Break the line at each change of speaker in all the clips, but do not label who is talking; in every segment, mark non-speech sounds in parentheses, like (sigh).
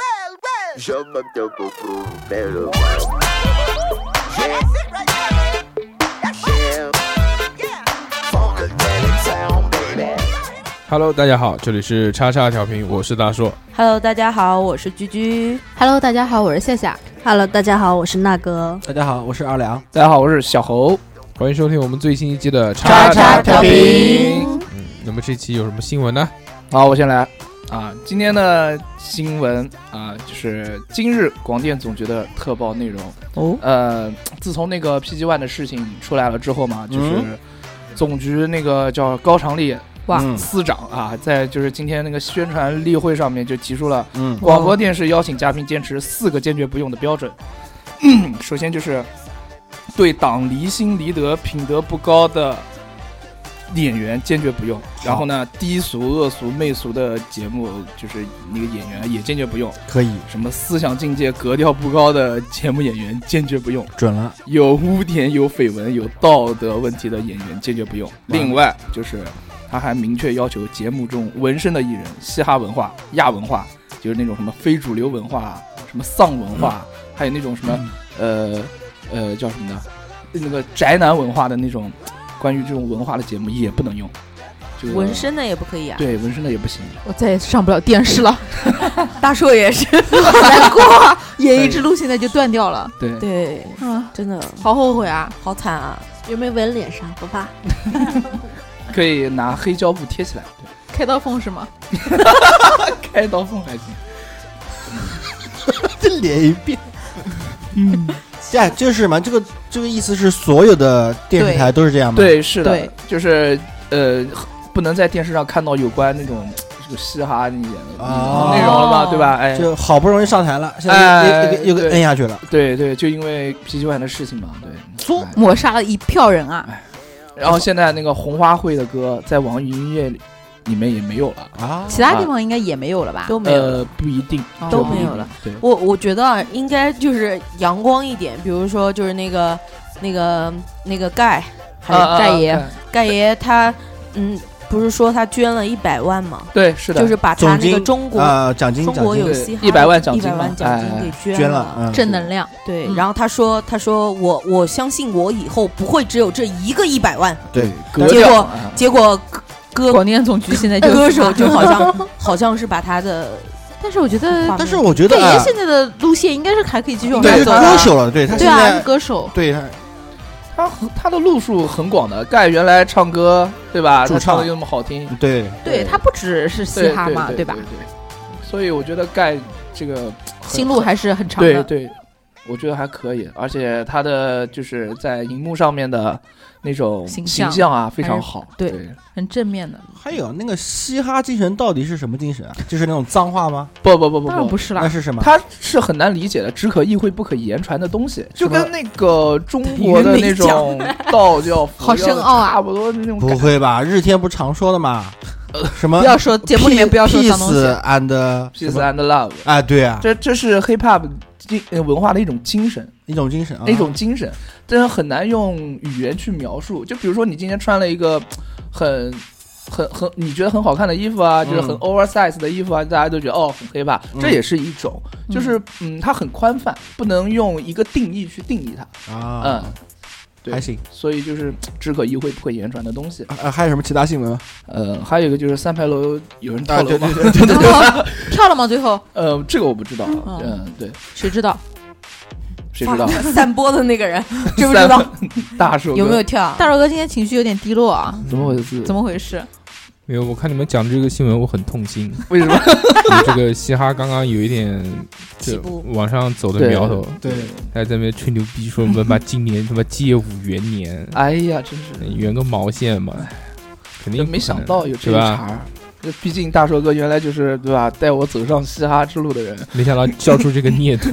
well, well.
Yo me toco primero.
Yeah, that's it right there, man. That's
Yeah,
right. Yeah.
funkadelic sound, baby.
Hello，大家好，这里是叉叉调频，我是大硕。
Hello，大家好，我是居居。
Hello，大家好，我是啊夏夏。
Hello，大家好，我是那哥。
大家好，我是二良。
大家好，我是小猴。
欢迎收听我们最新一期的
叉叉调频。
那么这期有什么新闻呢？
好，我先来啊。今天的新闻啊，就是今日广电总局的特报内容。
哦，
呃，自从那个 PG One 的事情出来了之后嘛，就是
嗯
总局那个叫高长立
哇
嗯
司长啊，在就是今天那个宣传例会上面就提出了
嗯
广播电视邀请嘉宾坚持四个坚决不用的标准。嗯首先就是对党离心离德、品德不高的演员坚决不用。然后呢，低俗、恶俗、媚俗的节目，就是那个演员也坚决不用。
可以，
什么思想境界、格调不高的节目演员坚决不用。
准了。
有污点、有绯闻、有道德问题的演员坚决不用。另外就是，他还明确要求节目中纹身的艺人、嘻哈文化、亚文化，就是那种什么非主流文化、什么丧文化，还有那种什么呃呃叫什么呢？那个宅男文化的那种，关于这种文化的节目也不能用。这个
纹身的也不可以啊。
对纹身的也不行。
我再也上不了电视了，
(laughs) 大硕也是。 (laughs)
好难过啊！演艺之路现在就断掉了，
对，
对，
啊，
真的
好后悔啊！
好惨啊！
有没有纹脸上？不怕，
可以拿黑胶布贴起来，
开刀缝是吗？
对开刀缝还行。
这脸一变。嗯，这样就是什么？这个这个意思是所有的电视台都是这样吗？，
对，是的，
对
就是呃，不能在电视上看到有关那种这个嘻哈那演的
哦
内容了嘛，对吧？哎，
就好不容易上台了，现在又又又又
哎对
摁下去了。
对对，就因为 PG One 的事情嘛，对。
错
哎
抹杀了一票人啊！
然后现在那个红花会的歌在网易云音乐里面也没有了，
啊，
其他地方应该也没有了吧？
都没有了，
呃，不一定
哦
都没有了。
对，
我我觉得 (laughs) 啊应该就是阳光一点，比如说就是那个那个那个盖还
啊
是盖爷，，
啊啊
盖爷他嗯，不是说他捐了一百万吗？
对，是的，
就是把他
总
那个
金
中国、
啊，奖金
中
奖
国
金
有
对
嘻哈
100万奖金
一百万
嘛
奖金
哎
给捐
捐了，嗯，
正能量，
对，
嗯
然后他说：“他说我我相信我以后不会只有这一个一百万。
对，
格
结
调
果
啊”
结果歌歌
广电总局现在就
歌手就好像好像是把他的
(laughs) 但是我觉得
画面
但是我觉得
盖爷
啊，
现在的路线应该是还可以继续往
对
下
是
走啊
歌手了，对他
对
现
啊，
在
歌手
对他
他他的路数很广的，盖原来唱歌对吧？
驻
他唱的
唱
又那么好听，
对
对他不只是嘻哈嘛，
对
吧？
所以我觉得盖这个很
心路还是很长
对
的。
对，我觉得还可以，而且他的就是在荧幕上面的那种
形
形
象
象啊，非
还
常
是
好。
对很正面的，
还有那个嘻哈精神到底是什么精神啊？就是那种脏话吗？
不不不不
当然
不
不。是
那
啦，
是什么？
他是很难理解的，只可意会不可言传的东西，就跟那个中国的
愚昧
那种 (laughs) 道教、佛
好
教
深奥啊
差不多那种
不
感。
会吧？日天不常说的嘛？什么
不？要说节目里面不要说脏东西
呃
(laughs)
peace and 呃
Peace and love，
啊，对啊，
这这是 hip hop 精呃文化的一种精神。
一种精神啊，
那种精神，真的很难用语言去描述。就比如说，你今天穿了一个很。很很，你觉得很好看的衣服啊，
嗯
就是很 oversize 的衣服啊，大家都觉得哦很 hip hop，这也是一种，就是嗯，它很宽泛，不能用一个定义去定义它，
啊
嗯，，对
还行。
所以就是只可意会不可言传的东西。
啊，还有什么其他新闻吗？
呃，还有一个就是三牌楼有人
啊
跳楼吗？
哦跳了吗？最后
(laughs) 呃，这个我不知道，
嗯
嗯，对，
谁知道？
谁知道？
散播的那个人知不知道
大叔
有没有跳啊？
大肉哥今天情绪有点低落啊，
怎么回事？
怎
么
么回事？
没有，我看你们讲这个新闻，我很痛心。 (laughs)
为什么？
我这个嘻哈刚刚有一点
起
就
步
往上走的苗头，
对，
还在那边吹牛逼说我们把今年他妈街舞元
(laughs)
年，
哎呀，真是
圆个毛线嘛，肯定不
就
可能
没想到有这
对
一
吧？
茬儿。这毕竟大硕哥原来就是对吧，带我走上嘻哈之路的人，
没想到教出这个孽徒，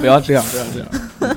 不要这样，不要这样。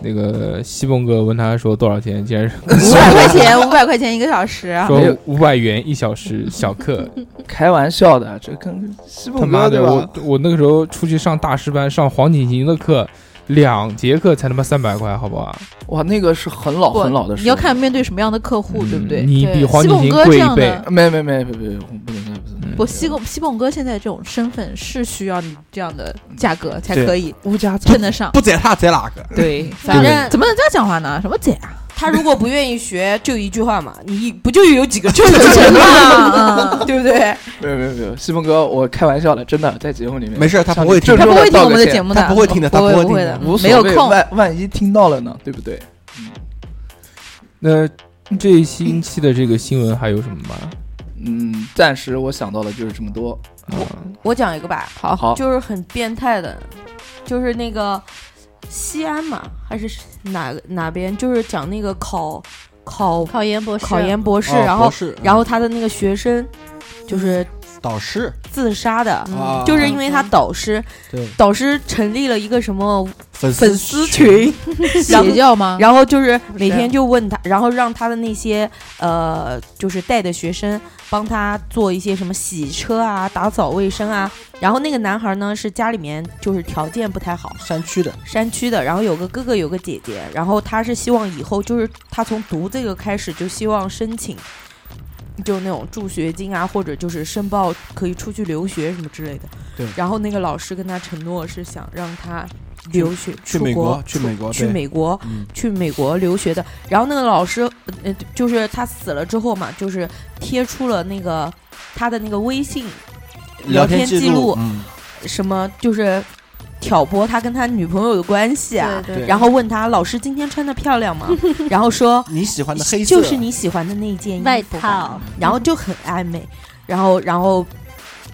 那个西蒙哥问他说多少钱，竟然是
五百块钱，五百块钱一个
(laughs)
小时，
没有
说五百元一小时小
(laughs)
课。
开玩笑的，这跟西
他
蒙
妈
哥对
的，
吧
我？我那个时候出去上大师班，上黄景行的课，两节课才他妈三百块，好不啊好？
哇，那个是很老
不
很老的事。
你要看面对什么样的客户，对不对？
嗯你
对
比黄景
西
行
蒙哥
贵
这样
一倍
的，
没，没没没没没，我不能不能。
不，西贡西贡哥现在这种身份是需要你这样的价格才可以
物价
称得上。
不宰他宰哪个？
对，
反正
怎么能这样讲话呢？什么姐啊，
他如果不愿意学，就一句话 (laughs) 嘛，你不就有几个就
就
能
成
成
了啊
(laughs)
嗯
吗？对不对？
没有没有没有，西蒙哥，我开玩笑的，真的在节目里面
没事，他
向
不会
你
听哦
郑
他
重
不
地
会听
道
我们的
个
节
歉
目的，
他不会听的
不
他不会
不
听的
的，
无所
没有
谓
空。
万万一听到了呢，对不对？
那这一星期的这个新闻还有什么吗？
嗯，暂时我想到的就是这么多。
啊，
我讲一个吧，
好好，
就是很变态的，就是那个西安嘛，还是哪哪边？就是讲那个考考
考研博士，
考研博士，
哦
然后
博士
然后他的那个学生就是
导师
自杀的。
啊，
嗯就是因为他导师，
对
导师成立了一个什么
粉
粉丝群， (laughs) 然后
邪教吗？
然后就是
啊不是
每天就问他，然后让他的那些呃，就是带的学生帮他做一些什么洗车啊、打扫卫生啊。然后那个男孩呢是家里面就是条件不太好，
山区的，
山区的，然后有个哥哥有个姐姐，然后他是希望以后就是他从读这个开始就希望申请。就那种助学金啊，或者就是申报可以出去留学什么之类的。
对
然后那个老师跟他承诺是想让他留学
去
出
美
国
国，去美国，
去
对，
美国
嗯，
去美国留学的。然后那个老师，呃，就是他死了之后嘛，就是贴出了那个他的那个微信聊
天
天记
录
录，，
嗯
什么就是挑拨他跟他女朋友的关系啊。
对
对
然后问他老师今天穿的漂亮吗？
(laughs)
然后说
你喜欢的黑色
就是你喜欢的那件衣服吧
外套，
然后就很暧昧，然后然后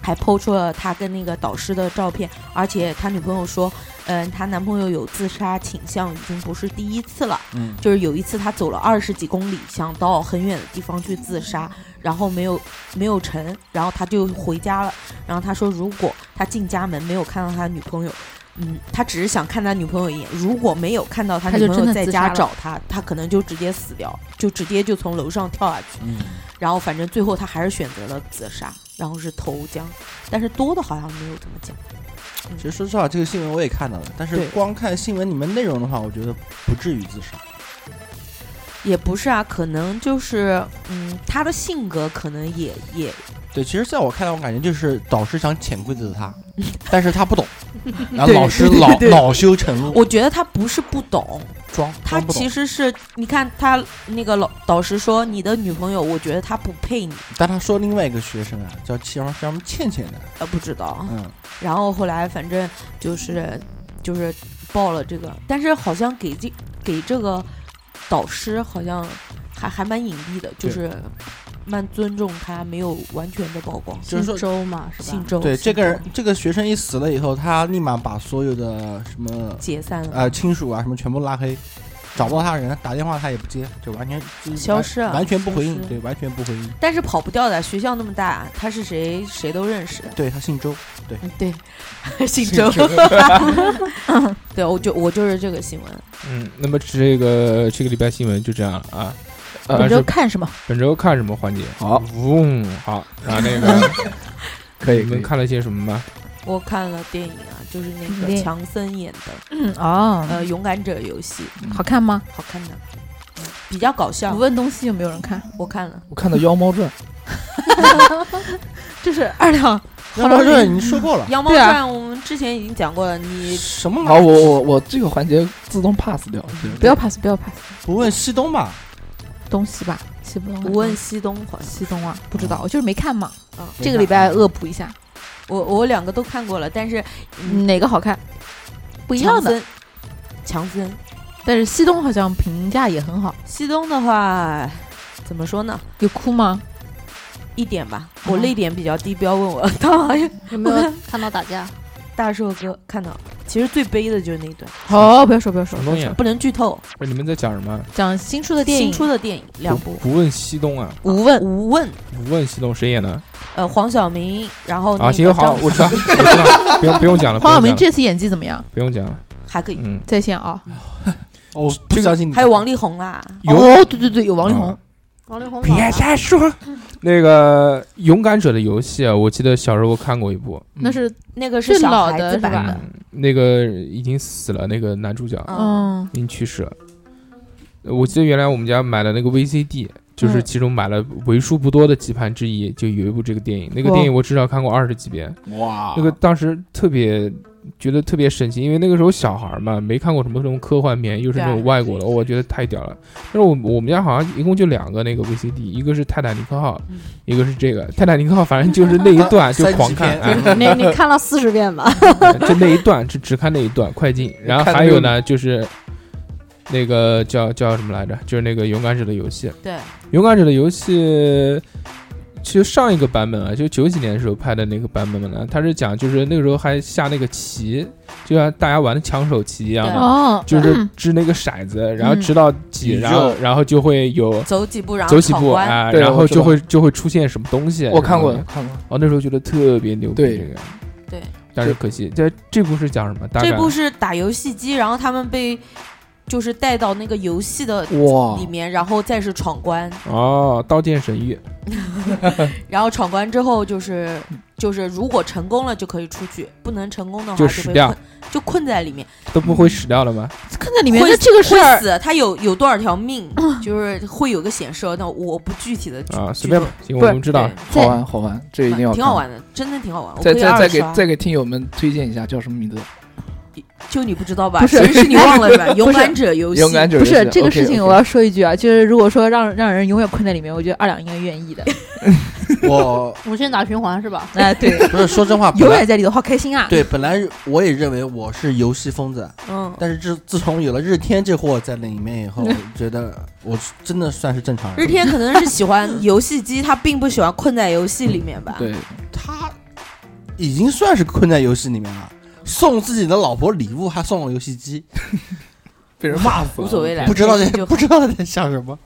还抛出了他跟那个导师的照片，而且他女朋友说，嗯，她男朋友有自杀倾向，已经不是第一次了，
嗯
就是有一次他走了二十几公里，想到很远的地方去自杀，然后没有没有成，然后他就回家了，然后他说如果他进家门没有看到他女朋友。嗯，他只是想看他女朋友一眼，如果没有看到他
他
女
就
朋
真
友
的
在
自
家
杀了
找他，他可能就直接死掉，就直接就从楼上跳下去。
嗯，
然后反正最后他还是选择了自杀，然后是投江，但是多的好像没有怎么讲。
其实说实话，这个新闻我也看到了，但是
对
光看新闻里面内容的话，我觉得不至于自杀。
也不是啊，可能就是，嗯，他的性格可能也也
对，其实在我看来，我感觉就是导师想潜规则
(laughs)
他，但是他不懂，然后
对
老师
对对
老
对
恼羞成怒，
我觉得他不是不懂，
装
他
装不
其
懂，
实是你看他那个老导师说你的女朋友，我觉得她不配你，
但他说另外一个学生啊，叫叫叫什么倩倩的，
呃，不知道。
嗯，
然后后来反正就是就是报了这个，但是好像给这给这个导师好像还还蛮隐蔽的，就是蛮尊重他，没有完全的曝光。
就是说
姓周嘛，是吧？
姓周，
对
姓
这个人
周
这个学生一死了以后，他立马把所有的什么
解散了，
呃亲属啊什么全部拉黑，找不到他人，打电话他也不接，就完全就是
消
完
失啊
完全不回
消
应，
失
对，完全不回应。
但是跑不掉的。学校那么大，他是谁谁都认识。
对他姓周，
嗯，对， (laughs) 姓周。对，我就我就是这个新闻。
嗯，那么这个这个礼拜新闻就这样了啊。但
呃
本
是
周看什么？
本周看什么环节？
好，
嗡，好，然后那 (laughs) 个
可以
你
可
们
以。
看了些什么吗？
我看了电影啊，就是那
电
个
影
强森演的
嗯哦，
呃《勇敢者游戏》，
好看吗？
好看的，嗯比较搞
我
笑。
问东西有没有人看？
我看了，
我看的《妖猫传》，
这是二两，
要不然你说过了，
《羊毛
对啊
传》我们之前已经讲过了，你
什么
好，
玩意儿？
我我我这个环节自动 pass 掉，对
不要 pass，不要 pass，
不问西东吧？
东西吧，西不东啊，
不问西东好像
西东啊，不知道，
嗯
我就是没看嘛。
啊，
这个礼拜
哦
恶补一下，
我我两个都看过了，但是嗯
哪个好看？不一
强
样的，
森，强森
但是西东好像评价也很好。
西东的话怎么说呢？
有哭吗？
一点吧，
哦
我泪点比较低，不要问我。 (laughs) 他好像
有没有看到打架？
大寿哥看到，其实最悲的就是那一段，
哦，不要说，不要说
什么，东西啊？
不能剧透。
不是你们在讲什么？
讲新出的电
新
影
出的电影两部，
不问西东啊，
无问，
无问，
不问西东谁演的？
呃，黄晓明，然后哦那
啊，
个
行好，
张
我知道，我知道，不用不用讲了，不
黄晓
用讲了，
明
嗯
这次演技怎么样？
不用讲了，
还可以，
嗯，
在线啊，
我不相信你。
还有王力宏啊啦，
有
哦，对对对，有王力宏
嗯，
王力宏
别再说那个《勇敢者》的游戏啊，我记得小时候看过一部，
那是
那个
是
小
老
孩
的
子
是吧
版的，
嗯，那个已经死了，那个男主角
嗯，
嗯
已经去世了。呃我记得原来我们家买的那个 VCD，就是
嗯
其中买了为数不多的几盘之一，就有一部这个电影。那个
哇
电影我至少看过二十几遍，
哇，
啊
那个当时特别觉得特别神奇，因为那个时候小孩儿嘛，没看过什么那种科幻片，又是那种
对
外国的，我觉得太屌了。但是我我们家好像一共就两个那个 VCD，一个是《泰坦尼克号》，一个是这个《泰坦尼克号》，反正就是那一段就
三级
狂看，
片
嗯
哎
(laughs) 你你看了四十遍吧？
就那一段只只看那一段快进。然后
看
还
那
有
个
呢，就是那个叫叫什么来着？就是那个《勇敢者》的游戏，《啊
对，
勇敢者》的游戏。其实上一个版本啊，就九几年的时候拍的那个版本呢，它是讲就是那个时候还下那个棋，就像大家玩的抢手棋一样的，
哦，
就是掷那个骰子，然后掷到几，
嗯
然后然后就会有
走几步然后
走几
闯
步
关，
啊，
对
然后
我知
就
道
会就会出现什么东西。
我看过
然后，
看过，
哦，那时候觉得特别牛逼
对
这个。
对。
但是可惜，这这部是讲什么？大概
这部是打游戏机，然后他们被就是带到那个游戏的
哇
里面，然后再是闯关，
哦，《刀剑神域》
然后闯关之后就是就是如果成功了就可以出去，不能成功的话
就
被
死掉
困就困在里面，
都不
嗯
会死掉了吗？
看在里面，
会
那这个事
会
儿啊
死，他有有多少条命，就是会有个显示，但我不具体的剧
啊，随便吧，行，我
不是
们知道了。
好玩好玩，这一定要
挺
看
好。玩的，真的挺好玩。我
再
可以
再
二
再
刷
给再给听友们推荐一下，叫什么名字？
就你不知道吧？
不是
谁是你忘
(laughs)
了是吧？勇敢者游戏，
勇敢者
不
游
是
戏
这个
OK，
事情，
OK
我要说一句啊，就是如果说让让人永远困在里面，我觉得二两应该
(laughs)
愿意的。
(laughs) 我
无限打循环是吧？
哎，对，
不是说真话，本
永
来
远在里头，好开心啊！
对，本来我也认为我是游戏疯子，
嗯，
但是自自从有了日天这货在里面以后，我觉得我真的算是正常人。
日天可能是
(laughs)
喜欢游戏机，他并不喜欢困在游戏里面吧？
对，
他已经算是困在游戏里面了，送自己的老婆礼物还送了游戏机，
被人骂死
无所谓了，
不知道在
哎
(laughs)
就
不知道在想什么。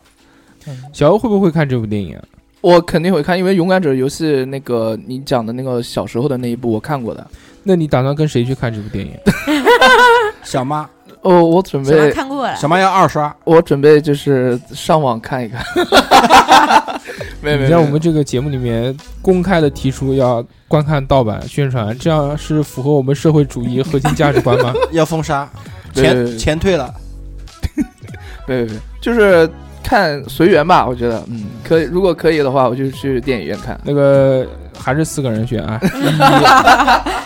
小欧会不会看这部电影啊？
我肯定会看，因为《勇敢者》游戏那个你讲的那个小时候的那一部我看过的。
那你打算跟谁去看这部电影？
小妈，
哦，我准
小孩
备，
看过了，
小妈要二刷，
我准备就是上网看一看。 (laughs) 没有没
你在
有，没
我
有
们这个节目里面公开的提出要观看盗版宣传，这样是符合我们社会主义核心价值观
(laughs)
吗？
要封杀，
对对
钱
对
钱退了，
对对对，就是看随缘吧。我觉得，嗯，可以，如果可以的话，我就去电影院看。
那个还是四个人选
(laughs)
啊，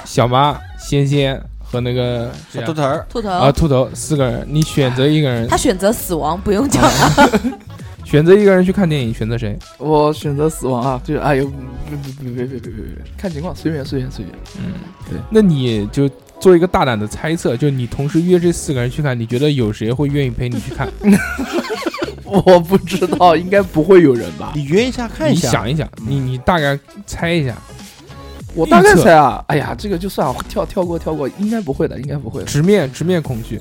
小妈、仙仙和那个
小
谁啊
兔头儿，
兔头、
啊秃头四个人，你选择一个人
他，选择死亡，不用讲
啊
了。
选择一个人去看电影，选择谁？
我选择死亡啊！就是哎呦，别别别别别别别别，看情况，随缘随缘随缘。
那你就做一个大胆的猜测，就你同时约这四个人去看，你觉得有谁会愿意陪你去看？
我不知道，应该不会有人 (laughs) 吧？
你约一下看一
你
下。
想一想，你你大概猜一下，
我大概猜啊，哎呀，这个就算了，跳跳过跳过，应该不会的，应该不会 (laughs) 的，
直面直面恐惧，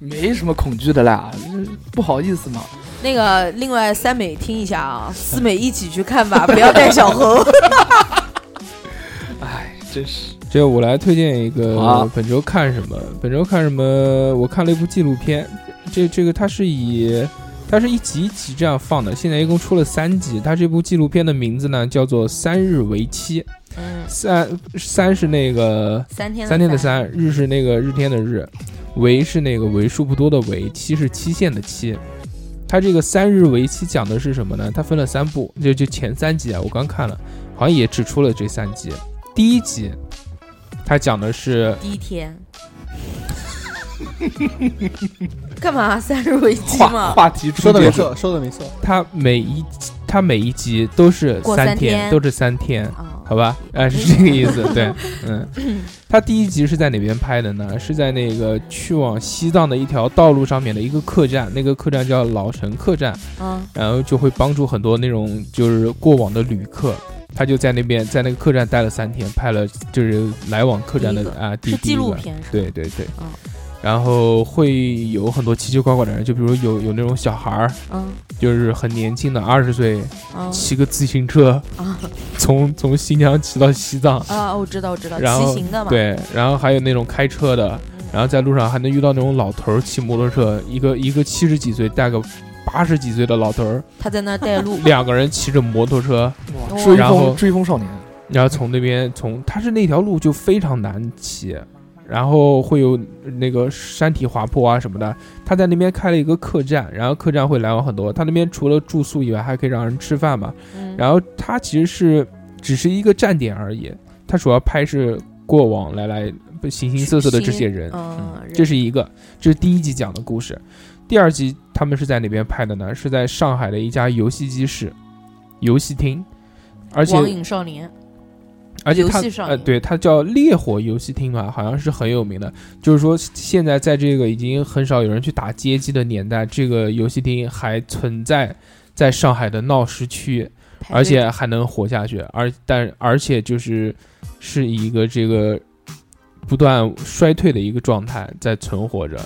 没什么恐惧的啦，不好意思嘛。
那个，另外三美听一下啊，四美一起去看吧，不要带小
(laughs)
猴。
哎，真是
这我来推荐一个
好啊
本周看什么？本周看什么？我看了一部纪录片，这这个它是以它是一集一集这样放的，现在一共出了三集。它这部纪录片的名字呢叫做《三日为期》，
嗯，
三三是那个
三天
三天的，三，日是那个日天的日，为是那个为数不多的为，期是期限的期。它这个三日为期讲的是什么呢？它分了三部，就就前三集啊，我刚看了，好像也只出了这三集。第一集，它讲的是
第一天。干嘛？三十为期
话
嘛。
话题
说的没
没
错，说的没错。
它每一集它每一集都是
过
三
三天
都是三天，
啊
好吧？哎，是这个意思，对，嗯。它第一集是在哪边拍的呢？是在那个去往西藏的一条道路上面的一个客栈，那个客栈叫老城客栈。
嗯，
然后就会帮助很多那种就是过往的旅客，他就在那边在那个客栈待了三天，拍了就是来往客栈的
第一个
啊第
是
第一
纪录
个，
片是吧？
对对对
嗯，
然后会有很多奇奇怪怪的人，就比如有有那种小孩儿，
嗯
就是很年轻的二十岁，
嗯
骑个自行车
啊
从从新疆骑到西藏，
啊！我知道，我知道，
然后
骑行的嘛。
对，然后还有那种开车的，
嗯，
然后在路上还能遇到那种老头儿骑摩托车，一个一个七十几岁带个八十几岁的老头儿，，
他在那儿带路
(laughs) 两个人骑着摩托车，
哦
追
然后
风追风少年，
然后从那边从它是那条路就非常难骑，然后会有那个山体滑坡啊什么的。他在那边开了一个客栈，然后客栈会来往很多。他那边除了住宿以外，还可以让人吃饭嘛。
嗯
然后它其实是只是一个站点而已，它主要拍摄过往来来不形形色色的这些人。
嗯，人
这是一个，这是第一集讲的故事。第二集他们是在哪边拍的呢？是在上海的一家游戏机室、游戏厅，而且
网瘾少年，
而且
游
它
戏上
呃，
瘾
对，它叫烈火游戏厅吧，好像是很有名的。就是说，现在在这个已经很少有人去打街机的年代，这个游戏厅还存在在上海的闹市区，
排队
而且还能活下去。而但而且就是是一个这个不断衰退的一个状态在存活着。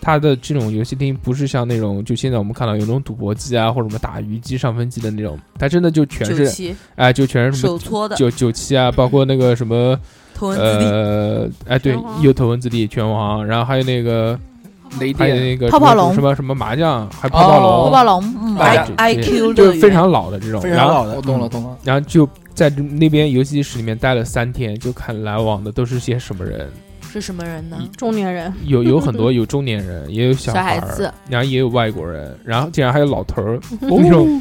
它的这种游戏厅不是像那种就现在我们看到有那种赌博机啊，或者什么打鱼机、上分机的那种，它真的就全
九
是
七
哎、就全是什么
手搓的
九九七啊，包括那个什么
头文字 D，
呃，哎对
拳皇，
有头文字 D 拳皇，然后还有那个
雷
还有
电
那个
泡泡
什么
龙
什么什么麻将，还有泡泡龙，哎
哦
泡泡龙，嗯，
大
I
家
这
I Q
呃就
乐
是非
园，
常老的这种，
非常
然后
老的，
我懂了
嗯。
懂了，
然后就在那边游戏室里面待了三天，就看来往的都是些什么人，
是什么人呢？
中年人，
有有很多有中年人，也有小
小
孩
孩
儿，
子，
然后也有外国人，然后竟然还有老头儿，那种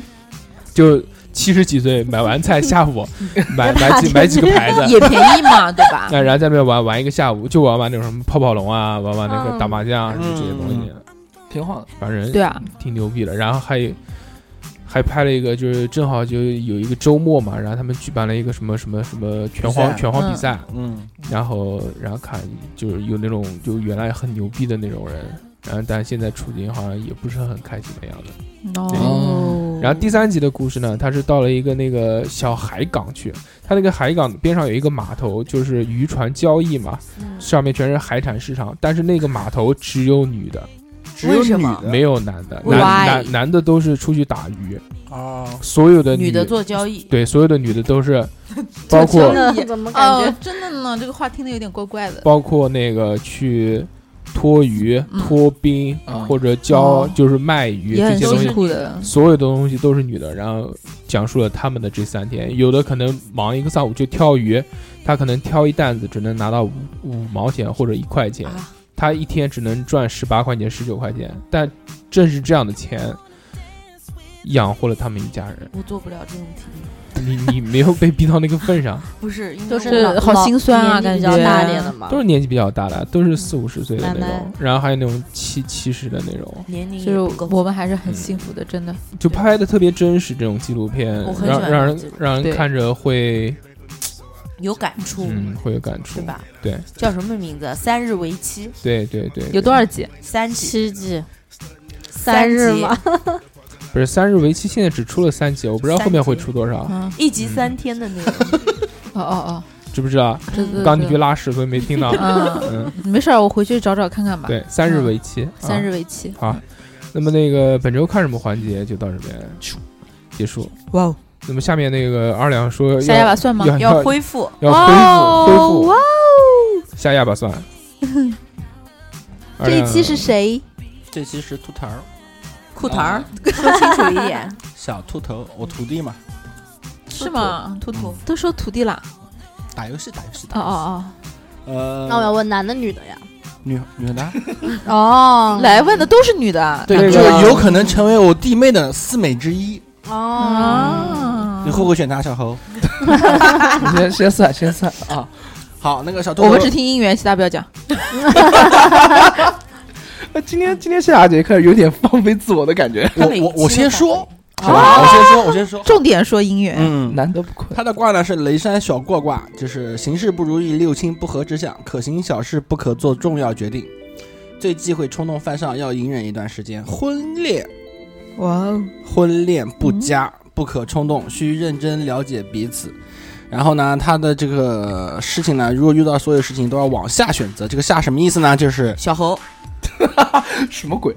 就七十几岁买完菜下午买买几买几个牌子，
哎也便宜嘛，对
(laughs)
吧？
那然后在那边玩玩一个下午，就玩玩那种什么泡泡龙啊，玩玩那个打麻将啊
嗯
什么这些东西，
挺好的。
反正
对啊，
挺牛逼的。然后还有还拍了一个，就是正好就有一个周末嘛，然后他们举办了一个什么什么什么拳
比
皇
赛
拳皇比赛，
嗯，
然后然后看就是有那种就原来很牛逼的那种人，然后但现在处境好像也不是很开心的样子。
哦
然后第三集的故事呢，它是到了一个那个小海港去，它那个海港边上有一个码头，就是渔船交易嘛，
嗯
上面全是海产市场，但是那个码头只有女的，
嗯只有
为什
女
么
的
没有男的，
Why？
男男男的都是出去打鱼，
哦，
所有的
女的做交易，
对所有的女的都是，包括
真的怎么感
哦
觉？，
真的呢，这个话听的有点怪怪的。
包括那个去拖鱼、
嗯
拖冰
啊
或者教
哦
就是卖鱼
也
这
很
些东西
辛苦的，
所有的东西都是女的，然后讲述了他们的这三天。有的可能忙一个上午就挑鱼，他可能挑一担子只能拿到五五毛钱或者一块钱，
啊
他一天只能赚十八块钱、十九块钱。但正是这样的钱，养活了他们一家人。
我做不了这种题，
你你没有被逼到那个份上，
不是，因为
都
我
是老
好心酸啊
年纪
感觉
比较大一点的嘛
都，是年纪比较大的，都是四五十岁的那
奶
种
奶，
然后还有那种七七十的那种，
年龄也
就
不
是
够
我们还是
嗯
很幸福的，真的。
就拍的特别真实。这种纪录片
我很喜
让
欢
让
看
人
纪录片
让人
对
看着会
有感触，
嗯会有感触
对，吧？
对
叫什么名字？三日为期，
对对对，
有多少集？
三集，
七季，
三
日
集
嘛，
不是三日为期，现在只出了三集，我不知道后面会出多少，
嗯，
一集三天的内容，
哦哦
知不知道？
哦，这个
刚你去拉屎，所以没听到。
(laughs) 嗯，
嗯，
没事儿，我回去找找看看吧。
对，三日为期，
三日
啊。
为期，
好，那么那个本周看什么环节就到这边结束。
哇哦，
那么下面那个二两说
下
要
下把算吗？
要
要
要
恢复。
要恢复恢
哦哇
复
哦！
下压吧算了。二
这一
两
期是谁？
这期是秃头儿
裤衩儿，
说清楚一点。
小秃头，我徒弟嘛，
是吗？
秃头，
都说徒弟啦。
打游戏打游戏打
哦
游戏。
哦
呃，
那我要问男的女的呀？
女女的，啊
哦
哦，来问的都是女的。啊
对，
那
就
个
有可能成为我弟妹的四美之一。
嗯
哦，
啊
你，会不会选她，小猴？
你先先算先算啊，
好，那个小秃头，
我们只听音源，其他不要讲。
那 (laughs) 今天今天夏雅姐开始有点放飞自我的感觉，
我
他每
我我
期
先
都打
说，好吧，我先说，我先说。
重点说音乐，
嗯，
(laughs) 难得不困。
他的卦呢是雷山小过卦，就是行事不如意，六亲不和之象，可行小事不可做重要决定，最忌讳冲动犯上，要隐忍一段时间。婚恋，
哇哦，
婚恋不佳，
嗯
不可冲动，需认真了解彼此。然后呢，他的这个事情呢，如果遇到所有事情都要往下选择，这个下什么意思呢？就是
小猴，
什么鬼？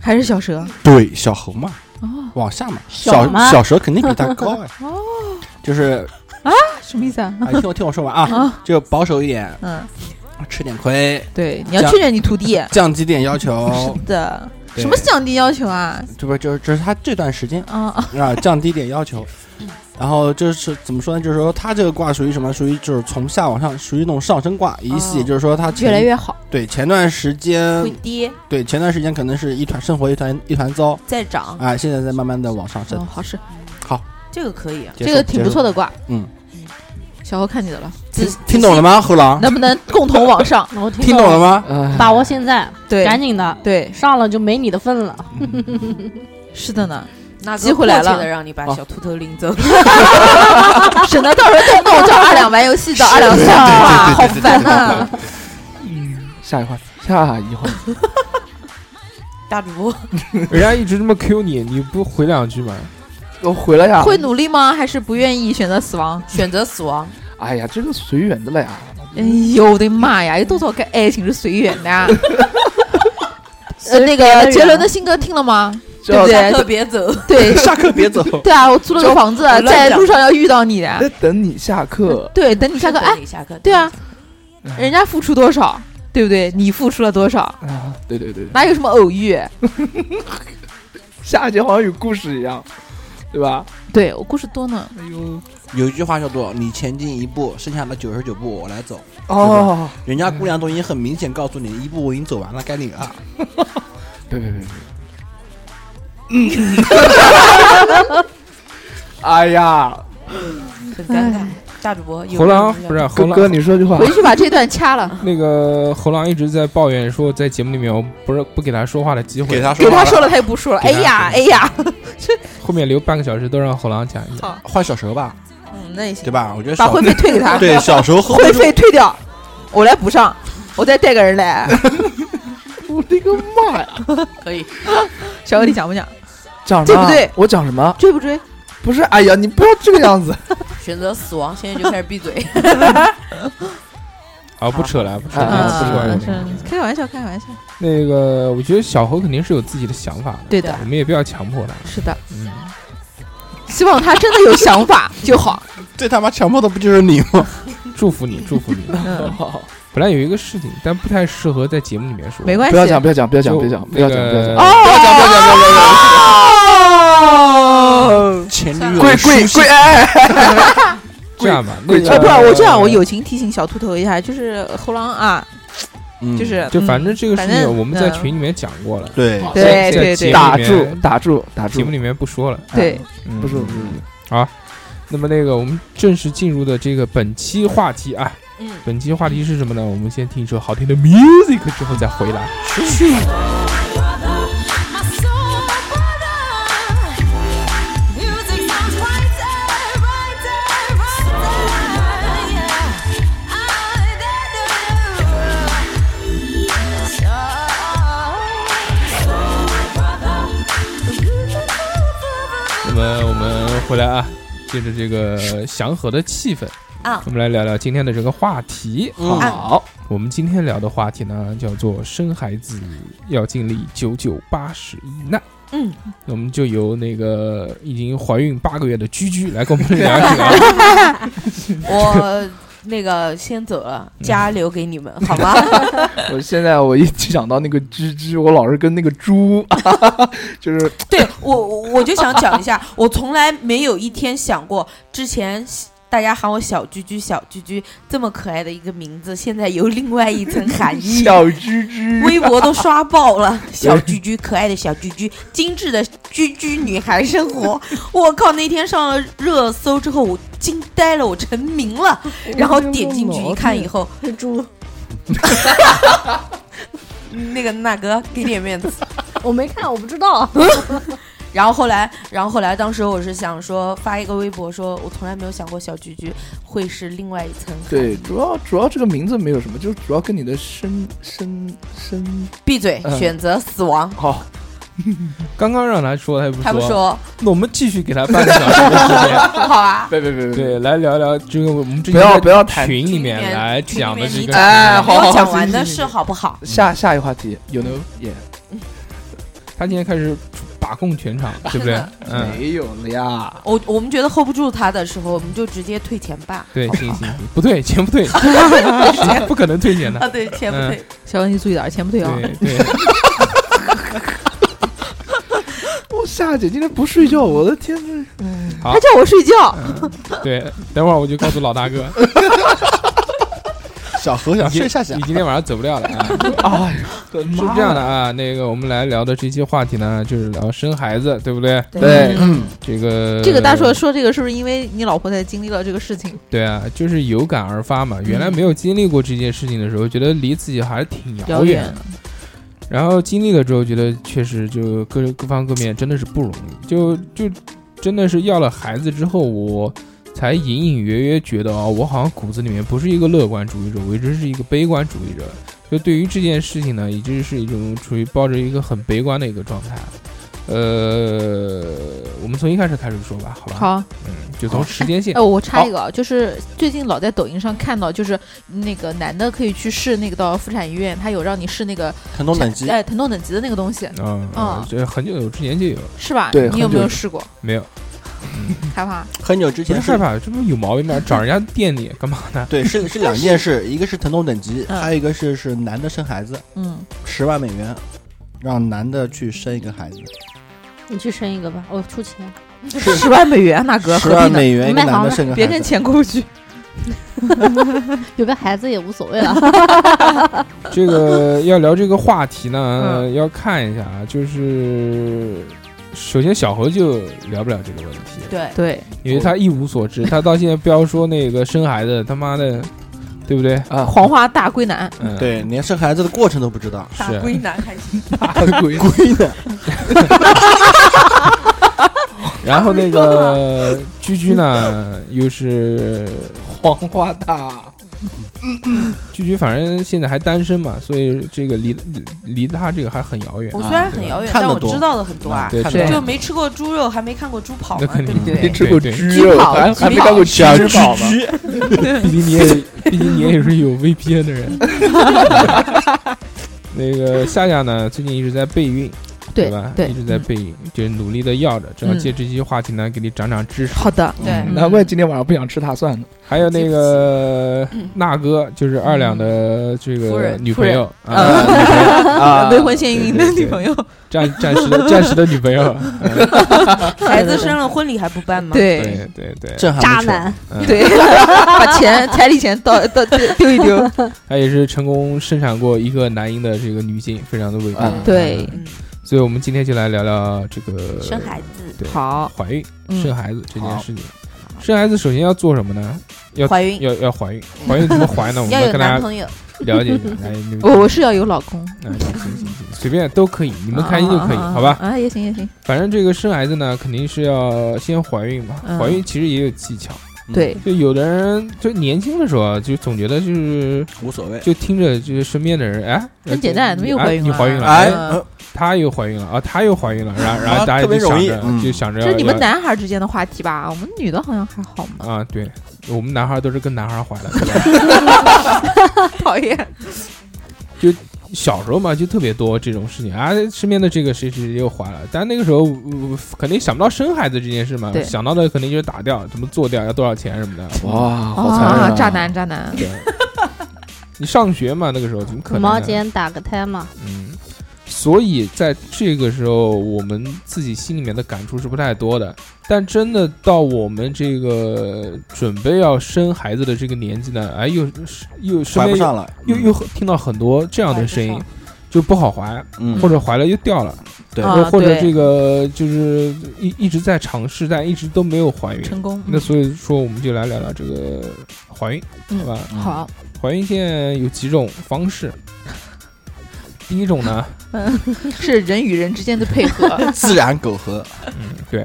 还是小蛇
对小猴嘛，
哦，
往下嘛，
小
小
吗哦
小蛇肯定比他高
(laughs)
哎，就是哎
什么意思啊？
哦
啊，听我听我说完啊，就保守一点，
(laughs) 嗯，
吃点亏，
对，你要
讲
确认你徒弟。
嗯
降低点要求，
(laughs)
是的，
哦对
什么降低要求啊？
这不就是这是他这段时间
啊啊
啊，降低点要求。然后这是怎么说呢？就是说他这个卦属于什么？属于就是从下往上，属于那种上升卦，意思也就是说他前
哦越来越
嗯
好，
对前段时间
会跌
对前段时间可能是一团生活一团一团糟
再涨，
啊，现在在慢慢的往上升
哦，。好事，
这个可以啊。
结束
这个挺不错，的卦。
嗯，
小侯看你的了，
结束听听懂了吗？后郎，
能不能共同往上？
我听
听懂了
了，
吗？
呃
哎
把握
(laughs)
现在，
(laughs) 对，
赶紧的，
对，
上了就没你的份了。 (laughs)
是的呢，
那
机会来了
的让你
哦
把小秃头领走。
(laughs) 省得到时候动不动叫二两玩游戏，叫二两算卦，好烦啊！
下一话题，下一话题，
大主播，
人家一直这么 Q 你，你不回两句吗？
我回来啊呀。
会努力吗？还是不愿意 (laughs) 选择死亡？
选择死亡，
哎呀，这个随缘的了啊呀。
哎呦我的妈呀！有多少跟爱情是随缘的啊？ (laughs) 呃，那
随缘
个
的
杰
缘
伦的新歌听了吗？
这
对不
下课
对？
别走。
对
下课别走，
对啊，我租了个房子，
乱
在
讲
路上要遇到你的。
那等你下课，
对，等 (laughs)
(laughs)
你下课，哎，，
下课。
对啊，人家付出多少，对不对？你付出了多少？
啊，对对对，
哪有什么偶遇？
下一节好像有故事一样，对吧？
对我故事多呢，
哎呦，
(laughs) 有一句话叫做“你前进一步，剩下的九十九步我来走
哦，”。
人家姑娘都已经很明显告诉你，一步我已经走完了，该你了。
别别别别，嗯 (laughs) 哎呀，
很尴
哎
尬。大主播，有
侯
啊
狼
没有
不是
哥
侯
哥，
狼，
你说句
(laughs)
话
回，去把这段掐了，
那个侯狼一直在抱怨说，在节目里面我不是不给他说话的机会，
给他说
(laughs) 给
话
他
了
说了他又不说了。哎
给他
呀，哎呀，
后面留半个小时都让侯狼讲一讲。
换小蛇吧，
嗯，那也行
对，吧？我觉得
把
小
会费退给他，
对小时候后
会费退掉，我来补上，我再带个人来。啊 (laughs)
我的个妈呀！
可以，
小欧，你讲不讲？
讲什
对
么？
不对？
我讲什么？
追不追？
不是，哎呀，你不要这个样子。
选择死亡，现在就开始闭嘴。
啊，不扯了，不扯
啊
了，
啊
不扯
啊
了。
是开玩笑，开玩笑。
那个，我觉得小侯肯定是有自己的想法的，
对的，
我们也不要强迫他。
是的，
嗯，
希望他真的有想法就好。
最他妈强迫的不就是你吗？
祝福你，祝福你。 (laughs)
(laughs)
嗯，
本来有一个事情，但不太适合在节目里面说。
没
哎
关系。
不要讲，不要讲，不要讲，
就
不要讲，不要讲，
那
不要
个
讲。
哦，不要讲，不要讲，不要讲。
前女友
贵贵贵！哎，
这样吧，那
跪
个
哦，不然我这样，我友情提醒小秃头一下，就是猴狼啊，
嗯
就是
就反正这个事
反
情
正
我们在群里面讲过
嗯
了，
对
好
对
在在
对
节目里面
对
打住，打住，打
节
住
目。里面不说了。
对，
嗯
不是不是，
那么那个，我们正式进入的这个本期话题啊，
嗯
本期话题是什么呢？我们先听一首好听的 music 之后再回来。那么我们回来啊，借着这个祥和的气氛
啊
我们来聊聊今天的这个话题。
嗯
好，
我们今天聊的话题呢，叫做生孩子要经历九九八十一难。
嗯，
那我们就由那个已经怀孕八个月的居居来跟我们聊一聊啊。
(laughs) 我那个先走了，家留给你们好吗？
我现在我一想到那个吱吱，我老是跟那个猪， (laughs) 就是
对我，我我就想讲一下，我从来没有一天想过，之前大家喊我小居居、小居居这么可爱的一个名字，现在有另外一层含义。
小吱吱。
微博都刷爆了，小居居，可爱的小居居，精致的居居女孩生活。我靠，那天上了热搜之后，我惊呆了，我成名了。然后点进去一看以后，
猪，
(laughs) 那个那哥给点面子。
我没看，我不知道。 (laughs)
然后后来，然后后来，当时我是想说发一个微博说，我从来没有想过小菊菊会是另外一层。
对，，主要主要这个名字没有什么，就是主要跟你的身身身
闭嘴，
嗯
选择死亡。
好，
刚刚让他说，他也不
他不
说，
说，
那我们继续给他半个小时的时间。
好啊，
别别别别别，
对，来聊聊这个我们之
不
前
要
在
不要谈
群里
群
面
里面
来讲的是一
群里
个什
面你
么
哎
呢
好
没
好
有讲
行
完
行
的
行
事好不好？
嗯下下一个话题，you know，yeah，
他今天开始把把控全场，对不对？嗯，
没有了呀。
我我们觉得 hold 不住他的时候，我们就直接退钱吧。
对，
好不
行
好
行行，不对，钱不对，钱不可能退钱的
(laughs) 啊，。对，钱不退。
小文你注意点儿，钱不退啊。
对对，
我夏姐今天不睡觉，我的天呐！
好
还叫我睡觉，
嗯，对，等会儿我就告诉老大哥，
小何想
你
睡下下
你，今天晚上走不了了啊。
哎呀，我的
是
妈呀
这样的啊，那个我们来聊的这期话题呢，就是聊生孩子，对不对？
对
嗯，
这个
(clears throat) 这个大硕说这个是不是因为你老婆在经历了这个事情？
对啊，就是有感而发嘛。原来没有经历过这件事情的时候，觉得离自己还是挺遥
遥
远
远
的。然后经历了之后，觉得确实就各各方各面真的是不容易，就就真的是要了孩子之后，我才隐隐约约觉得啊、我好像骨子里面不是一个乐观主义者，我一直是一个悲观主义者。就对于这件事情呢，一直是一种处于抱着一个很悲观的一个状态。呃，我们从一开始开始说吧，好吧？，
(laughs) 好，
嗯，就从时间线
哎，，我插一个啊，就是最近老在抖音上看到，就是那个男的可以去试那个到妇产医院，他有让你试那个
疼痛等级
哎疼痛等级的那个东西，
嗯，
嗯
这很久之前就有，
是吧？
对
你有
很
没
久
有试过？
没有
害怕？
很久之
不是害
前是，
怕，这不有毛病吗？找人家店里干嘛呢？
对，是是两件事，一个是疼痛等级，
嗯
还有一个是是男的生孩子，
嗯，
十万美元，让男的去生一个孩子，
你去生一个吧，我出钱。
十万美元，那哥
十
何
万
必呢？
美元一个
卖
男
房
的
子
生个
别
孩
跟
子，
钱过不去。
有个孩子也无所谓了。
(laughs)
这个要聊这个话题
嗯
呢，要看一下啊，就是首先小何就聊不了这个问题，
对，
对，
因为他一无所知，他到现在不要说那个生孩子，他妈的，对不对？
啊，
黄花大闺男，
嗯，，
对，连生孩子的过程都不知道，
大
是
闺男还行。
(laughs)
鬼
贵的，
然后
(laughs)
那个 (laughs) 居居呢，又是
黄花
(laughs)
大，
居居，反正现在还单身嘛，所以这个离离他这个还很遥远。啊
我虽然很遥远，
看
但
得
我
多
知道的很多啊。
对，
看
知道
对
就没吃过猪肉，还没看过猪跑
那
嘛，
肯
对
定
不
没
对？
吃过
对对
猪肉，
跑
还
鸡
还没干过鸡
小
翅膀呢。
居
(laughs)
居，
毕竟你也，毕竟你也是有 VPN 的人。那个夏夏呢，最近一直在备孕，
对
吧？
对
一直在备孕，就是努力的要着，正好
嗯
借这期话题呢，给你长长知识。
好的，
对
嗯
难怪今天晚上不想吃大蒜呢。
还有那个那哥，就是二两的这
嗯夫
个
人嗯
女朋友啊，
呃，
啊
未婚先孕的
对对
女朋友，
暂暂时的暂时的女朋
(laughs)
友。嗯
(laughs) 孩子生了，婚礼还不办吗？，
对
对对对，
震撼
渣男，
嗯，
对，把钱彩礼钱倒倒丢丢一丢，
她也是成功生产过一个男婴的这个女性，非常的伟大
嗯。
对
嗯，
所以我们今天就来聊聊这
(laughs)
个
生孩子、
对
好，
怀孕、
嗯
生孩子这件
好
事情。生孩子首先要做什么呢？要
怀
哎
孕，
要要怀孕，怀孕怎么怀
(laughs)
呢？我们
要
来
有
跟
男
大家
朋友，
(laughs) 了解一下。来，你们
我我是要有老公，
啊行行行行，随便都可以，你们开心就可以，
啊
好吧？
啊，也行也行，
反正这个生孩子呢，肯定是要先怀孕嘛。
嗯
怀孕其实也有技巧，
对，
就有的人就年轻的时候啊，就总觉得就是
无所谓，
就听着就是身边的人，哎，
很简单
你
怎么又
哎
怀孕
你
了
怀孕了，
哎，
哎，
呃
她又怀孕了啊，她又怀孕了，然后然后
啊
大家
特别
就想
容易
着
嗯
就想着
这是你
要
们男孩之间的话题吧？我们女的好像还好嘛，
啊，对我们男孩都是跟男孩怀
(laughs)
的。嗯
讨厌，
小时候嘛，就特别多这种事情啊，身边的这个谁谁谁又怀了，但那个时候、呃肯定想不到生孩子这件事嘛，
对
想到的肯定就是打掉，怎么做掉，要多少钱什么的。
哇，好残忍
啊，
啊！
渣男渣男，
对，你上学嘛，那个时候怎么可
五
能？
毛。钱打个胎嘛，
嗯，所以在这个时候，我们自己心里面的感触是不太多的，但真的到我们这个准备要生孩子的这个年纪呢，哎，又是又身
怀
边又
不上了，嗯
又又听到很多这样的声音
怀不，
就不好怀，
嗯
或者怀了又掉了，
对
或
啊
或者
对
这个就是一一直在尝试，但一直都没有怀孕。
成功，
那所以说，我们就来聊聊这个怀孕，
嗯
好吧？
嗯好，
怀孕现在有几种方式。第一种
(laughs)
呢，
是人与人之间的配合，
(laughs)
自然苟合，
嗯，对。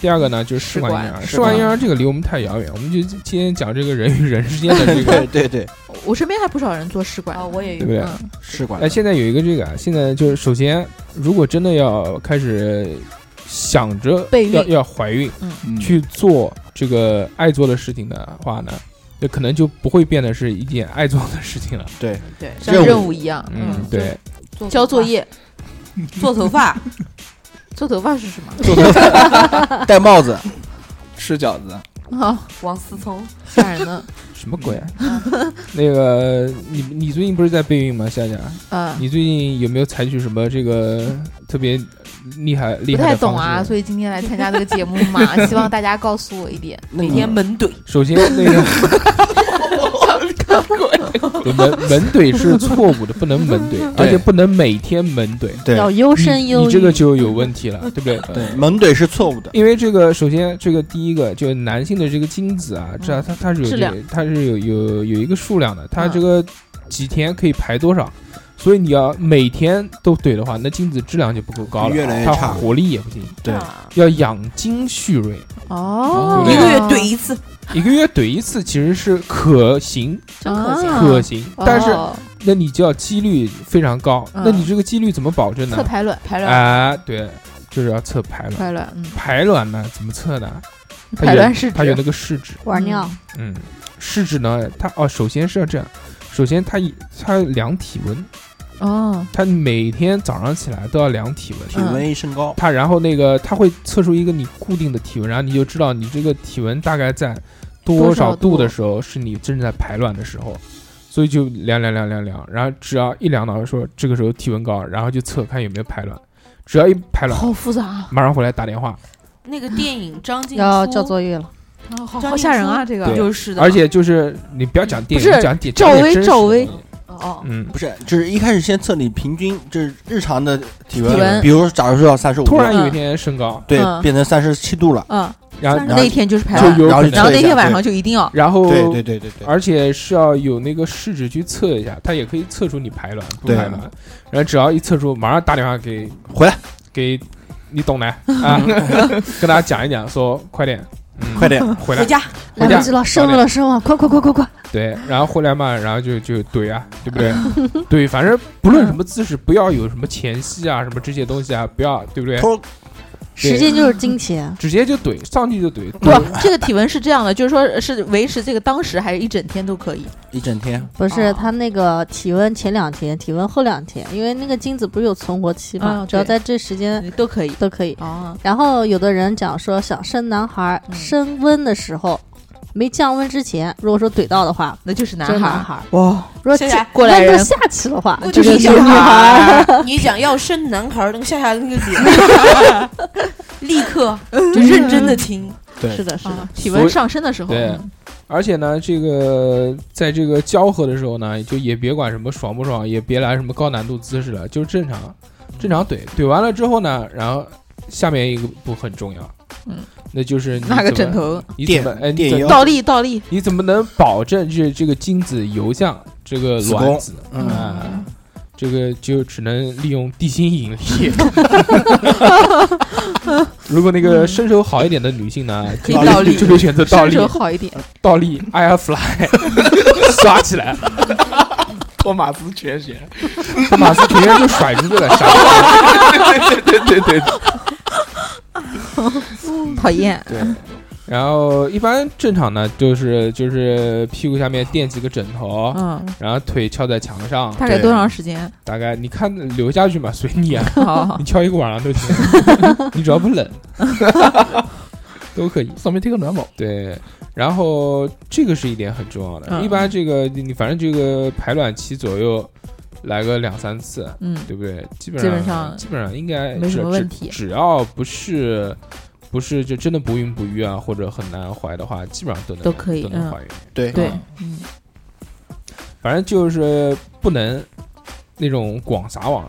第二个呢，就是试
试
管婴
管啊
儿。
试
试管婴
管
儿这个离我们太遥远，我们就今天讲这个人与人之间的这
(laughs)
对
个，
对对，
我身边还不少人做试管
啊，，我也
对
有
不，对？
嗯
试管
哎，，现在有一个这个，啊，现在就是首先，如果真的要开始想着
备孕
要要怀孕，
嗯
去做这个爱做的事情的话呢，就可能就不会变得是一件爱做的事情了。
对，
对，
像
嗯
任务
嗯任务一样，
嗯，对，
交作业，
做头发， (laughs)
做头发是什么？
(laughs)
做头发，戴帽子，
吃饺子，
啊，
王思聪，
吓人的。
什么鬼啊？
嗯
那个，你你最近不是在备孕吗，夏夏？
嗯，
你最近有没有采取什么这个特别厉害厉
不
害
太
的方
懂啊，
式？
所以今天来参加这个节目嘛，
(laughs)
希望大家告诉我一点。
那
每
你
天门怼，
首先，那个 (laughs) 对门门怼是错误的，不能门
(laughs)
怼，而且不能每天门怼。
对
要优生优
你
育。
你这个就有问题了，对不
(laughs)
对？呃
对，猛怼是错误的。
因为这个，首先这个第一个就是男性的这个精子啊，这它它是有
嗯质
这
量
个它是有有有一个数量的，它
嗯
这个几天可以排多少，所以你要每天都怼的话，那精子质量就不够高了，
越来越
它
差
活力也不行，
对
啊
要养精蓄锐，
哦，
一
一个月怼一次，
一个月怼一次其实是可行
真可惜啊，
可行，但是
哦
那你就要几率非常高，
嗯
那你这个几率怎么保证
测
呢？
排卵，排卵，
啊，对，就是要测排卵，
排卵，嗯，
排卵呢怎么测呢？它
排
有
卵是
它有
指
那个试纸。
玩尿，
嗯，试纸呢，它哦，首先是要这样，首先它一它量体温，
哦，
它每天早上起来都要量体温，
体
嗯
温一升高，
它然后那个它会测出一个你固定的体温，然后你就知道你这个体温大概在多
多
少
少
度
度
的时候是你正在排卵的时候，所以就量量量量量，然后只要一量到说这个时候体温高，然后就测看有没有排卵，只要一排卵，
好复杂啊，
马上回来打电话，
那个电影张静
要
初
交作业了。
哦好好
张静
吓人
初
啊，这个
对
就是的，
而且就是你不要讲电影，
不是
你讲点
赵
讲点
薇
真实
赵
的
薇
哦，
嗯。
不是，就是一开始先测你平均，就是日常的体
体
温，
温
比如说假如说要三十五，
突然有一天升高，
对
嗯
变成三十七度了，
嗯，
然后
然后
那一天就是排
就
卵，
有
然后
可
就
能
然后那
对
天晚上就一定要
然后
对对对对对，
而且是要有那个试纸去测一下，它也可以测出你排卵不
对
排卵，然后只要一测出，马上打电话给
回来嗯
给你懂男啊， (laughs) 跟大家讲一讲，说 (laughs) 快点，嗯、
快点，
回来
回，家，
回
来
家
不及了，生了了，生了，快快快快快！
对，然后回来嘛，然后就就怼啊，对不对？ (laughs) 对，反正不论什么姿势，不要有什么前戏啊，什么这些东西啊，不要，对不对？
偷
时间就是金钱，
直接就怼，上去就怼，
不，这个体温是这样的，就是说是维持这个当时还是一整天都可以。
一整天，
不是
哦
他那个体温前两天，体温后两天，因为那个精子不是有存活期嘛，
啊
嗯
只要
对
在这时间
都可以。
都可以。
哦，
然后有的人讲说，想生男孩
嗯
升温的时候，没降温之前，如果说怼到的话，
那就是男
就是
孩
男
儿。哎
孩。
哇，
如果
现
这
在
过来
温度
人
下去的话，
不
这
仅是
个是
小
女孩。
孩儿，你讲要生男孩儿，那个夏夏那个脸，
(laughs)
立刻就认真的听，
对
(laughs) 是的，是
啊
的，啊体
所以
温上升的时候，
对
嗯
而且呢，这个在这个交合的时候呢，就也别管什么爽不爽，也别来什么高难度姿势了，就正常，
嗯
正常怼。怼完了之后呢，然后下面一个步很重要，
嗯，
那就是你
拿个
怎么
枕，头
你怎么
垫
哎你
垫
怎
腰
倒立倒立，
你怎么能保证这这个精子游向这个
子宫
卵子？
嗯
啊，这个就只能利用地心引
(laughs)
力。如果那个身手好一点的女性呢，
可以
就
倒立
就可以选择倒
伸
立
手，好一点。
倒立 airfly (laughs) 刷起来，
托马斯全旋。
托马斯全身就甩出去了，傻逼
(laughs) 对对对对，
嗯
讨厌，
然后一般正常呢，就是就是屁股下面垫几个枕头，
嗯，
然后腿翘在墙上，
大概多长
(laughs)
时间？
大概你看流下去嘛，随你啊，
好
你，翘一个晚上都行，
(laughs)
你只要不冷 (laughs) 都可以。
上面贴个暖宝，
对，然后这个是一点很重要的，
嗯
一般这个你反正这个排卵期左右来个两三次，
嗯，
对不对？基本
基
上
本上
基本上应该
没什
只
么
只
问题
只要不是不是就真的不孕不育啊，或者很难怀的话，基本上都能
都可以
都能
嗯
怀孕。
对
对，嗯，
反正就是不能那种广撒网，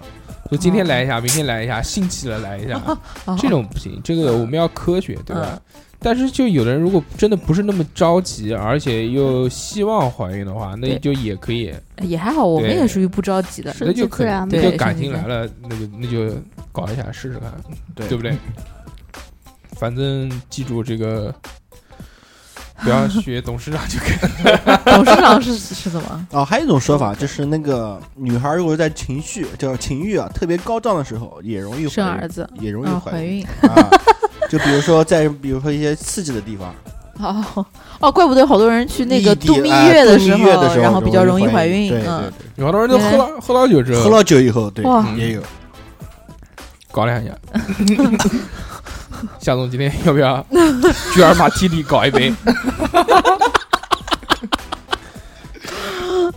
就今天
哦
来一下，明天来一下，兴起了来一
(laughs)
下，
哦
这种不行，这个我们要科
嗯
学，对吧？但是就有的人如果真的不是那么着急，而且又希望怀孕的话，那
对
就也可以，
哦也还好，我们
对
也属于不着急的。
那
顺
就
其
可
自
以
然，
那
呗。
就
对
感
顺其
情
自
来
然
了，那就那就搞一下试试看，
对
对不对？反正记住这个，不要学董事长就可以 (laughs) 了。
董事长是是怎
(laughs)
么？
哦，还有一种说法就是那个女孩如果在情绪叫情欲啊特别高涨的时候，也容易怀
生
孕
儿子
也容易
啊，
怀
怀
孕
孕。
啊。 (laughs) 就比如说在比如说一些刺激的地方，
哦哦，怪不得好多人去那个
异地
度蜜
哎
月
度
的
蜜
时
月的时候
然后比较容易怀
孕。对对
嗯，
对
有好多人都喝了喝了酒之
喝
后，
了酒以后，对
哇
也有
搞两 (laughs) 下。夏总今天要不 (laughs) 要去尔马基里搞一杯？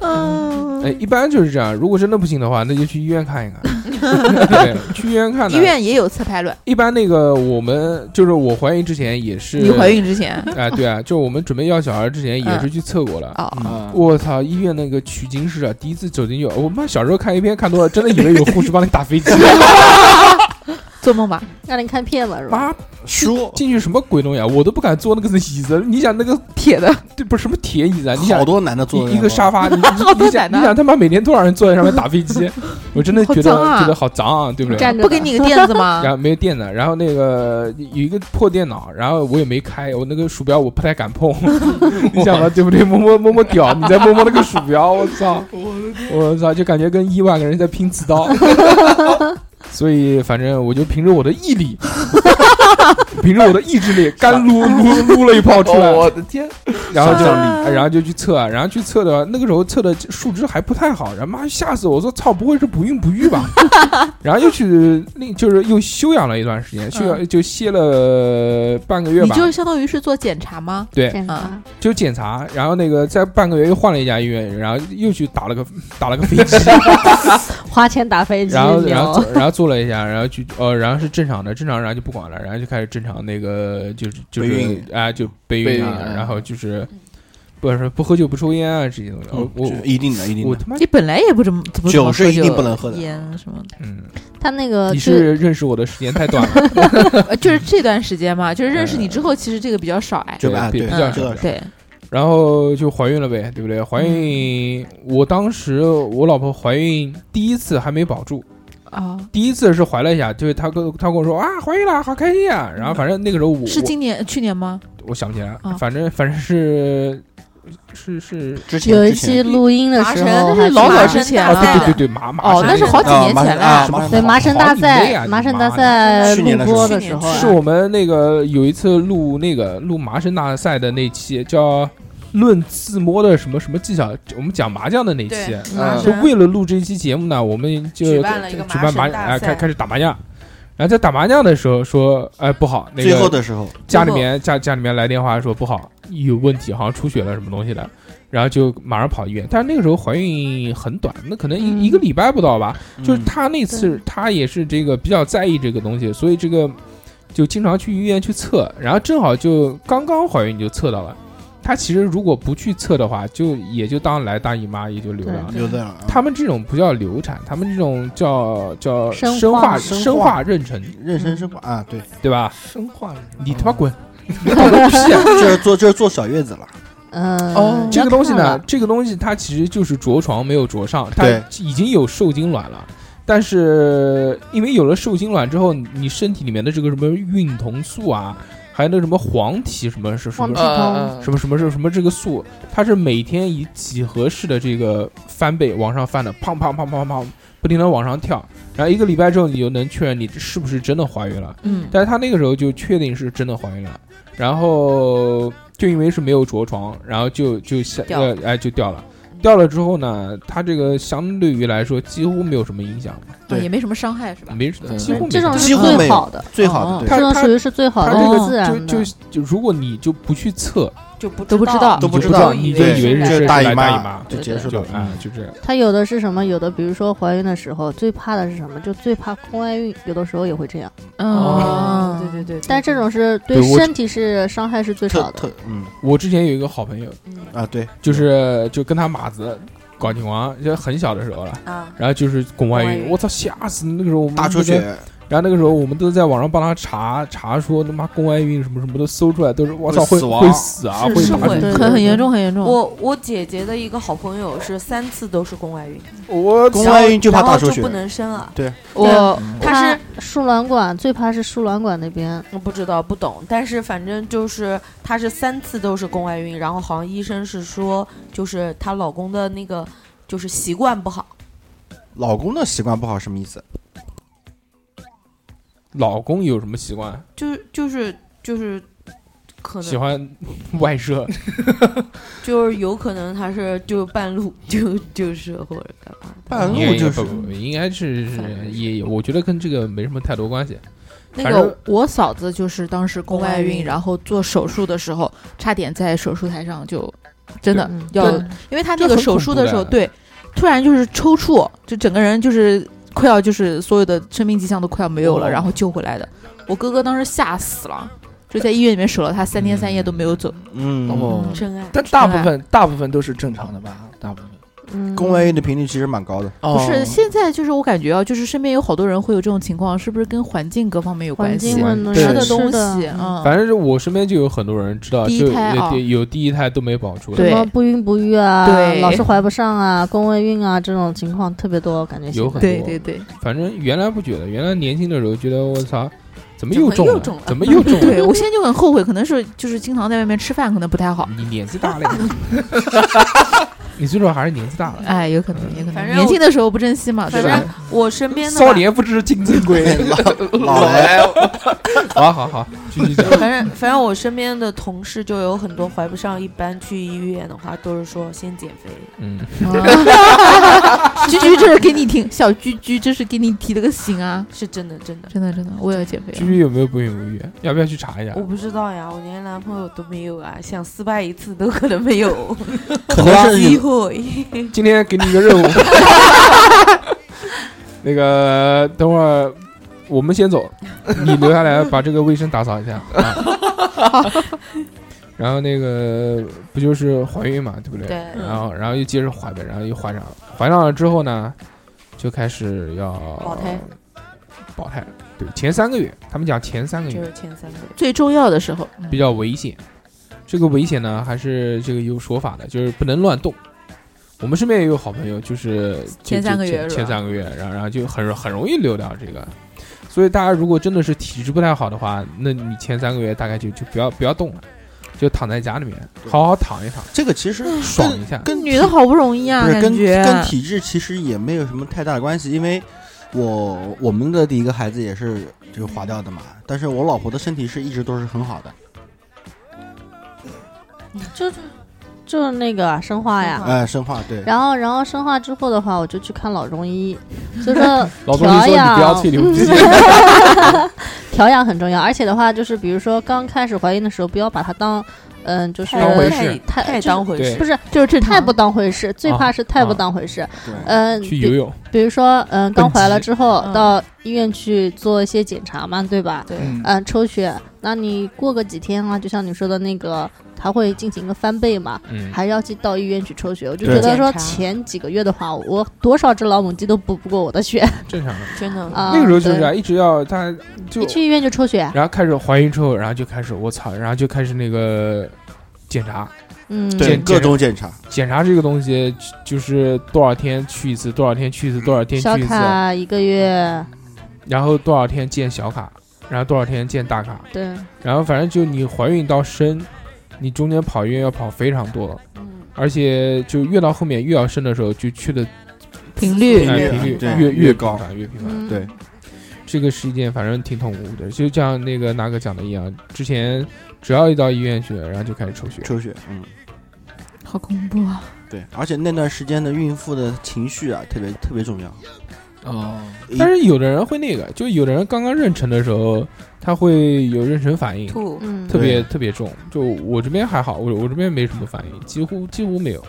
嗯
哎，一般就是这样。如果真的不行的话，那就去医院看一 (laughs) 看。对，去医院看呢。
医院也有侧排卵。
一般那个我们就是我怀孕之嗯前也
嗯
是，
你怀孕
(laughs)
之前
啊，对啊，就我们准备要小孩之前也是去测过了。
哦，
啊，
我操！医院那个取经室啊，第一次走进去，我妈小时候看一篇看多了，真的以为有护士帮你打
(laughs)
飞机。
做梦吧，
让你看片吧，是吧？
妈，
书
进去什么鬼东西啊？我都不敢坐那个椅子。你想那个
铁的，
对，不是什么铁椅子啊？你想
好多男的坐在
一一
那
个
儿
沙发，你
好
你
多
你想
男的
你想他妈每天多少人坐在上面打飞
(laughs)
机？我真的觉得
好脏啊
觉得好脏啊，对不对？
站着
不给你个垫子
啊
吗
然？后没有电脑，然后那个有一个破电脑，然后我也没开，我那个鼠标我不太敢
(laughs)
碰，你想吧，对不对？摸摸摸摸屌，你再摸摸那个鼠标，我
(laughs)
操！我操，就感觉跟亿万个人在拼刺刀。所以，反正我就凭着我的毅力， (laughs) 凭着我的意志力，干撸撸撸了一炮出来
哦，我的天，
然后就
上
然后就去测，啊然后去测的那个时候测的数值还不太好，然后妈吓死我！我说操，不会是不孕不育吧？然后又去另就是又休养了一段时间，休养就歇了半个月
你
吧，
就是相当于是做检查吗？
对，
检
啊
查
就检查，然后那个在半个月又换了一家医院，然后又去打了个打了个飞机， (laughs)
花钱打飞机，
然后然后
牛
做然后做了一下，然后去呃，然后是正常的，正常然后就不管了，然后就开始正常那个就是就是
备孕
啊、就备
备
孕
孕
啊，
嗯
然后就是不是不喝酒不抽烟啊这些东西，
嗯
我
就
我
一定的，一定
我
的。
他妈
你本来也不怎么怎么怎么
酒是
喝
一定不能喝的
烟什么的。
嗯，
他那个
你
就是
认识我的时间太短了，
呃，就是这段时间嘛，就是认识你之后，其实这个比较少哎。
就吧，
对
对，
比
嗯
较
这个是
对，
然后就怀孕了呗，对不对？怀孕，我当时我老婆怀孕第一次还没保住，
啊，
第一次是怀了一下，就是她跟她跟我说啊怀孕了，好开心啊。然后反正那个时候我
是今年去年吗？
我我想不起来
啊，
反正反正是是是
之前
有一
之前
期录音的时
麻绳
候，
那
还
是老早
麻
之
绳
前
啊，
了。
对对对对，麻麻
哦，
绳
那是好几
啊
年
麻
前
绳啊
了。
什么
对麻绳大
好几类啊
赛，
你
麻绳
妈
大
的
赛
去年的
录播
时
候
的时候啊，
是我们那个有一次录那个录麻绳大赛的那期叫论自摸的什么什么技巧，我们讲麻将的那期
对。
麻
嗯
就
绳
为了录这一期节目呢，我们就
啊举办了一个
举办麻
麻绳大赛
哎开开始打麻将，然后在打麻将的时候说，哎不好，那
最后
个
的时候，
家里面家家里面来电话说不好，有问题，好像出血了什么东西的，然后就马上跑医院。但是那个时候怀孕很短，那可能一、
嗯
一个礼拜不到吧。就是
嗯
她那次
对
她也是这个比较在意这个东西，所以这个就经常去医院去测，然后正好就刚刚怀孕就测到了。她其实如果不去测的话，就也就当来大姨妈，也就流
对
量。
留在了
他们这种不叫流产，他们这种叫叫
生
生
化
化
生
生
化
化妊娠，
妊娠生活啊，对，
对吧？
生化人
你
嗯
他妈
(laughs)
啊滚！
这是坐这是坐小月子了，
嗯，
哦，这个东西
要看
呢
了，，
这个东西它其实就是着床没有着上，它
对
已经有受精卵了。但是因为有了受精卵之后，你你身体里面的这个什么孕酮素啊，还有那个什么黄体什么是什
嗯
放屁
么
通，
呃
什么什么是什么这个素，它是每天以几何式的这个翻倍往上翻的，砰砰砰砰砰，不停的往上跳。然后一个礼拜之后，你就能确认你是不是真的怀孕了。
嗯，
但是她那个时候就确定是真的怀孕了，然后就因为是没有着床，然后就就下
掉
呃哎就掉了，掉了之后呢，她这个相对于来说几乎没有什么影响，
对
哦也没什么伤害是吧？
没
嗯
几乎没
这
什么
种
影响。
是
几乎没
最
有
好的，
最好的
他
这
对，
种属于是最好
她
的，
这
最
个
自然
就
的
就。就如果你就不去测，
就不
都不知道
你就
啊都不
知
知
道，
道
你
以
就
为
以为
这
是
是大
来
姨
大姨
妈
妈，
就结束
就
了，嗯
啊就这样。
它有的是什么？有的比如说怀孕的时候，最怕的是什么？就最怕宫外孕，有的时候也会这样。
哦
嗯，对对对。
但这种是对
对我
身体是伤害是最
特
少的
特。嗯
我之前有一个好朋友，
啊对，
嗯就是就跟他马子搞情况，就很小的时候了，
啊，
然后就是宫外
宫外
孕，
孕
我操吓死！那个时候我们
大
那
出
个
血，
然后那个时候我们都在网上帮他查查，说他妈宫外孕什么什么都搜出来，都是我操会
会死亡
会死啊，
是是
打
会
死
对
你
对
很很严重很严重。
我我姐姐的一个好朋友是三次都是宫外孕，
我
宫外孕就怕
然后
大出血
就不，能生啊。
我
她是
输卵管，最怕是输卵管那边。
我不知道不懂，但是反正就是她是三次都是宫外孕，然后好像医生是说就是她老公的那个就是习惯不好，
老公的习惯不好什么意思？
老公有什么习惯？
就是就是就是可
喜
能
欢 (laughs) 外射，
就是有可能他是就半路就就是或者干嘛的。
半
应
路
该
嗯就是
不不不应该是是
反正
也，我觉得跟这个没什么太多关系。
那
反正
个我嫂子就是当时宫外
宫外
孕，
孕
然后做手术的时候，差点在手术台上就真的
嗯
要
对，
因为她
这
那个
很
手
恐
术
怖
的
的
时候，对，突然就是抽搐，就整个人就是快要就是所有的生命迹象都快要没有了，
哦
然后救回来的。我哥哥当时吓死了，就在医院里面守了他三天三夜都没有走。
嗯，
哦
嗯
真爱
但大部分大部分都是正常的吧，大部分。
嗯
宫外孕的频率其实蛮高的，
不
不
是，现在就是我感觉啊，就是身边有好多人会有这种情况，是不是跟环境各方面有
环
关系
境？啊问题
对
吃
的
的东
的
西，嗯，
反正是我身边就有很多人知道，
第一
就有
胎啊
有有第一胎都没保住的，
对
什么不孕不育啊，
对
老是怀不上啊，宫外孕啊，这种情况特别多，感觉现
有
在
很
对
多。
对对，
反正原来不觉得，原来年轻的时候觉得我操，怎么
怎
又
么
中
又
了
中了？
怎么又中
对
了？
我现在就很后悔，可能是就是经常在外面吃饭，可能不太好。
你年纪大了，你最主要还是年纪大了。
哎，有可能，有可
反
能，
正
年
我
轻的时候不珍惜嘛，对
反
吧
正？
嗯
我身边的
少
吧，
年不知金樽贵，
(laughs)
(laughs)
老来
好好好，继续讲。
反正反正我身边的同事就有很多怀不上，一般去医院的话都是说先减肥。
嗯，
啊 (laughs) 居居，这是给你听，小居居，这是给你提了个醒啊！
是真的，真的，
真的，真的，我也要减肥
居居有没有不孕不育？要不要去查一下
我？不知道呀，我连男朋友都没有啊，想失败一次都可能没
(laughs)
有
可能是
(laughs) 机
你
会。
今天给你一个
(laughs)
任务，那个等会儿我们先走，你留下来把这个卫生打扫一下啊。然后那个不就是怀孕嘛，对不对？
对，
然后然后又接着怀呗，然后又怀上了，怀上了之后呢，就开始要
保胎，
保胎。对，前三个月，他们讲前三个
就
月
是前三个月。
最重要的时候，嗯
比较危险。这个危险呢，还是这个有说法的，就是不能乱动。我们身边也有好朋友，就是就
前三
就
个月
前
是吧
前三个月，然后然后就很容很容易流掉这个。所以大家如果真的是体质不太好的话，那你前三个月大概就就不要不要动了，就躺在家里面好好躺一躺，
这个其实跟
爽一
(laughs)
下。
跟
女的
体
好不容易啊，
不是
感
跟
觉
跟体质其实也没有什么太大的关系，因为我我们的第一个孩子也是就是划掉的嘛，但是我老婆的身体是一直都是很好的，
就是那个啊生化呀
嗯
生。化
呃，生化对，
然后，然后生化之后的话，我就去看老中医，就说
老东
啊
西说
调
你不要
养
吹
(laughs)
牛
(laughs)
逼，
调养很重要。而且的话，就是比如说刚开始怀孕的时候，不要把它当，嗯，就是
当回事
太
太
太
就是
当回
对
事，
不是
就是正常
太不当回事，最
啊
怕是太不
啊
当回事。
对
嗯，
去
比
游泳，
比如说，嗯，刚
蹦极
怀了之后
嗯
到医院去做一些检查嘛，对吧？
对，
嗯
嗯，抽血，那你过个几天啊，就像你说的那个，它会进行一个翻倍嘛， (laughs)
嗯，
还要去到医院去抽血。我就
对
觉得说
检查
前几个月的话，我多少只老母鸡都补不过我的血
正常的。
真的
啊。
那个时候就是
对
啊，一直要他就
(laughs) 一去医院就抽血，啊
然后开始怀孕之后，然后就开始我操，然后就开始那个检查，
嗯，
对
健
各种检查，
检查这个东西就是多少天去一次，多少天去一次，多少天
小
去一次，
啊
卡一个月，
然后多少天见小卡，然后多少天见大卡，
嗯
对，
然后反正就你怀孕到生，你中间跑医院要跑非常多，
嗯
而且就越到后面越要生的时候，就去的
频率
频
哎
率
频率
对
越
越高
频繁越频繁。
嗯
对，
这个是一件反正挺痛苦的，就像那个那个讲的一样，之前只要一到医院去，然后就开始抽血，
抽血，嗯，
好恐怖啊！
对，而且那段时间的孕妇的情绪啊，特别特别重要，
哦，
但是有的人会那个，就有的人刚刚妊娠的时候，他会有妊娠反应，
吐，
嗯，
特别特别重。就我这边还好，我我这边没什么反应，几乎几乎没有，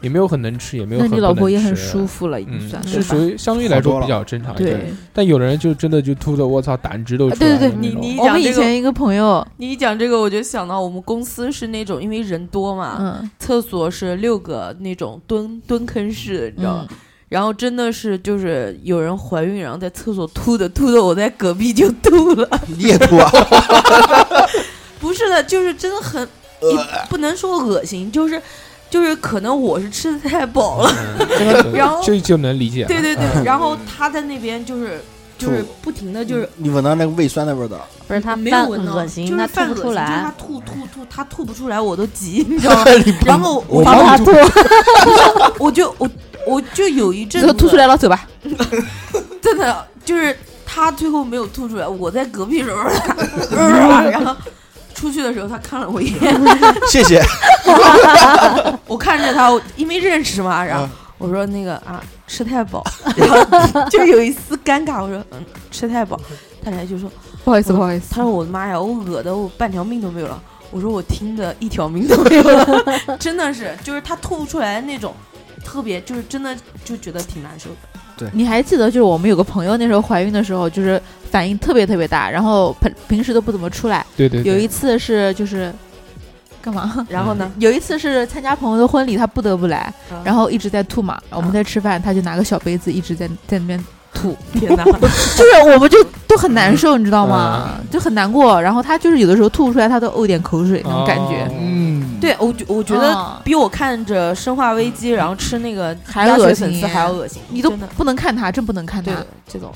也没有很能吃，也没有
那
很
你老婆也很舒
服，
服了，已经
嗯，
算
是
对吧
属于相对来
好
说
多
比
了
较正常一点。
对。啊
但有的人就真的就吐的，我操，胆汁都出来
对
了
对
那
对
种。
你你
我们以
这个
前一个朋友，
你一讲这个，我就想到我们公司是那种，因为人多嘛，
嗯，
厕所是六个那种蹲蹲坑式，你知道吗？
嗯
然后真的是就是有人怀孕，然后在厕所吐的，吐的我在隔壁就吐了。 (laughs)
你也吐啊？
不是的，就是真的很，你不能说恶心，就是就是可能我是吃的太饱了，
嗯
然后
这就能理解了。
对对
嗯
对，然后他在那边就是就是不停的就是
你闻到那个胃酸的味道，
不是他
没有
犯
闻到，
恶心，
就是
他
犯恶
吐
心，就
不出
是他
来，
吐吐吐，他吐不出来，我都急，你知道吗？
(laughs)
然后我
帮他吐，
我就我我就有一阵
这个
子
吐出来了，走吧。
真的就是他最后没有吐出来，我在隔壁时候，然后出去的时候，他看了我一眼，
谢谢。
我看着他，我因为认识嘛，然后
嗯
我说那个啊，吃太饱，然后就有一丝尴尬，我说嗯，吃太饱，他来就说
不好意思，
我
不好意思，
他说我的妈呀，我饿的我半条命都没有了。我说我听的一条命都没有了，真的是，就是他吐不出来那种，特别就是真的就觉得挺难受的。
你还记得就是我们有个朋友那时候怀孕的时候，就是反应特别特别大，然后平平时都不怎么出来。
对对对，
有一次是就是干嘛？ (laughs)
然后呢，
有一次是参加朋友的婚礼，他不得不来，
啊
然后一直在吐嘛，我们在吃饭，他就拿个小杯子一直在在那边吐，
天哪，
就是我们就都很难受，你知道吗？就很难过。然后他就是有的时候吐出来，他都呕点口水那种感
哦
觉，
嗯，
对我觉我觉得
嗯
比我看着《生化危机》然后吃那个
还
鸭血
恶
粉
心
丝还要恶心，
你都
真的嗯
不能看他，真不能看
对
他
的，这种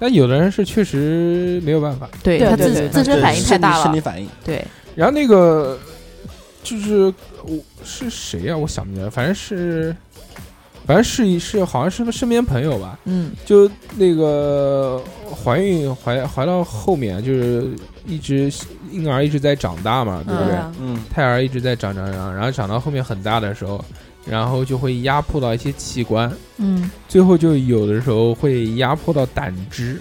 但有的人是确实没有办法。
对
对
他
对
自
对
自身
对
反应太
身体
大
身
了
体，反应。嗯
对，
然后那个就是我是谁呀、我想不起来，反正是。反正是一是好像是身边朋友吧，
嗯，
就那个怀孕怀怀到后面，就是一直婴儿一直在长大嘛，对不对？
啊
嗯，
胎儿一直在长长长，然后长到后面很大的时候，然后就会压迫到一些器官，
嗯，
最后就有的时候会压迫到胆汁，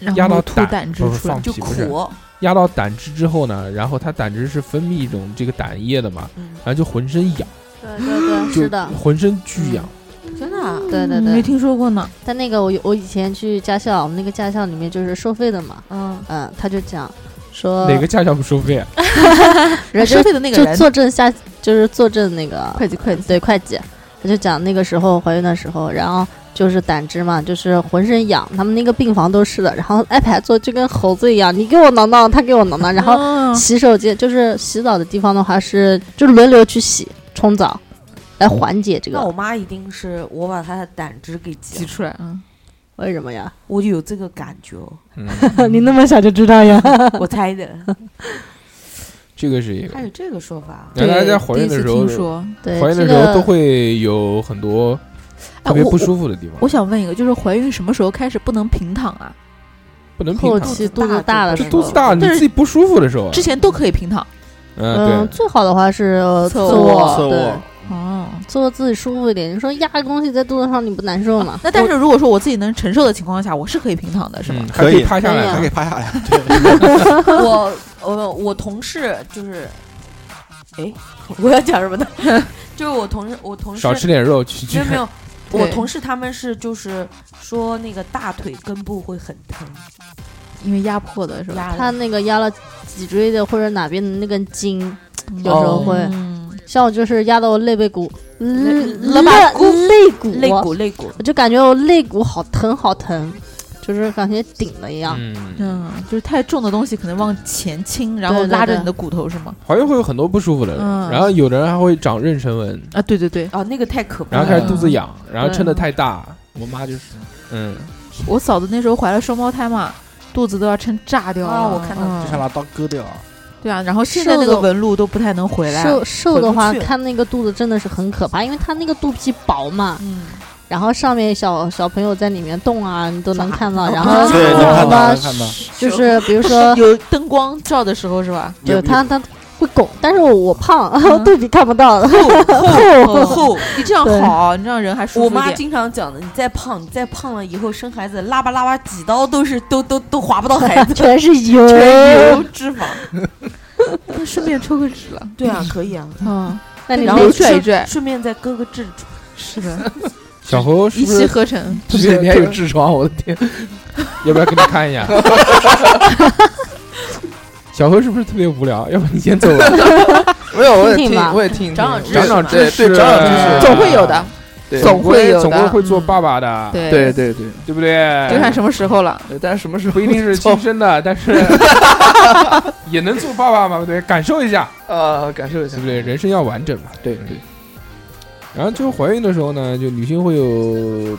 然
压到
后吐
胆
胆汁
不是
出来
放，
就
屁不是
苦，
压到胆汁之后呢，然后它胆汁是分泌一种这个胆液的嘛，
嗯
然后就浑身痒，
对对对，
就是
的，
浑身巨痒，
真的啊
对对
嗯没
对。
听说过呢，
但那个我有我以前去驾校，我们那个驾校里面就是收费的嘛，
嗯，
嗯，他就讲说
哪个驾校不收费啊？
人
收
就
费的那个
就
人，
坐镇下就是坐镇那个
会计会计，
对会计，他就讲那个时候怀孕的时候，然后就是胆汁嘛，就是浑身痒，他们那个病房都是的，然后挨排坐就跟猴子一样，你给我挠挠，他给我挠挠，然后
后
洗手间就是洗澡的地方的话是就轮流去洗冲澡，来缓解这
那我
个。
妈一定是我把她的胆汁给挤
挤
了，
出来，嗯，
为什么呀？
我就有这个感觉哦，
(laughs)
嗯，
你那么小就知
(laughs)
道呀？
我猜的。
这个是一个
还。有这个说法，
然后大家怀
第
孕
一
的
次
时
听
候，
说，
对，
怀孕的
这
时候
个
都会有很多
哎
特别
我
不舒服的地方
我。想问一个，就是怀孕什么时候开始不能平躺啊？
不能平
后
躺，
期肚子大的时
这
候，
肚子大你
但是
自己不舒服的时候啊，
之前都可以平躺。
嗯
嗯，最好的话是
侧
卧，
卧
侧
对
卧，
哦，
坐卧自己舒服一点。你说压个东西在肚子上，你不难受吗？
那但是如果说我自己能承受的情况下，我是可以平躺的，
对，
是吗
嗯？还可
可以
以趴下
可以
来
啊
还可
的，
以趴下来。
我我我同事就是，哎，我要讲什么呢？
(laughs)
就是我同事，我同事
少吃点肉去
没
去
有没有，
对
我同事他们是就是说那个大腿根部会很疼，
嗯
因为压迫的是吧？
压
他
了
那个压了脊椎的或者哪边的那根筋，有时候会
嗯
像我就是压到我肋背骨，
肋
肋
肋骨
肋骨啊
肋骨肋骨，
我就感觉我肋骨好疼好疼，就是感觉顶了一样。
嗯，
嗯，就是太重的东西可能往前倾，然后
对对
拉着
对
你的骨头是吗？
怀孕会有很多不舒服的，
嗯
然后有的人还会长妊娠纹，
啊，对对对，
哦，那个太可怕
然后
了。
开始肚子痒，然后
对
撑的太大，
我妈就是
嗯，
我嫂子那时候怀了双胞胎嘛，肚子都要撑炸掉了。
啊我看到
嗯
就想把刀割掉啊。
对啊，然后现在那
瘦
个
的
纹路都不太能回来。
瘦瘦的话，
回不去
看那个肚子真的是很可怕，因为它那个肚皮薄嘛，
嗯，
然后上面小小朋友在里面动啊，你都能
抓
看到。然
啊，
后
对，能
什
看到，
么
能看到。
就是比如说
有灯光照的时候是 (laughs) 吧？
对
有
它它会拱，但是我胖， (laughs) 肚皮看不到
(laughs)
了。
厚
后，
你这样
对
好，你这样人还舒服一
我
点
妈经常讲的，你再胖，你再胖了以后生孩子，拉吧拉吧几刀都是都都都划不到
(laughs)
孩子，
全是油，
全油脂肪。
那顺便抽个脂了。
对啊，可以啊，
嗯，
那你
然
流
后
出
拽
来
一拽，
(laughs) 顺便再割个痔疮。
是的，
小猴是
一
不
气
是
呵成。
特
这
别
里面有痔疮，我的天！
(laughs) 要不要给你看一
(laughs)
下？小何是不是特别无聊？要不你先走吧。
没有，我也
听听吧
听，我也听，
长长
听
知识
长
嘛
长知识，对，长长知识，
嗯 (laughs) 总会有的，
对，
总会有的嗯
总归会做爸爸的，
对
对，对对。
啊
呃
对不对？
就看什么时候了。
对但是什么时候
不一定是
(laughs)
亲生的，但是 (laughs) 也能做爸爸嘛，对不对？感受一下，
呃，感受一
嗯
下
对不，对？人生要完整嘛。
对对，
然后就怀孕的时候呢，就女性会有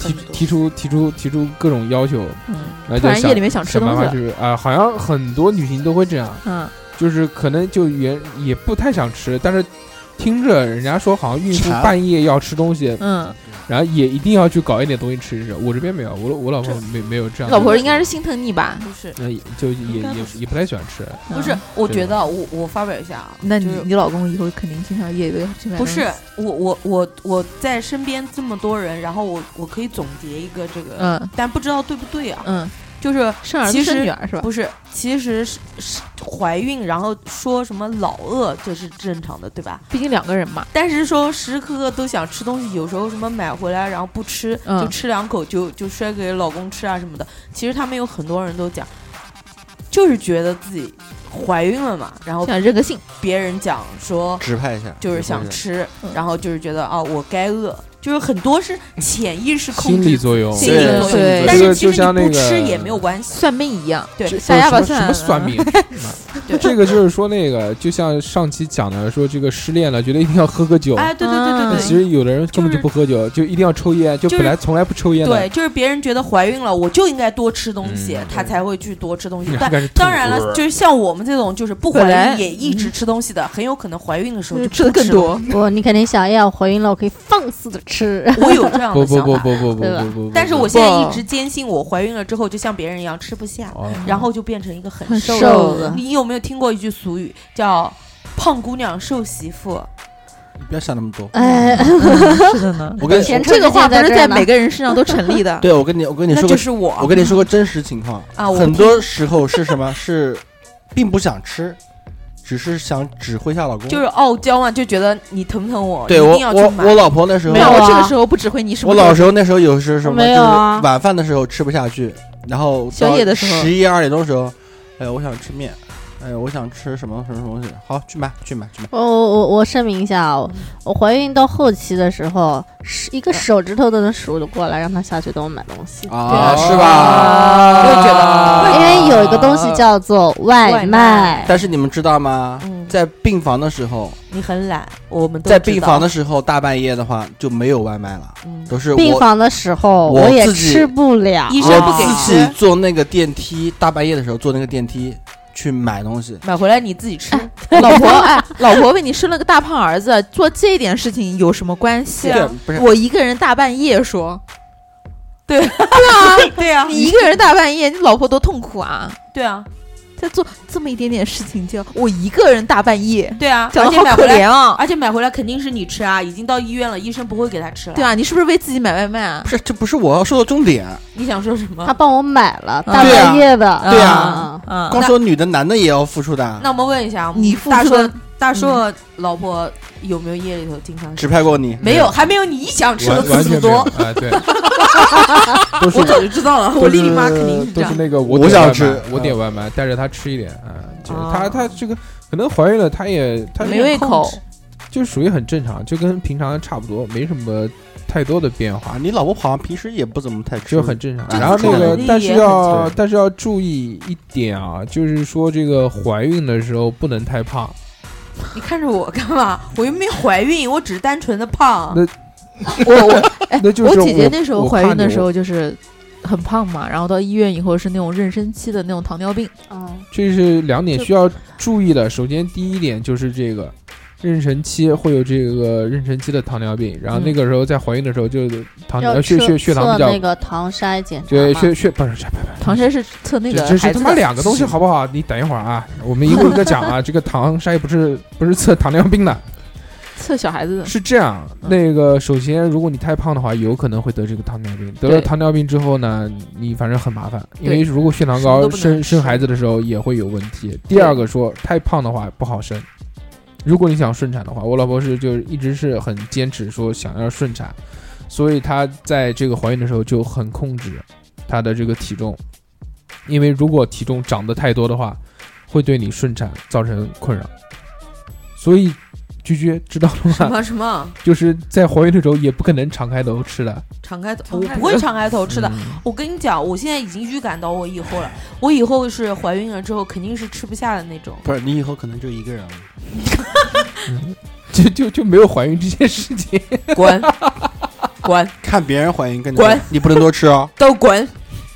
提提出提出提出各种要求，
嗯，
然后
突
就
然夜里
想
面想吃
想办
东
法
西了。
去啊、好像很多女性都会这样，
嗯，
就是可能就原也不太想吃，但是听着人家说好像孕妇
馋
半夜要吃东西，
嗯，
然后也一定要去搞一点东西吃吃。我这边没有，我我老婆没没有这样的。
老婆应该是心疼你吧？
不是，
那也就也也也不太喜欢吃，
不是
嗯，
我
对
觉得我我发表一下啊，
那你
就是
你老公以后肯定经常夜里要去买
不
东西。
是我我我我在身边这么多人，然后我我可以总结一个这个，
嗯
但不知道对不对啊？
嗯，
就是
生儿
其
子
实
生女儿是吧？
不是，其实是是怀孕，然后说什么老饿这是正常的，对吧？
毕竟两个人嘛。
但是说时时刻刻都想吃东西，有时候什么买回来然后不吃，
嗯
就吃两口就就摔给老公吃啊什么的。其实他们有很多人都讲，就是觉得自己怀孕了嘛，然后
想认个性，
别人讲说
指派一下，
就是想吃
嗯，
然后就是觉得啊我该饿，就是很多是潜意识控
心理
制。
作用。
心理
对
作用，
对
但
这个
是其
就
实
像
你
那
不
个
吃也没有关系。
算命一样，
对
这
下牙
有
把
什么什么算命？
对
这个就是说那个，就像上期讲的，说这个失恋了，觉得一定要喝个酒。
哎，对对对
但
对对，
其实有的人根本就不喝酒，就一定要抽烟，就
就是
本来从来不抽烟的
对，，就是别人觉得怀孕了，我就应该多吃东西，
嗯
她才会去多吃
(laughs)
东西。
然后
但
开始吐
当然了，就是像我们这种就是不
本
怀
来
孕也一直吃东西的，很有可能怀孕的时候就
就
不
吃的更
了。
多。
不，你肯定想，哎呀，我怀孕了，我可以放肆的吃。
我有这样
不
的
不
想
不
法，
不不不
对吧
不不。
(laughs) 但是
不
我现在
不
一直坚信，我怀孕了之后就像别人一样吃不下，
哦
然后就变成一个很
很
瘦
瘦
的
的
人。你有没有听过一句俗语叫“胖姑娘瘦媳妇
你不要想那么多。
哎，
(laughs) 是的呢，
我跟你
(laughs) 前车
这个
之鉴
话不
在
是
这儿
在
呢
每个人身上都成立的。
(laughs) 对，我跟你我跟”？你
那
说
就
个，
是我。
我跟你说个真实情况
啊我
很多时候是什么？是并不想吃，只是想指挥一下老公。
就是傲娇嘛，就觉得你疼不疼我，
对
你一
我
定要去
我
买。
我老婆那时候
没，有，
没有
我这个
啊
时候不指挥你，是不
我
是？
老时候那时候有是什么？
没有啊
就是晚饭的时候吃不下去，然后
宵夜的时候
十一二点钟的时候，哎，我想吃面，哎，我想吃什么什么什么东西，好去买去买去买。
我我我我声明一下啊，我我怀孕到后期的时候，是一个手指头都能数得过来，让他下去给我买东西。
啊，
对
是吧？
我也觉得，
因
啊
为有一个东西叫做外
外
卖
卖，
但是你们知道吗？
嗯，
在病房的时候，
你很懒，我们都
在
知
病
道
房的，时候，大半夜的话就没有外卖了，
嗯，
都是
病
我
房的时候
我
也
自己
吃不了。
医生不给
我自己
吃，
坐那个电梯，大半夜的时候坐那个电梯去买东西。
买回来你自己吃。
老婆，哎，老婆为你生了个大胖儿子，做这点事情有什么关系
对
啊？，
不是
我一个人大半夜说，
(laughs)
啊
对呀，
你一个人大半夜，你老婆多痛苦啊！
对啊，
在做这么一点点事情，就我一个人大半夜，
对啊，
讲
而
的
且
好
买
可
回来，
怜啊，
而且买回来肯定是你吃啊，已经到医院了，医生不会给他吃了。
对，吧？啊你是不是为自己买外卖啊
不？是，这不是我要说的重点。
你想说什
他
么？
帮我买了，
嗯
大半夜的。
对啊
啊，
啊，
光说女的，男的也要付出的。
那我们问一下，
你付
大
出嗯
硕
的
大硕老婆有没有夜里头经常吃？
指派过你
没有，还没有你想吃的
完完
次
全
数
没有
多。
啊，
(laughs)
对，都是
我早就知道了，
都
我丽丽
是
妈肯定是这
都
样
是。那个
我
点
想
外卖
吃嗯
我点外卖，带着她吃一点啊，就是她
啊
她这个可能怀孕了，她也她
哦没胃口，
就属于很正常，就跟平常差不多，没什么太多的变化
啊，，你老婆好像平时也不怎么太吃，
就很正常。
这
然后
自
那
控
个
能力，
但是
也
要
很强
但是要注意一点啊，就是说这个怀孕的时候不能太胖。
你看着我干嘛？我又没怀孕，我只是单纯的胖
那。
(laughs) 我我哎
那，就是
我姐姐那时候
我
怀孕的时，
我
候就是很胖嘛，然后到医院以后是那种妊娠期的那种糖尿病，
嗯，
这是两点
就
需要注意的。首先，第一点就是这个妊娠期会有这个妊娠期的糖尿病，然后那个时候在怀孕的时候就糖
嗯要
呃血
测
血血糖
测
比较
那，个糖筛检查
对
嘛
血血不是不是
唐山是测那个
这这
孩
是他
子
妈
的
两个东西好不好？你等一会儿啊，我们一个一个讲啊。这个糖筛不是不是测糖尿病的，
测小孩子的，
是这样。
嗯
那个首先，如果你太胖的话，有可能会得这个糖尿病。得了
对
糖尿病之后呢，你反正很麻烦，因
对
为如果血糖
什么
高，
都不能
生
吃
生孩子的时候也会有问题。第二个说太胖的话不好生。如果你想顺产的话，我老婆是就是一直是很坚持说想要顺产，所以她在这个怀孕的时候就很控制她的这个体重，因为如果体重长得太多的话，会对你顺产造成困扰。所以，居居知道了吗？
什么什么？
就是在怀孕的时候也不可能敞开头吃的，
敞开头，我不会敞开头吃的。
嗯
我跟你讲，我现在已经预感到我以后了。我以后是怀孕了之后肯定是吃不下的那种。
不是，你以后可能就一个人了。
就就就没有怀孕这件事情。
滚，滚，
看别人怀孕跟你
滚，
你不能多吃哦。
都滚！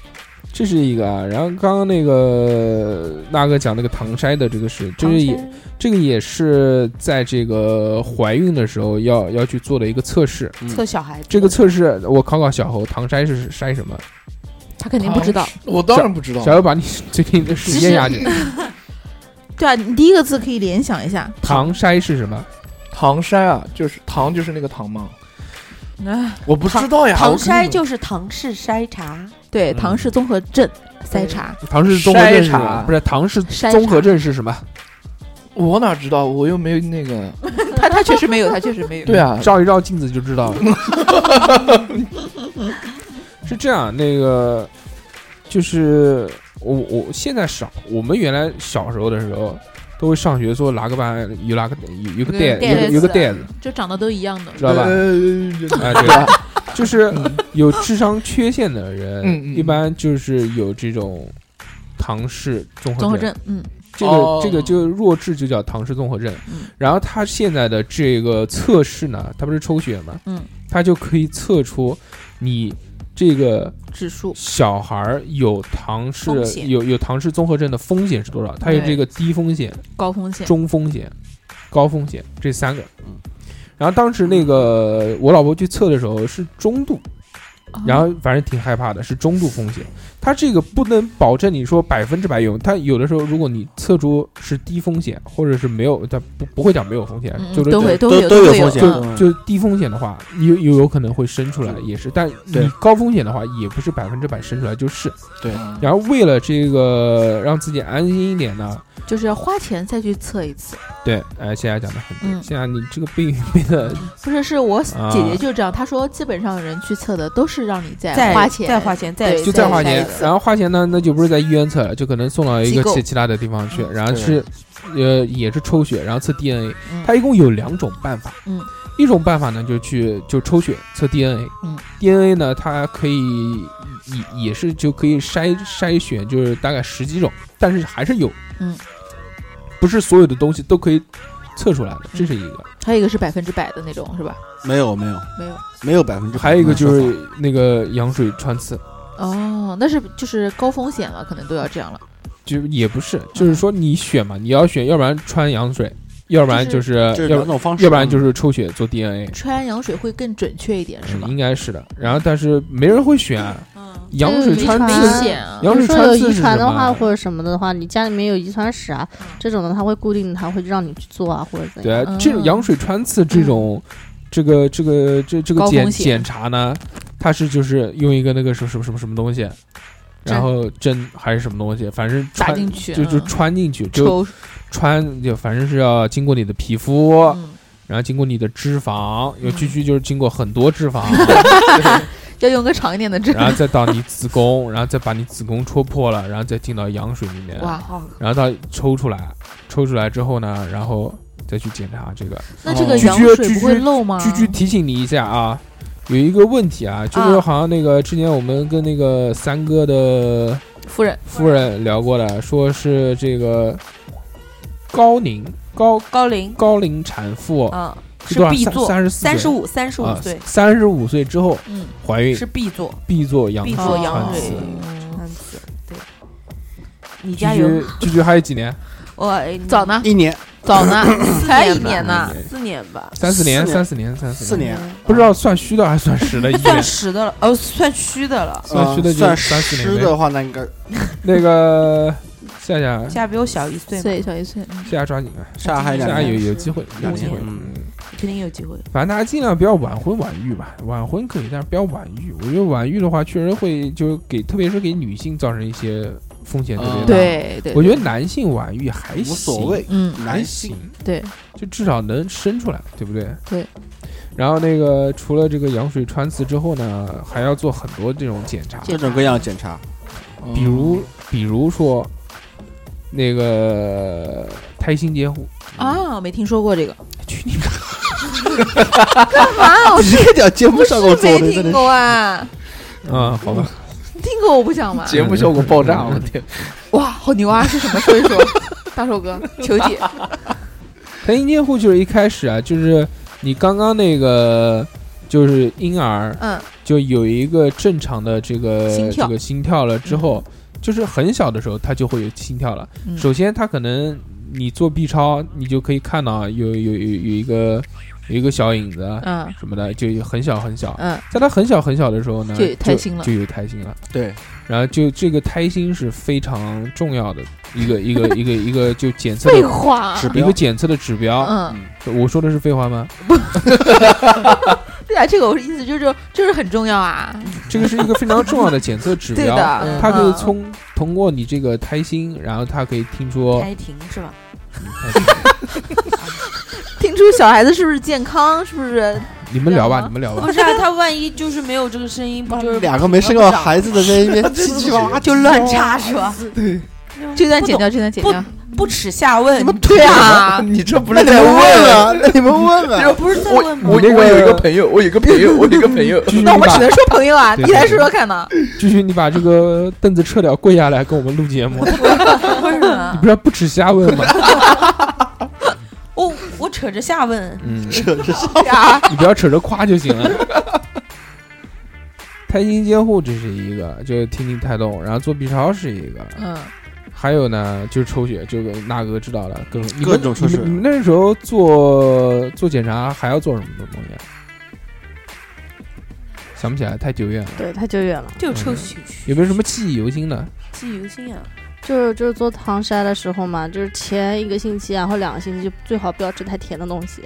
(laughs) 这是一个啊。然后刚刚那个那哥讲那个唐筛的这个事，就是也这个也是在这个怀孕的时候要要去做的一个测试。
测小孩子，
嗯这个测试我考考小侯，唐筛是筛什么？
他肯定不知道。
我当然不知道
小，侯把你最近的事
其实
咽下去。
对啊，你第一个字可以联想一下。
唐筛是什么？
唐筛啊，就是唐就是那个唐嘛，
啊，
我不知道呀，
唐
我根本
筛就是唐氏筛查，
对，
嗯
唐氏综合症筛查，
唐氏综合症是
筛
什么
查
不是唐氏
筛查
综合症是什么？
我哪知道，我又没有那个，
他他确实没有，他确实
(laughs)
没有。
对啊，
照一照镜子就知道了。 (laughs) 是这样，那个就是我我现在少，我们原来小时候的时候都会上学说拿个板有拿个有有个
对
袋有个
袋
有个
子
袋子，
就长得都一样的。
知道吧？ (laughs)
(laughs) 呃
啊，对，就是有智商缺陷的
嗯
人，
嗯
一般就是有这种唐氏综
综
合
合
症。
症，嗯，
这个
哦
这个就弱智就叫唐氏综合症
嗯，
然后他现在的这个测试呢，他不是抽血嘛，
嗯，
他就可以测出你这个
指数
小孩儿有唐
风
氏
险
有有唐氏综合症的风险是多少？他有
对
这个低风险、
高风险，
中风险、高风险这三个。
嗯
然后当时那个我老婆去测的时候是中度，
嗯
然
啊
后反正挺害怕的，是中度风险。它这个不能保证你说百分之百有，它有的时候如果你测出是低风险，或者是没有，它不不会讲没有风险，
嗯
就是
都会
都
会有
都有
会
风
有
险
嗯
就就低风险的话，有有有可能会生出来，也是，但你
对
高风险的话，也不是百分之百生出来就是。
对
然后为了这个让自己安心一点呢，
就是要花钱再去测一次。
对，哎，现在讲的很对，
嗯
现在你这个病 (laughs) 变得
不是，是我
啊
姐姐就这样，她说基本上人去测的都是让你再
再
花钱，
再花钱，再
对
就
再
再花
再
钱
一，次
然后花钱呢，那就不是在医院测了，就可能送到一个
机构
其其他的地方去，然后
对
是，呃，也是抽血，然后测 DNA，
嗯
它一共有两种办法，
嗯，
一种办法呢就去就抽血测 DNA，
嗯
，DNA 呢它可以也也是就可以筛筛选，就是大概十几种，但是还是有，
嗯，
不是所有的东西都可以测出来的，这是一个，
还有一个是百分之百的那种，是吧？
没有没有
没有。
没有百分
嗯
之百
还有一个就
的说
是那个羊水穿刺，
哦，那是就是高风险了，可能都要这样了。
就也不是，就是说你选嘛，你要选，要不然穿羊水，要不然
就是
法这是
要
两种方式，
要不然就是抽血做 DNA，
穿羊水会更准确一点，是吧
嗯？应该是的。然后但是没人会选啊
嗯，
羊水
遗
穿
传
刺
危险啊！
羊水
比如说
穿
有
刺
遗
是
传
什
的话，
么？
或者什么的话，你家里面有遗传史啊，
嗯
这种的它会固定，它会让你去做啊，或者怎
对
样。
啊，这种
嗯
羊水穿刺这种，这个这个这这个
高
检
风险
检查呢，它是就是用一个那个什么什么什么什么东西，然后针还是什么东西，反正
扎
穿
进去
就就
嗯
穿进去，就
抽，
穿就反正是要经过你的皮肤，
嗯，
然后经过你的脂肪，有
嗯
区区就是经过很多脂肪，
(laughs)
要用个长一点的针。
然后再到你子宫，然后再把你子宫戳破了，然后再进到羊水里面，
哇，
哦
然后到抽出来，抽出来之后呢，然后再去检查这个。
那这个
哦
羊
居
水
居
不会漏
嗯
吗？
居居提醒你一下啊，有一个问题啊，就是
嗯
啊
好像那个之前我们跟那个三哥的
夫人，
夫人聊过的，说是这个高龄高
高龄，
高龄产妇
嗯，
是
是
多少
必做，
三十四
三十五，三十五岁
啊三十五岁之后
嗯，
怀孕
是必做，
必做羊
必
水
做
穿
羊
刺
水
哦。
嗯
穿刺，对。你
居
家有
居居居还有几年？
我
早？呢，
一年
早呢， (coughs) 才一年
年
呢，
四年吧，
三四年，
四
三四年，三四
四年，
不知道算虚的还是算实的，医
算
院
实的了，哦，算虚的了。
算虚的
呃
就
算
三四年
湿
呗
的话，那应该
那个夏夏，
夏比我小一岁嘛，
岁小一岁，嗯
夏夏抓紧啊，
下还
夏
两
夏有
年，
有机会，有
两
机
年
会。
嗯
嗯，
肯定有机会。
反正大家尽量不要晚婚晚育吧，晚婚可以，但是不要晚育。我觉得晚育的话，确实会就给，特别是给女性造成一些风险特别大。
嗯，
对对，
我觉得男性晚育还
无
行
所谓，
嗯，
还
男
行
性，
对，
就至少能生出来，对不对？
对。
然后那个除了这个羊水穿刺之后呢，还要做很多这种检查，
各种各样的检查，
比如比如说那个胎心监护，
啊，没听说过 (laughs) 这个，
去你妈！
(laughs) 啊，我
你这个叫节目
不是
效果做的
没
真的
听
是
过啊，
啊，好吧，
听过我不想玩，
节目效果爆炸，我天！
哇，好牛啊，是什么？说一说，大手哥，求解，
胎心监护就是一开始啊，就是你刚刚那个就是婴儿
嗯，
就有一个正常的这个
心跳
这个心跳了之后，就是很小的时候他就会有心跳了。
嗯
首先，他可能你做 B 超，你就可以看到啊有有有有一个有一个小影子
(laughs)
啊
嗯
什么的，就很小很小。
嗯，
在他很小很小的时候呢，
就有胎心了
就有胎心了。
对，
然后就这个胎心是非常重要的一个一
(laughs)
个一个一个就检测
废
的
话，
指
一
标
个检测的指标。
嗯，
我说的是废话吗？
对啊，这个我的意思就是就是很重要啊，
这个是一个非常重要的检测
(laughs)
指
对
标。
的，嗯
它可以通通过你这个胎心，然后它可以听出
开庭是
(laughs)
吧？
听出小孩子是不是健康，是不是？
你们聊吧，
对啊
你们聊吧
(laughs)
不。是啊，他万一就是没有这个声音，不就是
两个没生过孩子的 (laughs) 在那边叽叽哇哇，
就 (laughs) 乱插
(laughs)
是吧？
这段剪掉，这段剪
不
掉。
不耻下问，
你们
(laughs)
对
啊，
你这不
那
是
你
在
们问
问？
啊，那你们问
这
(laughs)
啊。
个
不是在
我
问吗
我我有一个朋友，我有一个朋友，我有一
(laughs)
个朋友，
继续
那我
你
们只
把
能说朋友啊，
对
你来说说看呢？
继续，你把这个凳子撤掉，跪下来跟我们录节
(laughs)
目。
为什
你
么？
不是不耻下问
(laughs)
吗？
我我扯着下问，
嗯，
这这
啊，
你不要扯着夸就行了。 (laughs) 胎心监护这是一个，就是听听胎动，然后做 B 超是一个，
嗯，
还有呢就是抽血，这个那哥知道了，各种你们
各种抽血
你们你们那时候做做检查还要做什么东西啊？想不起来，太久远了。
对，太久远了。
就抽血，
嗯有没有什么记忆犹新的？
记忆犹新啊？
就是就是做糖筛的时候嘛，就是前一个星期啊或两个星期就最好不要吃太甜的东西，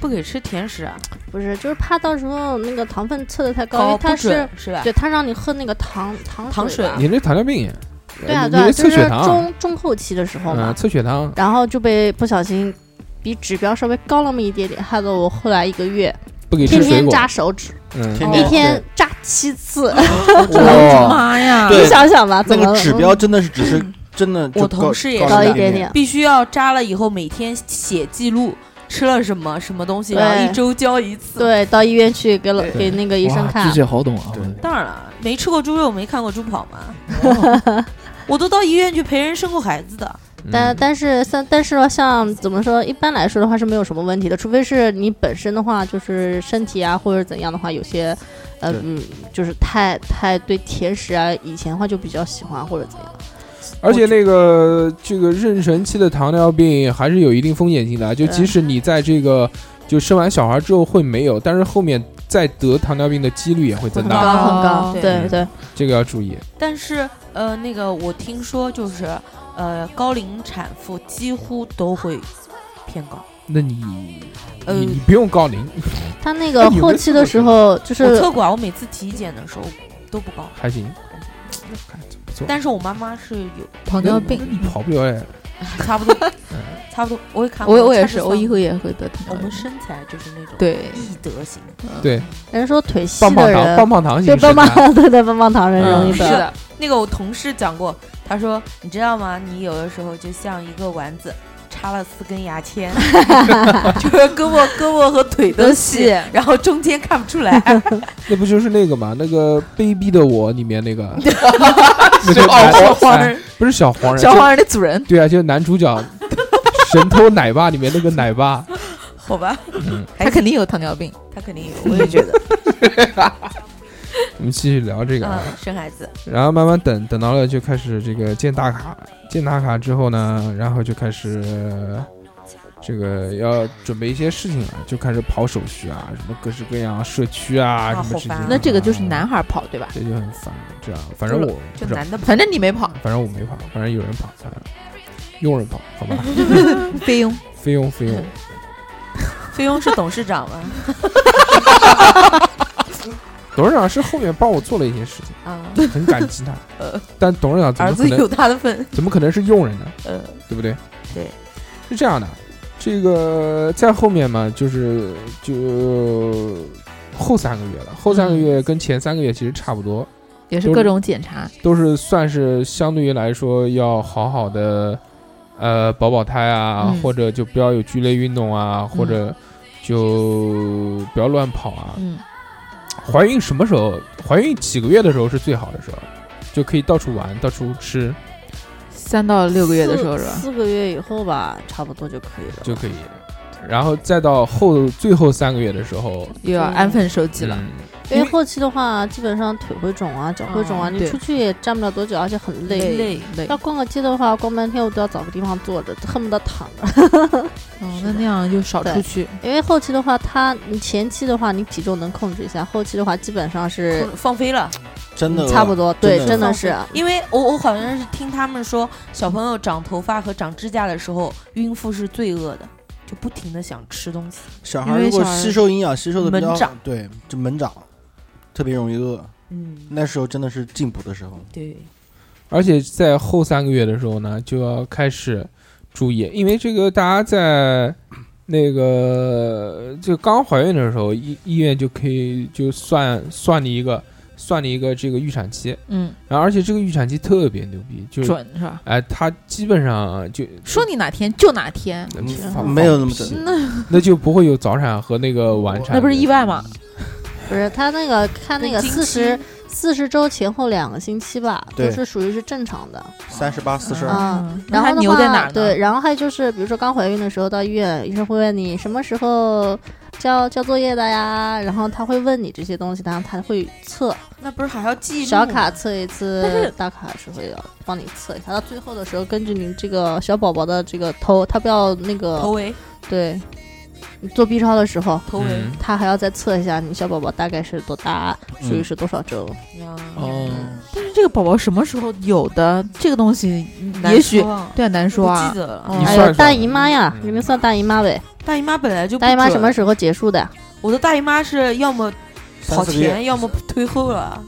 不给吃甜食啊，
不是，就是怕到时候那个糖分测的太高，因
高
为它
不
是
准是吧？
对它让你喝那个糖糖
糖水
吧
你这糖尿病，呃
对啊
你
对
你这
啊，就
测
是
血糖，嗯
中中后期的时候嘛
嗯，，测血糖，
然后就被不小心比指标稍微高那么一点点，害得我后来一个月
不给
天
吃水
天
果，
扎手指，
嗯，
天
一
天
天扎七次，
哦
哇，
妈呀
对
(laughs) 你想想吧，
那
怎么
个指标真的是只是真的就高
我同事也是
高一点点，
必须要扎了以后每天写记录吃了什么什么东西，
对
然后一周交一次。，
对，到医院去给老
对
给那个医生
哇
看
巨，蟹好懂啊！
当然了，没吃过猪肉没看过猪跑
(laughs)
嘛。我都到医院去陪人生过孩子的，
嗯
但但是像但是像怎么说，一般来说的话是没有什么问题的，除非是你本身的话就是身体啊或者怎样的话，有些呃
对
嗯就是太太对甜食啊以前的话就比较喜欢或者怎样，
而且那个这个妊娠期的糖尿病还是有一定风险性的，啊就即使你在这个就生完小孩之后会没有，但是后面再得糖尿病的几率也会增
很
大，嗯
高很高，
对
对对，
这个要注意。
但是呃，那个我听说就是呃，高龄产妇几乎都会偏高。
那你
呃，
你你 (laughs) 不用高龄
他那
哎
个
有没有
后期的时候就
我
是
测过啊，我每次体检的时候都不高，
还行，
嗯
看不错。哎
但是我妈妈是有
糖尿病，
你跑不了哎，
差
(laughs)
不多，差不多，我也看过，
我我也
差不
是，
多
我以后也会得
我
糖尿
们
病。
身材就是那种
对，
嗯
易得
(laughs)
型，
对，
人说腿细
棒
的
棒
人，
糖棒棒糖啊型
对棒
身材，
棒对对棒棒糖人容易
嗯
得，
是的，那个我同事讲过，他说你知道吗？你有的时候就像一个丸子，插了四根牙签，
(laughs)
(laughs) 就是胳膊、胳膊和腿都细，
都细
然后中间看不出来。
(laughs)
(laughs) 那不就是那个嘛？那个卑鄙的我里面那个那个
小
男
黄
哎不是小黄人，
小
就
黄人的主人，
对啊，就是男主角神偷奶爸里面那个奶爸，
好吧，
嗯，
还
他肯定有糖尿病。
他肯定
(laughs)
有，我也觉得，
我们继续聊这个啊。
嗯，生孩子，
然后慢慢等等到了就开始这个建大卡，建大卡之后呢，然后就开始呃这个要准备一些事情了，就开始跑手续啊，什么各式各样社区啊，
啊
什么
好
事情
烦
啊。
啊
那这个就是男孩跑对吧？
这就很烦，这样反正我不
就
知道，
男的
反正你没跑，
反正我没跑，反正有人跑，反正佣人跑，好
(laughs)
吧，
菲佣
菲佣菲
嗯
佣，
菲佣是董事长
(laughs)
嘛，
董事长是后面帮我做了一些事情，
啊，
很感激
(laughs)
他，但董事长怎
呃儿
么
子
可能
有他的份，
怎么可能是佣人呢？
呃，
对不对？
对，
是这样的，这个在后面嘛，就是就后三个月了，后三个月跟前三个月其实差不多，
也是各种检查，
都是算是相对于来说要好好的，呃，保保胎啊，
嗯
或者就不要有剧烈运动啊，或
嗯
者就不要乱跑啊。
嗯，
怀孕什么时候？怀孕几个月的时候是最好的时候，就可以到处玩，到处吃
三到六个月的时候是
四
吧？
四个月以后吧，差不多就可以了吧，
就可以。然后再到后最后三个月的时候，
又要安分守己了。
嗯
因为后期的话，基本上腿会肿啊，脚会肿啊，
嗯
你
对
出去也站不了多久，而且很累。
累累
要逛个街的话，逛半天我都要找个地方坐着，恨不得躺着。
哦，那那样就少出
对
去，
因为后期的话，它你前期的话你体重能控制一下，后期的话基本上
呃
是
放飞了。
真的
嗯差不多，对，
真的
真的
放
是。
因为我我好像是听他们说，小朋友长头发和长指甲的时候，孕妇是最饿的，就不停的想吃东西。
小
因
孩
为
如果
小孩
吸收营养吸收的比
猛
较
长
对，就猛长，特别容易饿。
嗯，
那时候真的是进补的时候，
对，
而且在后三个月的时候呢，就要开始注意，因为这个大家在那个就刚怀孕的时候，医医院就可以就算算你一个算你一个这个预产期，
嗯，
然后而且这个预产期特别牛逼，就是
准是吧？
哎，它基本上就
说你哪天就哪天，
嗯
嗯
放
没有那么准
放
(laughs)
屁那就不会有早产和那个晚产，
那不是意外吗？
不是，他那个看那个
经
四十
期
四十周前后两个星期吧，
对
都是属于是正常的。
三十八、四十二，
嗯
嗯，那
然后
它
的
牛
话
在哪儿呢？
对，，然后还有就是，比如说刚怀孕的时候到医院，医生会问你什么时候交交作业的呀，然后他会问你这些东西，然后他会测
那不是还要记录
小卡测一
但是
次，大卡是会要帮你测一下。到最后的时候，根据你这个小宝宝的这个头，他不要那
头
个
围
对，你做 B 超的时候，
头围
嗯
他还要再测一下你小宝宝大概是多大，属于是多少周。
嗯
呀，
哦，
但是这个宝宝什么时候有的这个东西，嗯
难
也许
说啊
对啊难说
不记
啊。
得了。
嗯
你
还
算
有
算
哎大姨妈呀，
嗯
你们算大姨妈呗？
大姨妈本来就不
大姨妈
准
什么？时候结束的？
我的大姨妈是要么跑
三四个月
前，
(laughs)
要么推后
(laughs)
了。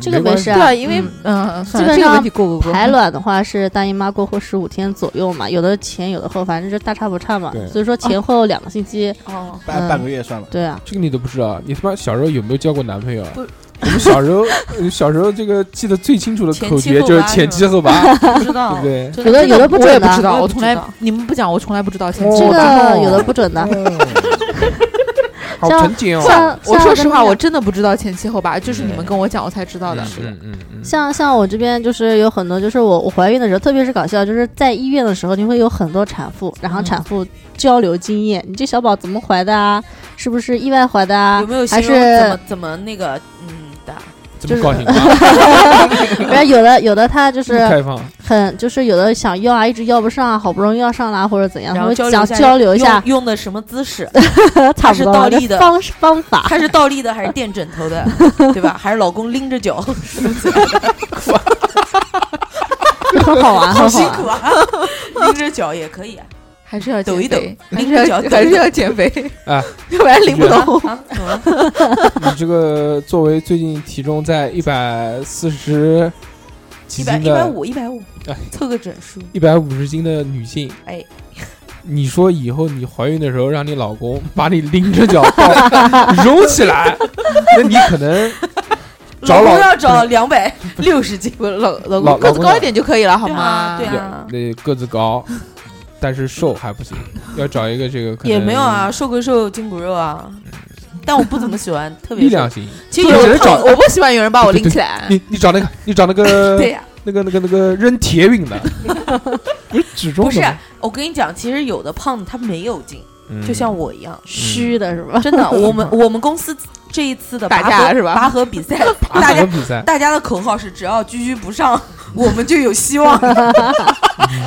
这个
关
没
系
事
对
啊
啊，。因为嗯，算了
基本
这个问
上
题过过过。
排卵的话是大姨妈过后十五天左右嘛，有的前有的后，反正就大差不差嘛
对。
所以
啊
说前后两个星期，
哦，
半
嗯
半个月算了。
对啊，
这个你都不知道，你他妈小时候有没有交过男朋友啊？
不
我们小时候，呃小时候这个记得最清楚的
前
口
七
诀
后
就是
八
前
是
七
吧
后八，
不知
对
道
不，对？
真
有的
真
有的不
我也
准
不知
的，
道，
我也
我
不
从
知
来
道
你们不讲，我从来不知道前
哦
期
这
后八
个有的不准的。
好
像
纯洁哦！
像
我
像
说
跟
实话，
那
我
个
真的不知道前期后八，就是你们
嗯
跟我讲，我才知道的
嗯。嗯嗯嗯，
像像我这边就是有很多，就是我我怀孕的时候，特别是搞笑，就是在医院的时候，你会有很多产妇，然后
嗯
产妇交流经验，你这小宝怎么怀的啊？是不是意外怀的啊
有？没有形
还
容怎么
是
怎么那个嗯的？
这
就
么
是
高兴吗？
(laughs) 不是有的有的他就
这么
(laughs) 是
开放，
很就是有的想要啊，一直要不上啊，好不容易要上了啊或者怎样，
然
他
后
会
交
想交流一下
用用的什么姿势？
差
是
不多
倒
了
立
这
的
方方法。
他是倒立的还是垫枕头的， (laughs) 对吧？还是老公拎着脚？
很好玩，
好
很好
辛
玩
苦。啊， (laughs) 拎着脚也可以啊。
还是要
抖
减
一抖
肥还
拎
是
着
要
脚抖一
还是
抖
要减肥
啊，
(laughs) 要不然拎不
是
动。
啊， (laughs) 怎么了？
(laughs) 你这个作为最近体重在一百四十几
一百
斤
一百
的
五，一百五
哎，
凑个整数。
一百五十斤的女性，
哎，
你说以后你怀孕的时候，让你老公把你拎着脚抱
(laughs)
揉起来，那你可能找
公
老
要找两百六十斤，
不，老老
老
公个
老
子
公
高
要
一点就可以了，好
对啊
吗？
对啊
那个子高，但是瘦还不行，要找一个这个可能嗯
也没有啊，，瘦归瘦，筋骨肉啊。但我不怎么喜欢，特别
力
瘦
量。型。
其实
不
有
只
的
是找
胖
我不喜欢有人把我拎起来。
你你找那个你找那
子
个
对呀，
那个那个那个扔铁饼的，
不是举重
不是
的吗，
我跟你讲，其实有的胖子他没有劲，
嗯
就像我
(laughs)
一样。
虚的是吧？
真的，我们我们公司这一次的
打
拔
架
河
是吧
拔河
(laughs)
比赛，大
大
家
河比赛，
大家的口号是只要居居不上，我们就有希望。 (laughs)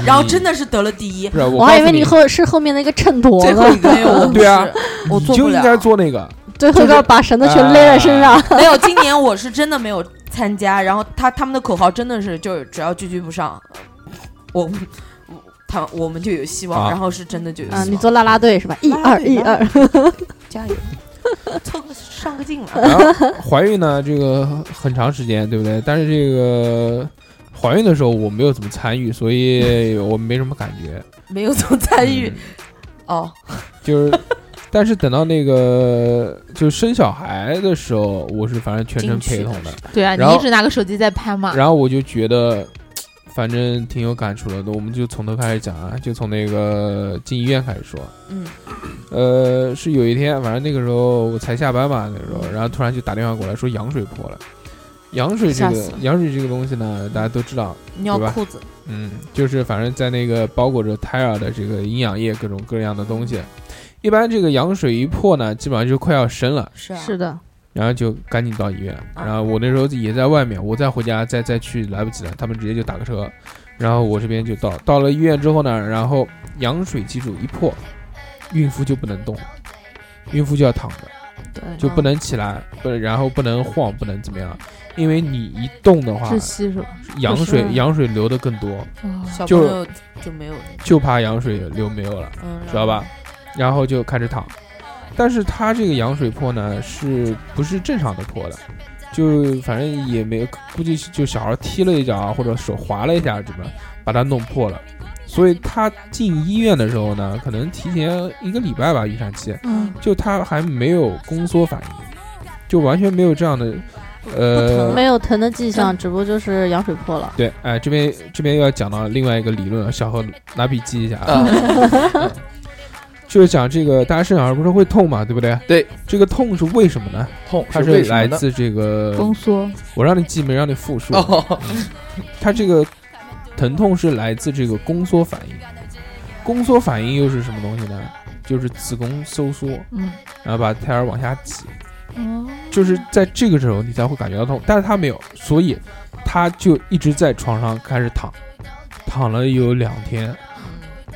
然后真的是得了第一
不，是我
我还以为你
你
后是后面那个秤砣
最后一
呢，
个没有，我不
对啊
是，我
你
做不
就应该
了。
做那个，
(laughs) 最后一
就是
个把绳子全勒在身上。
没有，今年我是真的没有参加。然后他他们的口号真的是就是只要居居不上，我我他我们就有希望。
啊
然后是真的就有希
啊，
望。
你做啦啦队是吧？一
啦啦
二
队
一
啦啦
二，
加油，凑个上个劲嘛。
然后怀孕呢，这个很长时间，对不对？但是这个怀孕的时候我没有怎么参与，所以我没什么感觉。
没有怎么 (laughs) 参与
嗯
哦，
就是，但是等到那个就是生小孩的时候，我是反正全程
进去
陪同
的
的
是。吧
对啊，
然
你
后
一直拿个手机在拍嘛。
然后我就觉得，反正挺有感触的。那我们就从头开始讲啊，就从那个进医院开始说。
嗯，
呃，是
嗯
有一天，反正那个时候我才下班嘛，那个时候，然后突然就打电话过来说羊水破了，羊水这
吓
个
死了
羊水这个东西呢，大家都知道，
尿
对吧
裤子，
嗯，就是反正在那个包裹着胎儿的这个营养液各种各样的东西。一般这个羊水一破呢，基本上就快要生了，
是啊，
是的，
然后就赶紧到医院。
啊
然后我那时候也在外面，我再回家再再去来不及了，他们直接就打个车，然后我这边就到到了医院之后呢，然后羊水记住一破，孕妇就不能动，孕妇就要躺着。 (laughs)
对，
就不能起来，不然后不能晃，不能怎么样，因为你一动的话
窒，息是吧？
羊
不是
水羊水流的更多，
哦
小
就
朋友就没有那个，
就怕羊水流没有了，
嗯，
知道吧？然后就开始躺，但是他这个羊水破呢，是不是正常的破的？就反正也没，估计就小孩踢了一脚啊，或者手划了一下，怎么把它弄破了。所以他进医院的时候呢，可能提前一个礼拜吧，预产期，
嗯，
就他还没有宫缩反应，就完全没有这样的，呃，
没有疼的迹象，只不过就是羊水破了。
对，哎，这边这边又要讲到另外一个理论了，小何拿笔记一下啊，就是讲这个大家生小孩不是会痛嘛，对不对？
对，
这个痛是为什么呢？
痛
它
为
是
什么
来
呢？
自这个
宫，缩，
我让你记没让你复述，
哦，
它这个疼痛是来自这个宫缩反应，宫缩反应又是什么东西呢？就是子宫收缩，
嗯，
然后把胎儿往下挤，
哦，
就是在这个时候你才会感觉到痛，但是他没有，所以他就一直在床上开始躺，躺了有两天。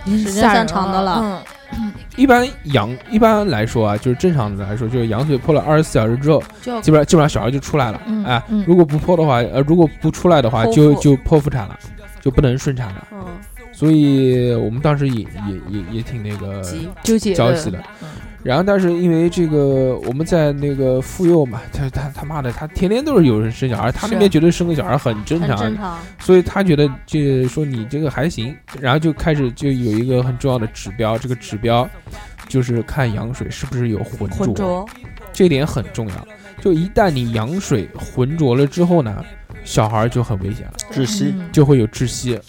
时间
吓
算
人
长的了，
嗯，
一般羊一般来说啊，就是正常的来说，就是羊水破了二十四小时之后，
就要
基本上基本上小孩就出来了。
嗯
哎
嗯，
如果不破的话，呃，如果不出来的话，
剖腹
就就剖腹产了，就不能顺产了。
嗯
所以我们当时也也也也挺那个
急，
纠结
着急的。嗯然后，但是因为这个，我们在那个妇幼嘛，他他他妈的，他天天都是有人生小孩，他那边觉得生个小孩很正
很
常，啊
正常。
所以他觉得这说你这个还行，然后就开始就有一个很重要的指标，这个指标就是看羊水是不是有浑浊，
浑浊，
这点很重要。就一旦你羊水浑浊了之后呢，小孩就很危险了，
窒息，
嗯
就会有窒息，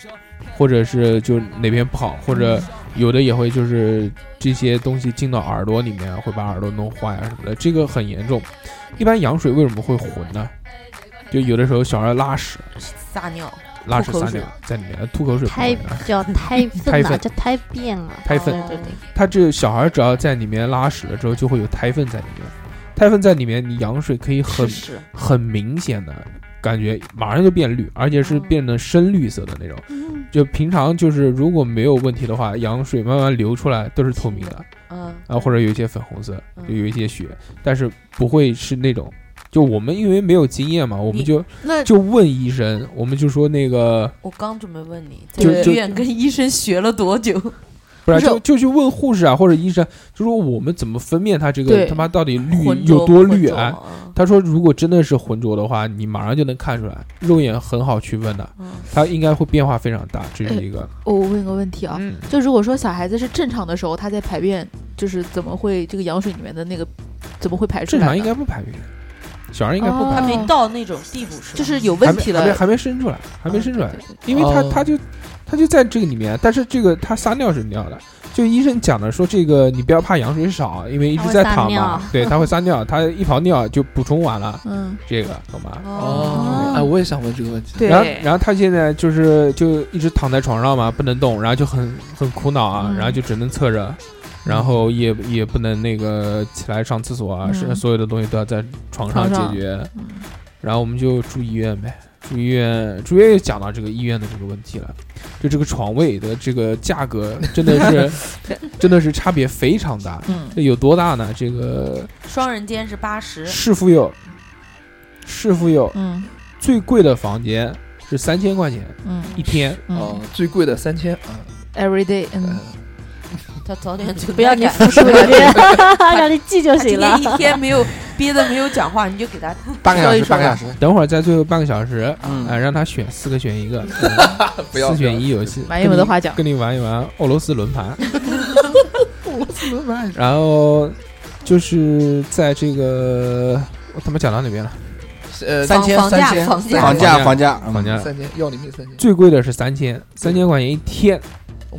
或者是就哪边不好，或
嗯
者有的也会就是这些东西进到耳朵里面，会把耳朵弄坏啊什么的，这个很严重。一般羊水为什么会浑呢？就有的时候小孩拉屎，
撒尿，
拉屎
吐口
撒
水
尿在里面，吐口水不好
胎
意思啊，
叫胎
胎
粪啊，
粪
叫胎便啊。
胎粪
对对对，
他这小孩只要在里面拉屎了之后，就会有胎粪在里面。胎粪在里面，你羊水可以很
是
很明显的感觉，马上就变绿，而且是
嗯
变成深绿色的那种。就平常就是如果没有问题的话，羊水慢慢流出来都是透明的
嗯
啊，或者有一些粉红色，
嗯
就有一些血，但是不会是那种。就我们因为没有经验嘛，我们
你
就
那
就问医生，我们就说那个
我刚准备问你，在
就
医
就
院跟医生学了多久？
不然啊
不是
就就去问护士啊或者医生，就说我们怎么分辨它这个
对
他妈到底绿
浑浊
嗯有多绿
不浑浊
啊？
嗯
他说如果真的是浑浊的话，你马上就能看出来，肉眼很好区分的，
嗯
它应该会变化非常大，这是一个。
我问个问题啊，
嗯，
就如果说小孩子是正常的时候，他在排便，就是怎么会这个羊水里面的那个怎么会排出
正
来呢？
常应该不排便，小孩应该不
哦
排
还
便，
没到那种地步是吧？
就是有
还
问
没
题
还没
了，
还没生出来，还没
嗯
生出来，
对对对
因为他
哦
他就他就在这个里面，但是这个他撒尿是尿的。就医生讲的说，这个你不要怕羊水少，因为一
它
直
会
在
撒
躺嘛
尿，
对，他会撒尿，他一泡尿就补充完了，
嗯，
这个懂吗？
哦，哎，我也想问这个问题。
对
然后，然后他现在就是就一直躺在床上嘛，不能动，然后就很很苦恼啊，
嗯
然后就只能侧着，然后也也不能那个起来上厕所啊，
嗯
是所有的东西都要在床上
床上
解决。
嗯
然后我们就住医院呗，住医院，住医院又讲到这个医院的这个问题了，就这个床位的这个价格真的
(laughs)
是真的是差别非常大，
嗯
这有多大呢？这个
双人间是八十，
市妇幼，市妇幼
嗯
最贵的房间是三千块钱
嗯
一天。
哦
嗯，
最贵的三千啊，
，every day，嗯
呃，
他早点存在感
不要你复述一遍，让你记就
他今
行了
天。一天没有憋的没有讲话，你就给他
半个小
说一
时，
说
半个
吧
小时，
等会儿在最后半个小时，
嗯
啊，让他选四个选一个，
(laughs) 不要
四选一游戏，
蛮有的话讲，
跟你玩一玩俄罗斯轮
(laughs)
盘，俄罗斯轮盘，然后就是在这个我他妈讲到哪边了？
呃
三千，
房
三
价
千，
房价
房
价
价，房价，
房
嗯
间了
三千要你命三千，
最贵的是三千，三千块钱一天，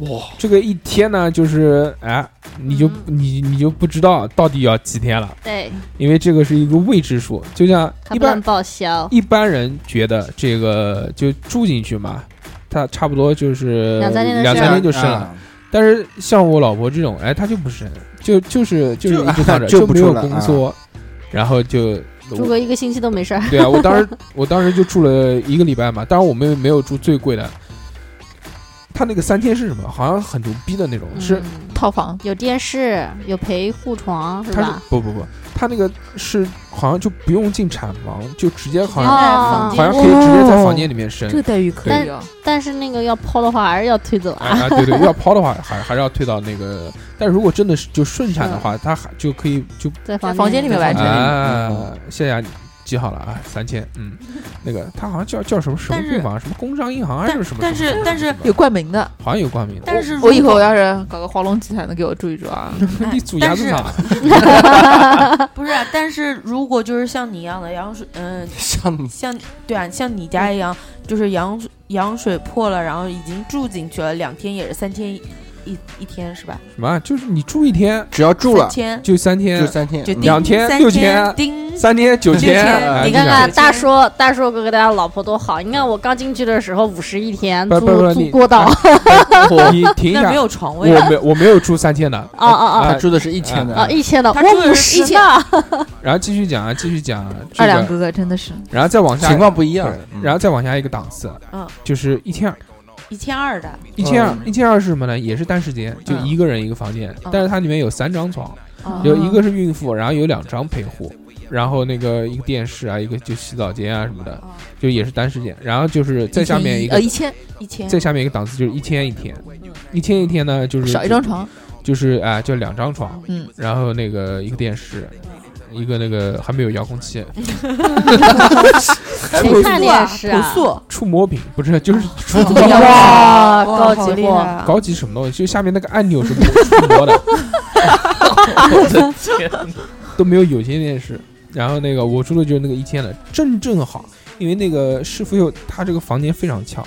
哇，
这个一天呢，就是哎，你就你你就不知道到底要几天了，
对，
因为这个是一个未知数。就像
他
一
不能
般
报销，
一般人觉得这个就住进去嘛，他差不多就是
两三天的
两
事
三
儿
天就生了。
啊
但是像我老婆这种，哎，她就不生，就就是就是
就
一直放着，
(laughs) 就不啊
没有
出来
工作，然后就
住个一个星期都没事儿。
对啊，我当时 (laughs) 我当时就住了一个礼拜嘛，当然我们没有住最贵的。他那个三天是什么？好像很牛逼的那种，是
嗯
套房，
有电视，有陪护床，是
他是
吧？
不不不，他那个是好像就不用进产房，就直接好像
哦
好像可以直接在
哦
房间里面生
(laughs) 这。个待遇可以啊，
但是那个要抛的话，还是要推走啊。
哎啊，对对，要抛的话还还是要退到那个，但如果真的是就顺产的
嗯
话，他还就可以就
在
在房间里面完成
啊，
嗯
谢谢啊，记好了啊，三千，嗯，那个他好像叫叫什么什么
但是
病房，什么工商银行还
但
是什么，
但
什么
是但是
什么
有冠名的。
好像有冠名的，
但是
我以
如果
后要是搞个华龙集团的，给我注意注啊。
我哦
哎
你祖牙子啊上，
不是啊，但是如果就是像你一样的羊水，嗯，
(laughs) 像你
像对啊，像你家一样，就是羊水羊水破了，然后已经住进去了，两天也是三天一一一天是吧？
什么啊就是你住一天
只要住
三
了
千
就三天
嗯就，三天，
就叮
两天
三
六天
天叮
三天九
六
千
千，
哎
你
就
看
这样
看大叔，大叔哥哥他老婆多好！你看我刚进去的时候五十一天，
不
租
不不
租
你哎
过道，
你停一
那
下
没，有哦床位，
我没我没有住三天的，
啊啊啊
哎
他住的是一天
啊！
的，
(laughs) 一千的，
他住
我五
的是
十呢，
然后继续讲啊，继续讲啊，这
二两
个，
哥哥真的是，
然后再往下
情，况不一样
对。嗯然后再往下一个档次，
嗯，
就是一千二。
一千二的，
一千二，一千二是什么呢？也是单时间，就
嗯
一个人一个房间，
嗯
但是它里面有三张床，
哦
啊
有一个是孕妇，然后有两张陪护，然后那个一个电视啊，一个就洗澡间啊什么的，
啊
就也是单时间。然后就是再下面一
呃
个，
哦一千
一千
再下面一个档次就是一天一天，一天一天呢就是
少一张，床，
就是啊就两张床，
嗯，
然后那个一个电视。一个那个还没有遥控器，
嗯
谁看电视
朴
(laughs)
啊？
素，
触摸屏不是就是触
哦
朴素
啊
摸
哇高
哇
级
好厉
货
害啊
高级什么东西，就下面那个按 (laughs) 钮是没有触摸的，
(laughs) 我的天哪！
都没有有线电视。然后那个我住的就是那个一天的，正正好，因为那个师傅又他这个房间非常翘，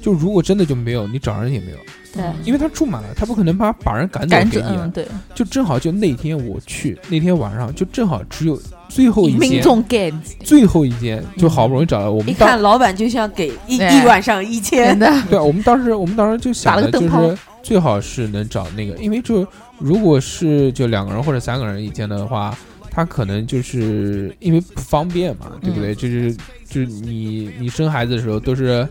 就如果真的就没有，你找人也没有，
对
因为他住满了，他不可能把把人赶走
赶
给
走，
你啊
嗯，。对，
就正好就那天我去，那天晚上就正好只有最后一
民
间，
众 get
最后一间就好不容易找到我
一
们当
看老板就像给一
哎
一晚上一千
真，的，
(laughs) 对啊，我们当时我们当时就想
打了
的
个
就
灯泡
是最好是能找那个，因为就如果是就两个人或者三个人一间的话，他可能就是因为不方便嘛，对
嗯
不对？就是就是你你生孩子的时候都是。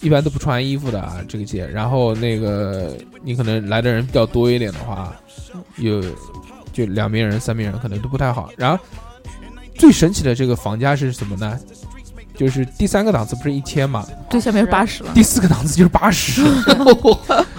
一般都不穿衣服的啊，这个届。然后那个你可能来的人比较多一点的话，有就两边人、三边人可能都不太好。然后最神奇的这个房价是什么呢？就是第三个档次不是一千嘛，
最下面是八十了，
第四个档次就是八十，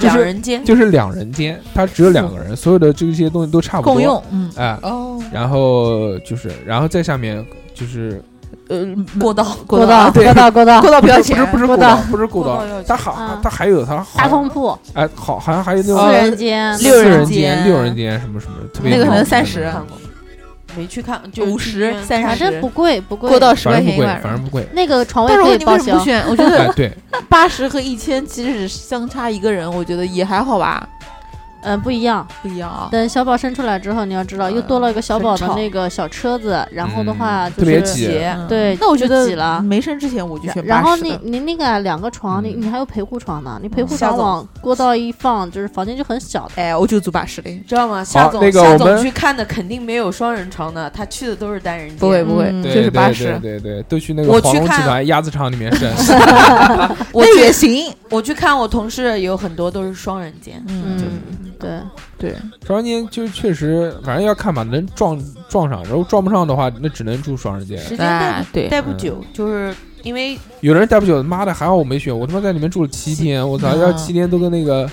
两人间，
就是两人间，它只有两个人，所有的这些东西都差不多
共用，嗯，
哎，
哦，
然后就是，然后再下面就是
呃，
过道
过道，
对
过道，过道
啊过，道不要钱
不是不是过
过道
道，不是过
过
道
道要，
它好
啊
它还有它好
大通铺，
哎好好像还有那
四
种
人间，
四
哦六人
人
间
六人间什么什么，特别
那个可
牛
能
逼
三十
看过，没去看，就
五十、三
反正
十
不，贵不贵。
过到十
反
块
正不
钱一
贵，
晚
反
上。
正不贵，
那个床位
但是我
可
问
以
你为
报
什么
销
不，选？我觉
哎
得
对，
八十和一千其实只相差一个人，我觉得也还好吧，
嗯，不一样。
不一样啊。
等小宝生出来之后，你要知
呃
道，又多了一个小宝的那个小车子，然后的话
嗯
就
特别
是
挤
鞋，
嗯
对
那我觉
就
得
挤了
没生之前我就选
然后
八十
你
的，
你那个啊两个床，你
嗯
你还有陪护床呢，你陪护
嗯夏
床
总
往过道一放，就是房间就很小的。
哎，我就租八十的，
知道吗？夏总，
那个
夏
我们
总去看的肯定没有双人床的，他去的都是单人间。
不会不会，
嗯
对
就
对
是八
对
十，
对对，都去那个
我去
黄龙集
看
团鸭子厂里面生，
我
那也
去
行，
我去看我同事有很多都是双人间，
嗯，对，
对，
双人间就确实，反正要看吧，能撞撞上，然后撞不上的话，那只能住双人间。
时间
啊
待
对
不，待不久，就是因为
有人待不久，妈的，还好我没选，我他妈在里面住了七天，我操，
嗯
要七天都跟那个。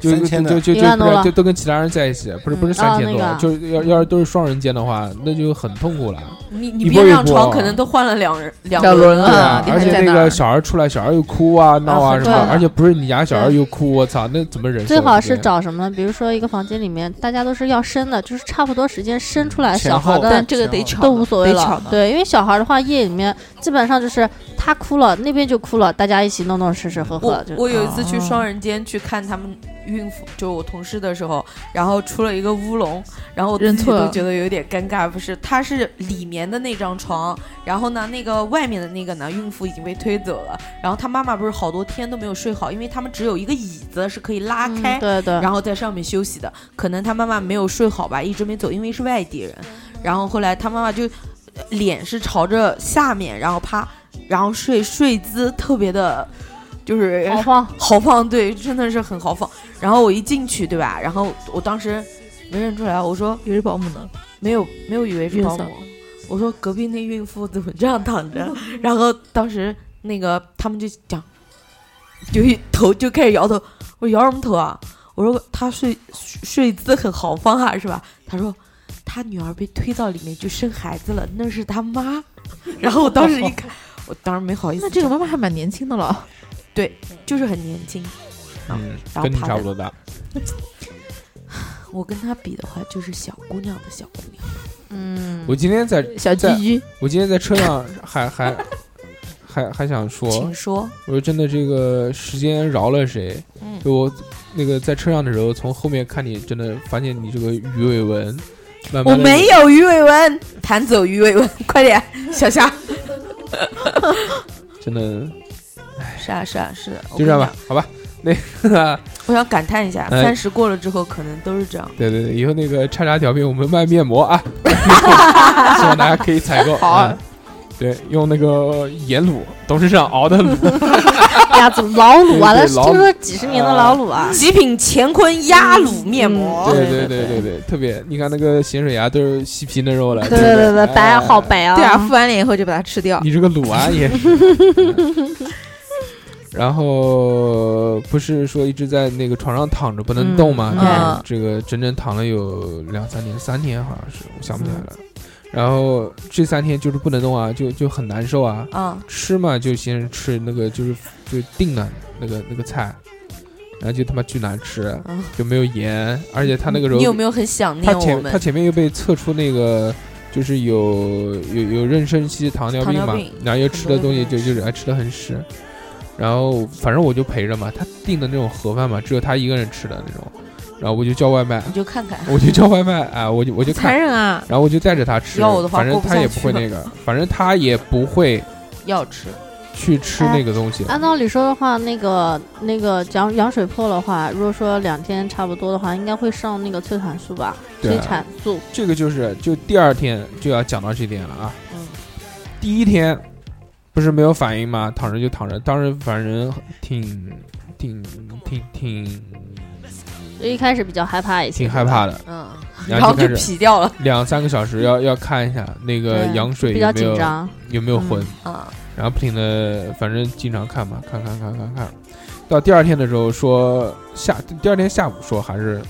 就就
三千的
就就
一万
不
多
是
了
就都跟其他人在一起，不是不是
嗯
三千
哦
多，
那个
就是要要是都是双人间的话，那就很痛苦了。
你你
一
边
波一
上
波
床
啊
可能都换了两人两
两
轮
轮
嗯
对啊
了，你
而
还
且
在
那
儿
个小孩出来，小孩又哭啊、闹啊
很
什么的，
对啊
而且不是你家小孩又哭，我操，那怎么忍受？
最好
对
是
不对
找什么，比如说一个房间里面大家都是要生的，就是差不多时间生出来
前
小孩
后
的
但这个得
行
吵，
都无所谓
得吵
了
的。
对，因为小孩的话，夜里面基本上就是他哭了，那边就哭了，大家一起弄弄吃吃喝喝
我。
就嗯
我有一次
啊
去双人间去看他们孕妇，就是我同事的时候，然后出了一个乌龙，然后我自
认
己
错
都
了
觉得有点尴尬。不是，他是里面的那张床，然后呢，那个外面的那个呢，孕妇已经被推走了，然后他妈妈不是好多天都没有睡好，因为他们只有一个椅子是可以拉
嗯
开，
对对，
然后在上面休息的。可能他妈妈没有睡好吧，一直没走，因为是外地人。然后后来他妈妈就呃脸是朝着下面，然后趴，然后睡睡姿特别的，就是
好放
(laughs) 豪放，对，真的是很豪放。然后我一进去，对吧？然后我当时没认出来，我说
以为是保姆呢，
没有没有以为是
晕
保
死
姆，我说隔壁那孕妇怎么这样躺着？ (laughs) 然后当时那个他们就讲，就一头就开始摇头，我摇什么头啊？我说她睡睡睡姿很豪放啊，是吧？他说他女儿被推到里面去生孩子了，那是他妈。然后我当时一看，我当时没好意思
那
讲，
这个妈妈还蛮年轻的了，
就是很年轻，
嗯，
然后
跟你
趴
差
着
不多大。
我跟她比的话，就是小姑娘的小姑娘。 (laughs)
嗯
我，今天在，
小鸡
在
鸡，
我今天在车上还还还还想说，
请说，
我说真的，这个时间饶了谁？
嗯
就我那个在车上的时候，从后面看你，真的发现你这个鱼尾纹，慢慢
我
地
没有鱼尾纹，弹走鱼尾纹，快点，小霞。
真的
是啊，是啊，是的，我
就这样
跟你
吧，好吧。那 (laughs) 个，
讲。我想感叹一下，
哎
三十过了之后，可能都是这样。
对对对，以后那个叉叉调频，我们卖面膜啊，希望大家可以采购。
好啊
嗯对，用那个盐卤，董事长熬的卤，
鸭子老卤
对
啊，那
对
是
老
听说几十年的老卤
嗯
啊，
极品乾坤鸭卤面膜，
对对对对对，特别，你看那个咸水鸭都是细皮嫩肉了，
对
对
对对，白好。
哎
白啊，
对啊，敷完脸以后就把它吃掉。
你这个卤啊也。然后不是说一直在那个床上躺着不能动吗？
嗯
对吧
嗯
这个整整躺了有两三年，三年好像是，我想不起来
嗯
了。然后这三天就是不能动啊，就就很难受啊。
嗯，
吃嘛就先吃那个就是就定的那个那个菜，然后就他妈巨难吃
嗯，
就没有盐，而且他那个时候
你有没有很想
他
念我
前他
们？
前面又被测出那个就是有有有妊娠期糖尿病嘛
糖尿病，
然后又吃的东西就
很
就
多
是哎吃的很湿，然后反正我就陪着嘛，他订的那种盒饭嘛，只有他一个人吃的那种，然后我就叫外卖， (laughs)
你就看看，
我就叫外卖啊，我就我就
残
看。
忍啊！
然后我就带着他吃
要我的，话
反正
过不
他也
下
不
去
会
了
那个，反正他也不会
要吃
去吃
哎
那个东西。
啊
按道理说的话，那个那个羊羊水破的话，如果说两天差不多的话，应该会上那个催产素吧，
对啊
催产素。
这个就是就第二天就要讲到这点了啊。
嗯
第一天不是没有反应吗？躺着就躺着，当时反正挺挺挺挺
就一开始比较害怕一些，
挺害怕
(laughs)
的，
嗯，
然
然
后
后
啊就开
就
始
皮掉了
两三个小时要要看一下那个
对
羊水
比
有
较
没
紧
有
张。嗯
有没有浑，
啊，
然后不停的反正经常看嘛，看看看看看。到第二天的时候说下第二天下午说还是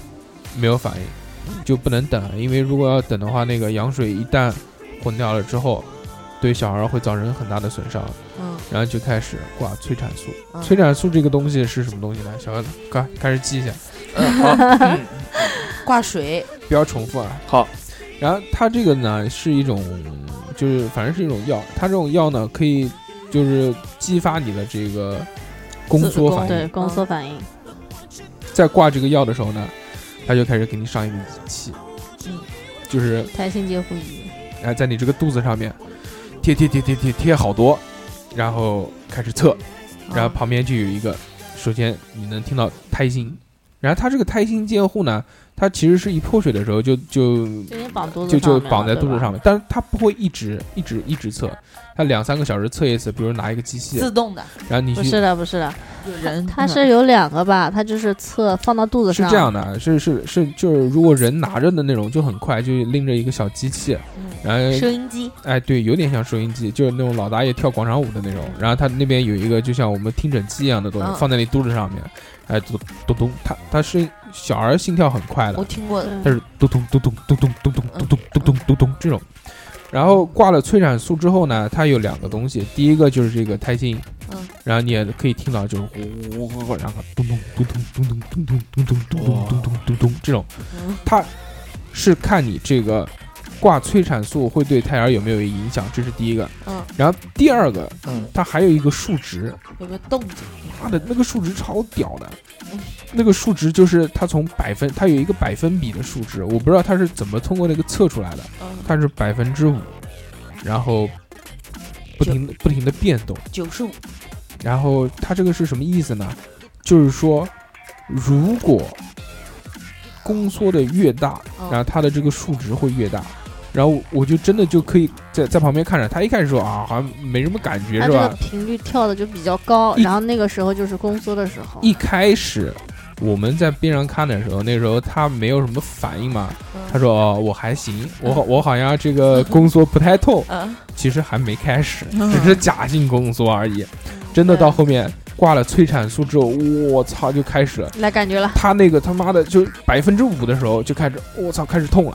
没有反应，就不能等，因为如果要等的话，那个羊水一旦混掉了之后，对小孩会造成很大的损伤。
嗯，
然后就开始挂催产素。
嗯
催产素这个东西是什么东西呢？小何，快开始记一下，
嗯，
(laughs)
好，嗯
挂水，
不要重复啊。
好。
然后它这个呢是一种，就是反正是一种药，它这种药呢可以就是激发你的这个宫缩反
对
应。嗯
宫缩反应，
在挂这个药的时候呢，它就开始给你上一个仪器，
嗯
就是
胎心监护仪。
哎在你这个肚子上面贴贴贴贴贴贴好多，然后开始测，然后旁边就有一个，首先你能听到胎心，然后它这个胎心监护呢，它其实是一破水的时候就就
就你绑肚子
就
上
就
面了
绑在肚子，
对吧
上面，但是它不会一直一直一直测，它两三个小时测一次，比如拿一个机器，
自动的，
然后你
不
去
是的，不是
嗯
的，
有人
它是有两个吧，它就是侧放到肚子
是
上，
这样的，是是是，就是如果人拿着的那种就很快，就拎着一个小机器，
嗯
然后
收音机，
哎，对，有点像收音机，就是那种老大爷跳广场舞的那种。然后他那边有一个就像我们听诊器一样的东西，
嗯
放在你肚子上面，哎，咚咚咚，他他是小孩心跳很快
我嗯
的，
听过的，
但是咚咚咚咚咚咚咚咚咚咚咚咚咚咚咚这种。然后挂了催产素之后呢，它有两个东西，第一个就是这个胎心音，
嗯，
然后你也可以听到就是呼呼呼呼，然后咚咚咚咚咚咚咚咚咚咚咚咚咚咚咚这种，
嗯
它是看你这个挂催产素会对胎儿有没有影响，这是第一个。
嗯，
然后第二个，
嗯，
它还有一个数值，
有没有动静？
妈的那个数值超屌的，那个数值就是它从百分，它有一个百分比的数值，我不知道它是怎么通过那个测出来的，
嗯，
它是百分之五，然后不停不停的变动。
九十五，
然后它这个是什么意思呢？就是说，如果宫缩的越大，
嗯
然后它的这个数值会越大。然后我就真的就可以在在旁边看着，他一开始说啊，好像没什么感觉
它
是
这个
吧？
频率跳的就比较高，
一
然后那个时候就是宫缩的时候，
一开始我们在边上看的时候，那时候他没有什么反应嘛，他说哦我还行，我好我好像这个宫缩不太痛，
嗯，
其实还没开始，
嗯
只是假性宫缩而已。真的到后面挂了催产素之后，我操就开始了。
来感觉了，
他那个他妈的就百分之五的时候就开始，我操开始痛了。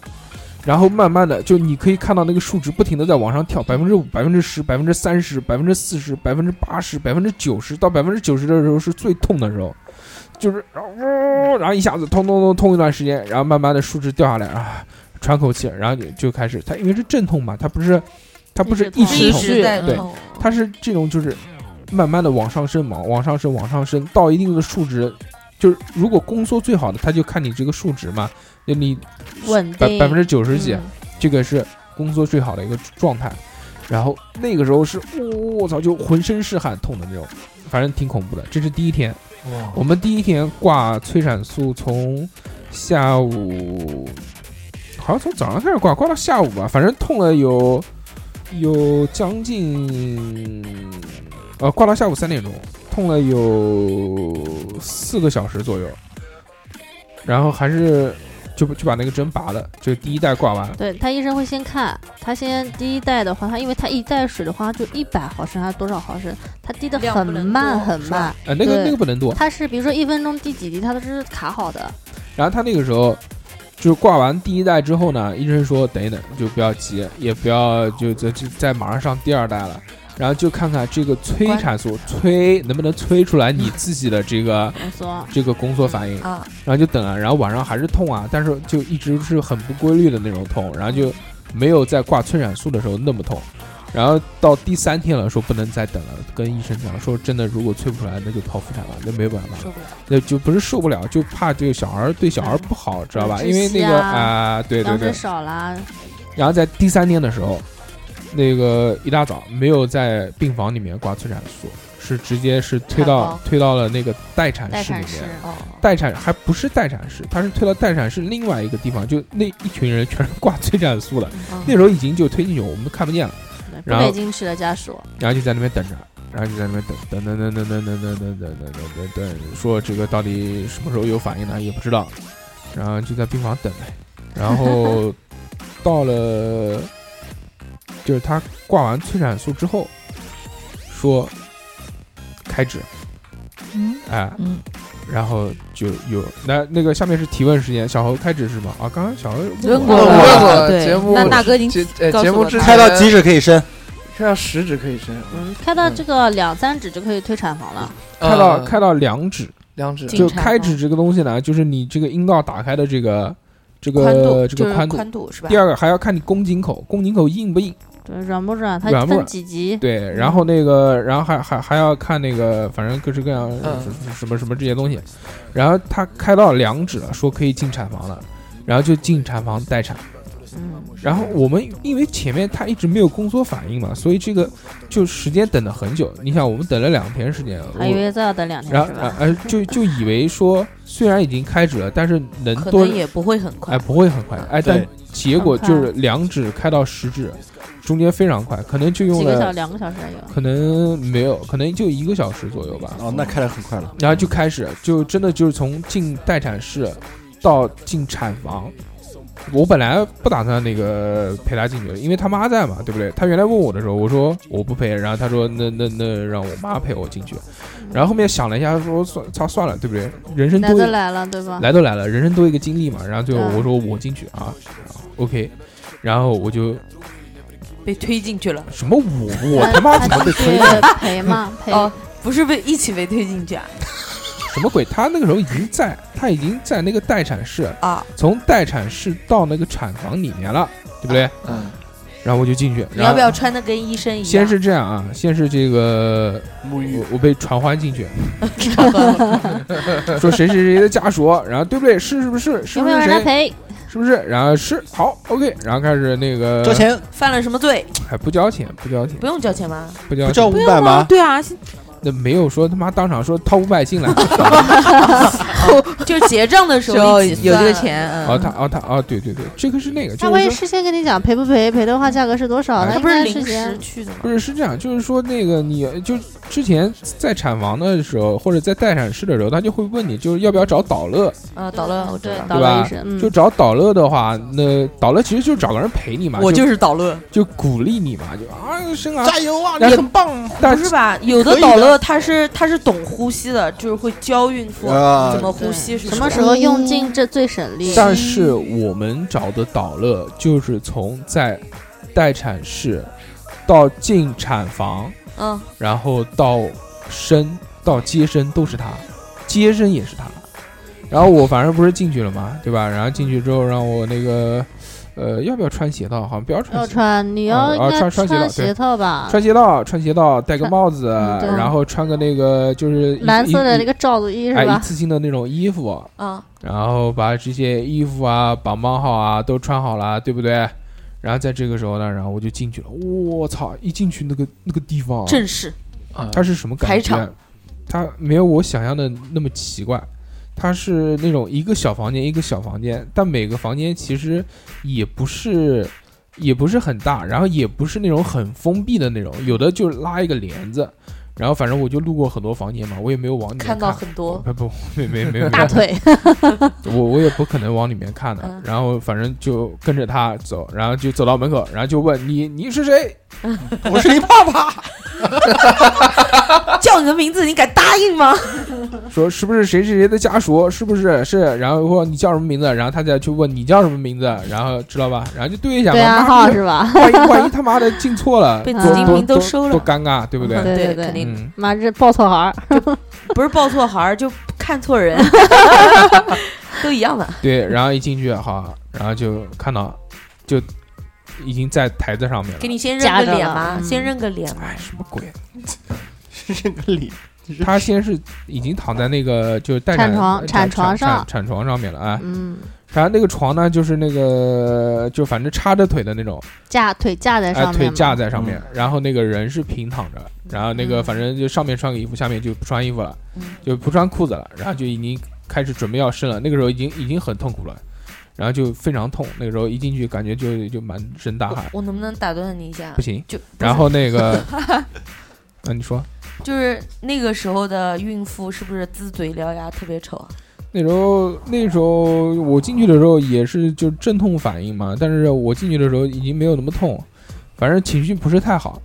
然后慢慢的，就你可以看到那个数值不停的在往上跳，百分之五、百分之十、百分之三十、百分之四十、百分之八十、百分之九十，到百分之九十的时候是最痛的时候，就是然后呜，然后一下子痛痛痛痛一段时间，然后慢慢的数值掉下来啊，喘口气，然后就就开始，它因为是阵痛嘛，它不是，它不是一直
一
痛，
直在
对
痛，
它是这种就是慢慢的往上升，往往上升，往上升到一定的数值，就是如果宫缩最好的，它就看你这个数值嘛，就你
稳
百
定
百分之九十几，
嗯
这个是宫缩最好的一个状态。然后那个时候是，我、操，就浑身是汗，痛的那种，反正挺恐怖的。这是第一天，我们第一天挂催产素，从下午好像从早上开始挂，挂到下午吧，反正痛了有有将近，呃，挂到下午三点钟，痛了有四个小时左右，然后还是就就把那个针拔了，就第一代挂完，
对他医生会先看，他先第一代的话，他因为他一袋水的话就一百毫升还是多少毫升，他滴的
量
很
不能
慢
多
很
是吧
慢，
呃，那个
对
那个不能多，
他是比如说一分钟滴几滴，他都是卡好的，
然后他那个时候就是挂完第一代之后呢，医生说等一等，就不要急，也不要就就就再马上上第二代了。然后就看看这个催
关
产素催能不能催出来你自己的这个
宫缩。
这个宫缩反应，
啊，
然后就等啊，然后晚上还是痛啊，但是就一直是很不规律的那种痛，然后就没有在挂催产素的时候那么痛，然后到第三天了，说不能再等了，跟医生讲说真的，如果催不出来，那就剖腹产了，那没有办法，
受不了，
那就不是受不了，就怕这个小孩儿对小孩儿不好，知道吧？
窒
因为那
息
个
啊
啊、对对
羊
对
水，少啦，
然后在第三天的时候，那个一大早没有在病房里面挂催产素，是直接是推
产
到
房
推到了那个待产
待
室里
产嗯室
面。
哦，
待产还不是待产室，他是推到待产室另外一个地方，就那一群人全是挂催产素
嗯
的。那时候已经就推进去，我们都看不见了，
对不
然后
北京市的家属，
然后就在那边等着，然后就在那边等等等等等等等等等等等等等，说这个到底什么时候有反应呢？也不知道，然后就在病房等呗。然后到了，就是他挂完催产素之后，说开指，
嗯
哎，
嗯，
然后就有那那个下面是提问时间，小侯开指是吗？啊，刚刚小侯
问
我
过
了
了，
问过了
对
节目
那大哥已经
节呃
告诉
节目
我
之
答
前
开
案
到几指可以伸，
开到十指可以伸，
嗯，开到这个两三指就可以推产房了，
开到
呃
开到两指，
两指
进
就
产
啊
开
房
指这个东西呢，就是你这个阴道打开的这个这
宽
个
度
这
就
个
是
宽度。
宽度嗯是吧
第？二个还要看你宫颈口，宫颈口硬不硬？
对，软不软？它
软不
分
软
几级？
对，然后那个，然后还还还要看那个，反正各式各样
嗯
什什么什么这些东西。然后他开到两指了，说可以进产房了，然后就进产房待产。
嗯，
然后我们因为前面他一直没有宫缩反应嘛，所以这个就时间等了很久。你想，我们等了两天时间，
还以
我
为再要等两
然
天
后
是
呃
吧？
呃就就以为说虽然已经开指了，但是能
可
多
能也不会很
哎
快，
不会很快哎，但
对
结果
嗯很
就
快
是两指开到食指，中间非常快，可能就用
几个小
了
两个小时还有，
可能没有，可能就一个小时左右吧。
哦，那开的很快了。
然后就开始，就真的就是从进待产室到进产房。我本来不打算那个陪他进去的，因为他妈在嘛，对不对？他原来问我的时候，我说我不陪，然后他说那那那让我妈陪我进去。然后后面想了一下，说算操算了，对不对？人生
来
多一
都来了，对吧？
来都来了，人生多一个经历嘛。然后最后
嗯
我说我进去啊然后，OK，然后我就
被推进去了。
什么我
(laughs)
我他妈怎么被推
他
了？
去
(laughs)
陪嘛陪，
哦，不是被一起被推进去啊？
什么鬼？他那个时候已经在，他已经在那个待产室，
啊，
从待产室到那个产房里面了，对不对？
嗯，
然后我就进去，
你
然
要不
后
要穿的跟医生一样？
先是这样啊，先是这个
沐浴
我我被传唤进去，
是
说谁谁谁的家属，然后对不对？是是不是？是
有
不
没有
是
人
谁？
来陪？
是不是？然后是好，OK，然后开始那个
交，钱
犯了什么罪？
哎，不交钱，不交钱，
不用交钱吗？
不交钱，
不交五百
啊，
吗？
对啊，现
那没有说他妈当场说掏五百进来，
就是结账的时
(laughs)
候
有
一起
有这个
算，
钱，
哦
嗯，
他哦他哦对对对，这个是那个，
他
就是
万一
说。
事先跟你讲赔不赔，赔的话价格是多少，
哎
他
他应
不是
该事
临时
先
去的吗？
不是是这样，就是说那个你就之前在产房的时候，或者在待产室的时候，他就会问你，就是要不要找导乐。
啊，倒了，我知
对
道。
倒
对
了
吧
一声，嗯
就找导乐的话，那导乐其实就是找个人陪你嘛，就是
倒乐，
就鼓励你嘛，就啊生啊，
加油啊，
然
你
后
很棒！
但
不是吧？有
可
的
以
倒
的
乐他是他是懂呼吸的，就是会教孕妇
啊
怎么
对
呼吸是
什么
吧
时候用尽这最省力？
但是我们找的导乐就是从在待产室到进产房，
哦
嗯，
然后到生到接生都是他，接生也是他。然后我反正不是进去了嘛，对吧？然后进去之后让我那个，呃，要不要穿鞋套？好像不要穿
要
鞋
穿，你
啊
要
啊
应该
穿穿鞋套对
鞋套吧？
穿鞋套，穿鞋套，戴个
穿
帽子，
嗯对
然后穿个那个就是一
蓝色的
一
那个罩子衣是
哎一
吧？嗯
次性的那种衣服，
啊，
然后把这些衣服啊、绑绑好啊，都穿好了，对不对？然后在这个时候呢，然后我就进去了。我操！一进去那个那个地方啊，
正式
啊，
它是什么感
排
觉
场？
它没有我想象的那么奇怪。它是那种一个小房间一个小房间，但每个房间其实也不是也不是很大，然后也不是那种很封闭的那种，有的就拉一个帘子。然后反正我就路过很多房间嘛，我也没有往里面
看到很多
(laughs) 不不没没没没
大
(laughs)
腿，
我我也不可能往里面看的，
嗯
然后反正就跟着他走，然后就走到门口，然后就问你你是谁？
(laughs)
我是你爸爸，
叫你的名字，你敢答应吗？
说是不是谁谁谁的家属？是不是是？然后或你叫什么名字？然后他再去问你叫什么名字，然后知道吧？然后就对一下嘛，
对啊暗
妈 (laughs)
号
逼
是吧？
万一万一他妈的进错了，嗯
被
多
紫金
多
民都
多
收
多
了，
尴尬，对不对？
嗯
对对对
肯定
嗯，
妈这抱错孩儿，
不是抱错孩儿，就看错
(laughs)
人，都一样的。
对。然后一进去好，然后就看到就已经在台子上面了
给。你先认
夹
个
着
脸
了
吧，
嗯
先认个脸吧。
哎，什么鬼？
这个脸，
他先是已经躺在那个就是待
产床
产
产床上
产产床上面了啊。
嗯，
然后那个床呢，就是那个就反正插着腿的那种，
架腿架在
哎，
上
腿
面
架
嘛，
在上面，然后那个人是平躺着，然后那个
嗯
反正就上面穿个衣服，下面就不穿衣服了，
嗯
就不穿裤子了，然后就已经开始准备要生了，那个时候已经已经很痛苦了，然后就非常痛，那个时候一进去感觉就就满身大
我
汗，
我能不能打断你一下
不？行，
就
然后那
(laughs)
个，那你说
就是那个时候的孕妇是不是龇嘴獠牙特别丑啊？
那时候那时候我进去的时候也是就阵痛反应嘛，但是我进去的时候已经没有那么痛，反正情绪不是太好，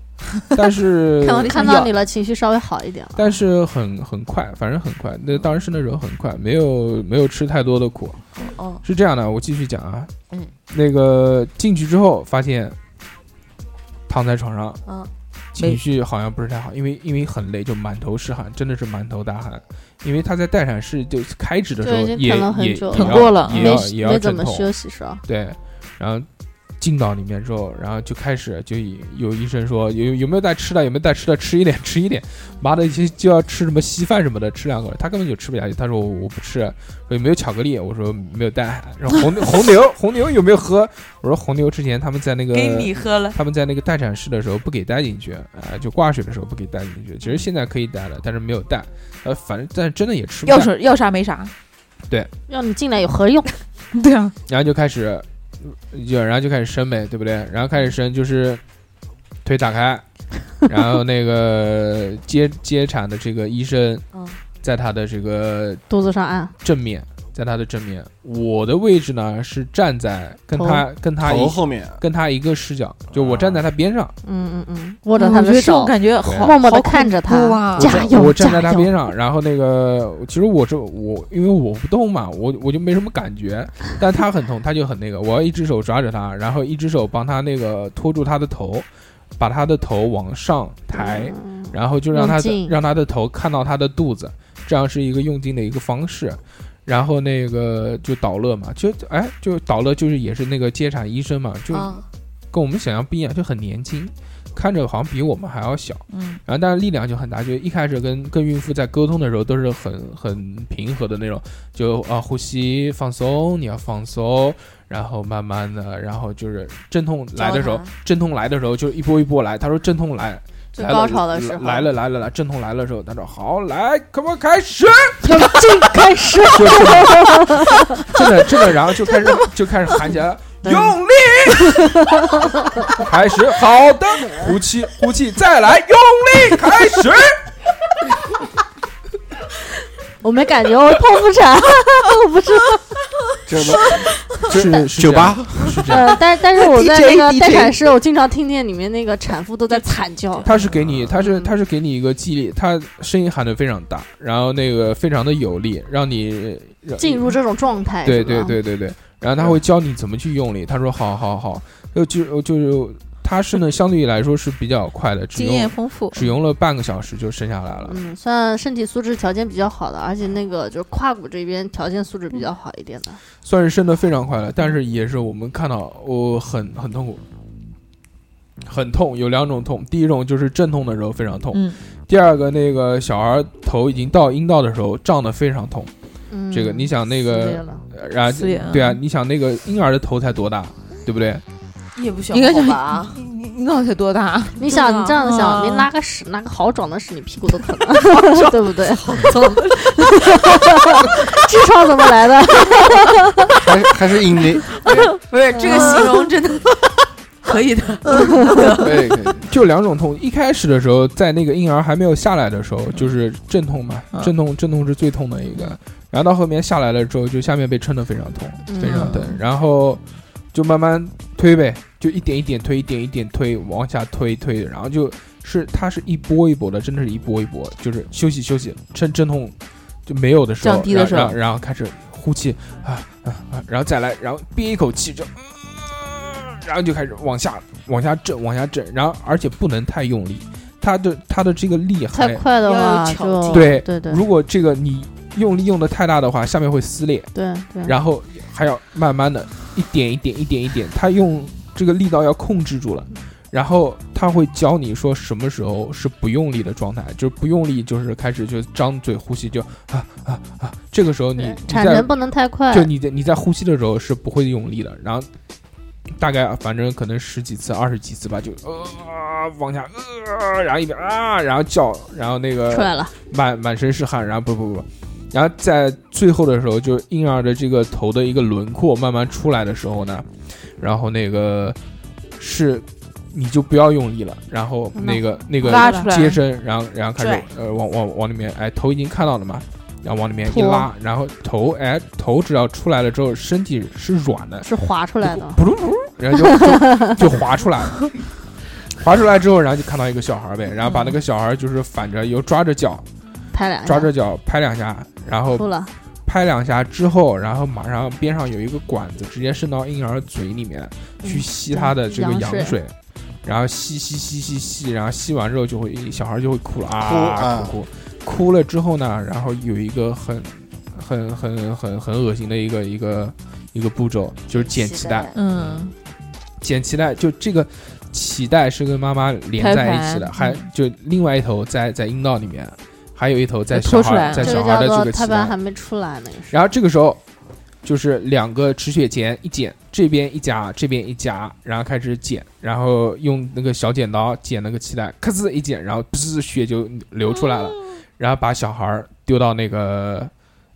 但
(laughs)
是
看看到你了，情绪稍微好一点了。
但是很很快，反正很快。那当时那时候很快，没有没有吃太多的苦。
哦，
是这样的，我继续讲啊。
嗯，
那个进去之后发现躺在床上，
嗯，
情绪好像不是太好，因为因为很累，就满头是汗，真的是满头大汗。因为他在待产室就开始的时候
就已
也也
经疼了很
也
久了
要
疼过了
也
没
要也要
没怎
阵
么
痛。
休息是吧？
对，然后进到里面之后，然后就开始就以有医生说有有没有带吃的，有没有带吃的，吃一点吃一点，妈的就就要吃什么稀饭什么的，吃两口，他根本就吃不下去。他说我我不吃，说有没有巧克力，我说没有带，然后红红牛红牛有没有喝，我说红牛之前他们在那个
给你喝了。
他们在那个待产室的时候不给带进去，呃，就挂水的时候不给带进去。其实现在可以带了，但是没有带，呃，反正但是真的也吃不
要
下，
什要啥没啥，
让你进来有何用？ (laughs)
对啊，
然后就开始，呃就然后就开始伸呗，对不对？然后开始伸就是腿打
(laughs)
开，然后那个接接产的这个医生
嗯
在他的这个
肚子上按，
正面在他的正面，我的位置呢是站在跟他跟他一
头啊后面，
跟他一个视角，就我站在他边上，
嗯嗯嗯，握着
嗯
他
我觉
的
得这种
手，
感觉好，
默默
好
的
恐
看着他
怖啊，
加油
我站在
加
他
油
边上，然后那个其实我这我因为我不动嘛，我我就没什么感觉，但他很痛，他就很那个，我要一只手抓着他，然后一只手帮他那个托住他的头，把他的头往上抬，
嗯
然后就让他
用劲
让他的头看到他的肚子，这样是一个用劲的一个方式。然后那个就导乐嘛，就哎就导乐就是也是那个接产医生嘛，
哦
就
啊
跟我们想象不一样，就很年轻，看着好像比我们还要小。
嗯
然后但是力量就很大，就一开始跟跟孕妇在沟通的时候都是很很平和的那种，就啊呼吸放松，你要放松，然后慢慢的，然后就是阵痛来的时候
交谈，
阵痛来的时候就一波一波来。他说阵痛来。
最
来
高
了
潮的时候
来了来了来，阵痛来了的时候，他说好来，可不开始？
用劲开始，
就真的 (laughs) 真的真的，然后就开始就开始喊起来了，用力，开始，好的，呼气呼气，再来，用力，开始。
我没感觉，我剖腹产， (laughs) 我不知道。
这
是是
酒吧
这样是啊这样，
呃，但但是
(laughs)
我在
DJ
那个待产室，我经常听见里面那个产妇都在惨叫。
他是给你，他
嗯
是他是给你一个激励，他声音喊得非常大，然后那个非常的有力，让你让
进入这种状态，
啊对
哎是
对
吧，
对对对，然后他会教你怎么去用力，他说好好好，就就就是他是呢相对来说是比较快的，只
经验
用
丰富，
只用了半个小时就生下来了。
嗯，算身体素质条件比较好的，而且那个就是胯骨这边条件素质比较好一点的。
算是生的非常快了，但是也是我们看到我、很很痛苦，很痛，有两种痛，第一种就是阵痛的时候非常痛，
嗯
第二个那个小孩头已经到阴道的时候胀得非常痛，
嗯，
这个你想那
撕裂
个，
了
呃然后
四眼
对啊，你想那个婴儿的头才多大，对不对？
也不小
应该
好
是
吧？
你你你脑袋多大？
你想
啊
你这样想，
嗯
你拉个屎，拉个好壮的屎，你屁股都疼了， (laughs) 对不对？ (laughs) 痔疮怎么来的？
还是还 (laughs) 是因为
不是这个形
(laughs)
容真的可以的，
可以可以，
就两种痛，一开始的时候，在那个婴儿还没有下来的时候，就是阵痛嘛，
嗯
阵痛阵痛是最痛的一个。然后到后面下来了之后，就下面被撑得非常痛，
嗯
非常疼。然后就慢慢推呗，就一点一点推，一点一点推，往下推推，然后就是它是一波一波的，真的是一波一波，就是休息休息，趁阵痛就没有的时候，
降低的时候
然后然后然后开始呼气啊啊啊，然后再来，然后憋一口气就。嗯然后就开始往下往下震，往下震，然后而且不能太用力，他的他的这个力
太
还
快的
要
话
有巧
就
劲
哎对
对对
如果这个你用力用的太大的话，下面会撕裂，
对对，
然后还要慢慢的一点一点一点一点，他用这个力道要控制住了，然后他会教你说什么时候是不用力的状态，就是不用力就是开始就张嘴呼吸就啊啊啊，这个时候你
对
你
产
在
能不能太快，
就你在你在呼吸的时候是不会用力的，然后大概啊反正可能十几次、二十几次吧，就呃往下呃，然后一边啊，然后叫，然后那
出来
个
了，
满满身是汗，然后不不不，然后在最后的时候，就婴儿的这个头的一个轮廓慢慢出来的时候呢，然后那个是。你就不要用力了，然后那个那个
拉出来
接生，然后然后开始
拽
呃往往往里面，哎，头已经看到了嘛，然后往里面一
拖
拉，然后头哎头只要出来了之后，身体是软的，
是滑出来的。
噗噜噗噜，然后就就就滑出来了。滑出来之后，然后就看到一个小孩呗，然后把那个小孩就是反着又抓着脚，
拍两下，
抓着脚拍两下，然后
哭了，
拍两下之后，然后马上边上有一个管子，直接伸到婴儿嘴里面去吸他的这个
嗯羊
嗯羊水，然后吸吸吸吸吸，然后吸完之后就会小孩就会哭了啊
啊
哭哭哭了之后呢，然后有一个很很很很很恶心的一个一个一个步骤，就是剪脐带，
嗯，
剪脐带就这个脐带是跟妈妈连在一起的，
胎盘
还
嗯
就另外一头在在阴道里面，还有一头在小
拖出来
孩
了
在
这
小
个
孩
叫
的这
做
个
胎
脐
盘
带
还。没出来那个时
然后这个时候就是两个止血钳一剪，这边一夹，这边一夹，然后开始剪，然后用那个小剪刀剪那个脐带，咔吱一剪，然后噗，血就流出来了，然后把小孩儿丢到那个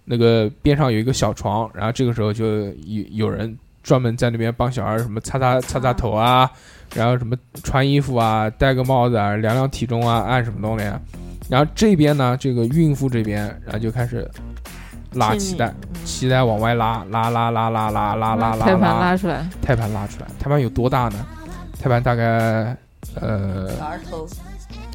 那个边上有一个小床，然后这个时候就有有人专门在那边帮小孩儿什么擦擦擦擦头啊，然后什么穿衣服啊，戴个帽子啊，量量体重啊，按什么东西、啊。然后这边呢，这个孕妇这边，然后就开始拉
进
脐
去
带，
候，
脐带往外拉，拉拉拉拉拉拉拉拉，
胎盘拉出来，
胎盘拉出来，胎盘有多大呢？胎盘大概呃
小 (laughs) 儿头，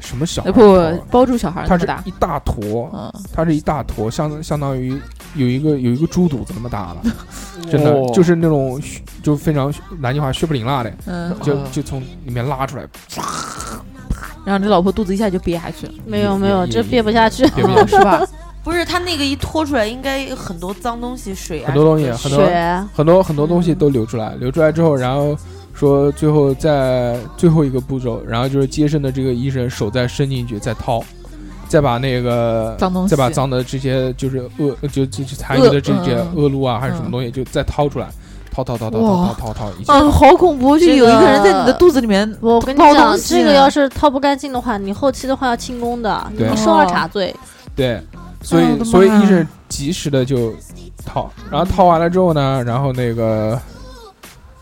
什么小孩
哎
头
不
啊？，
包住小孩儿
它
那么
是
大，
一大坨，
嗯，
它是一大坨，相相当于有一个有一个猪肚子那么大了， (laughs) 真的
哦
就是那种血就非常南京话血不淋辣的，
嗯，
就就从里面拉出来，
然后你老婆肚子一下就憋下去了，
没有没有，
也
这憋不下去。
对不对？
是吧？ (laughs)
不是他那个一拖出来，应该有很多脏东西、水啊，
很多东西，很多
水
很多很多东西都流出来，流出来之后，然后说最后在最后一个步骤，然后就是接生的这个医生手再伸进去再掏，再把那个
脏东西
再把脏的这些就是恶呃就就就残余的这些
恶嗯
恶露啊还是什么东西就再掏出来，掏掏掏掏掏掏掏掏，一起
嗯，好恐怖！就有一个人在你
这
的
个
肚子里面，
我跟你
包东
讲，
西
啊
这个要是掏不干净的话，你后期的话要清宫的，你
对
会受二茬罪。
对，所
哦我
以
的
所以
妈呀
医生及时的就掏，然后掏完了之后呢，然后那个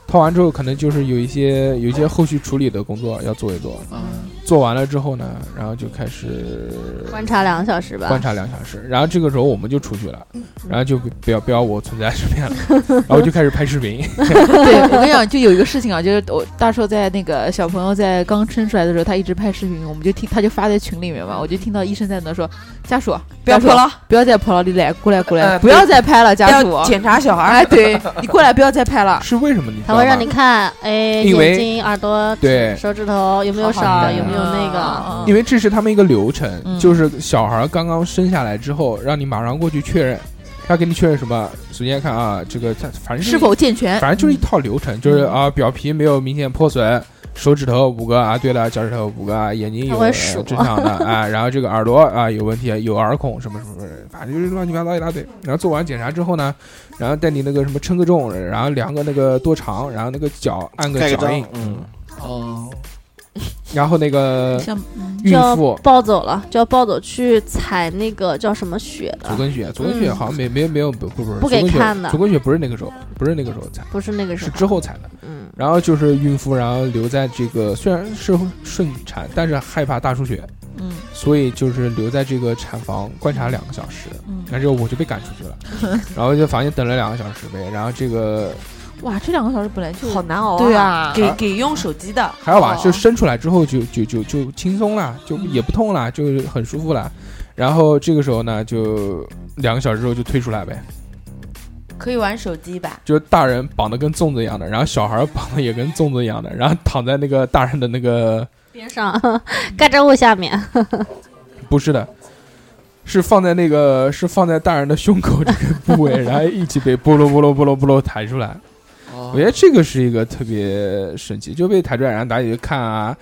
掏完之后可能就是有一些有一些后续处理的工作要做一做，
嗯
做完了之后呢，然后就开始
观察两个小时吧。
观察两小时，然后这个时候我们就出去了，
嗯
然后就不不要不要我存在这边了，
(laughs)
然后就开始拍视频，
对我跟你讲，就有一个事情啊，就是我大硕在那个小朋友在刚生出来的时候，他一直拍视频，我们就听他就发在群里面嘛，我就听到医生在那说：“家属
不要
家属
泼了，
不要再跑到里来，过来过来，
呃
不要再拍了，
不
家属
要。检查小孩儿。
(laughs) 哎，对你过来，不要再拍了。
是为什么你知
他
道
会让
吗
你看，哎，
因为
眼睛、耳朵、
对
手指头有没有
好好
少，
看啊
有没有那个？
嗯
因为这是他们一个流程，
嗯
就是小孩刚刚生下来之后，让你马上过去确认，他给你确认什么？首先看啊，这个他反正就是
否健全？
反正就是一套流程，就是
嗯
啊，表皮没有明显破损，手指头五个啊，对了，脚趾头五个啊，眼睛有
他会
呃
数
正常的
(laughs)
啊，然后这个耳朵啊有问题，有耳孔什么什么，反正就是乱七八糟一大堆。然后做完检查之后呢，然后带你那个什么称个重，然后量个那个多长，然后那个脚按个
盖个
脚
章
印，，
嗯，
哦，
然后那个
像
孕
就要
妇
抱走了，就要抱走去采那个叫什么血
足
的，
跟血，足跟血
嗯
好像没没没有不不不
不
足
给
跟血
看的
足跟血不是那个时候，不是那个时候采，
不是那个时
是
候。
之后采的。
嗯，
然后就是孕妇，然后留在这个虽然是顺产，但是害怕大出血，
嗯
所以就是留在这个产房观察两个小时。
嗯，
然后之后我就被赶出去了，然后就房间等了两个小时呗。然后这个
哇，这两个小时本来就
好难熬啊！
对啊，
给给用手机的，
还好吧，
哦
就生出来之后就就就就轻松了，就也不痛了，就是很舒服了。然后这个时候呢，就两个小时之后就推出来呗。
可以玩手机吧？
就是大人绑的跟粽子一样的，然后小孩绑的也跟粽子一样的，然后躺在那个大人的那个
边上 (laughs) 盖着物下面，
不是的，是放在那个是放在大人的胸口这个部位，然后一起被波罗波罗波罗波罗抬出来。我觉得这个是一个特别神奇，就被抬出来，然后大家就看啊，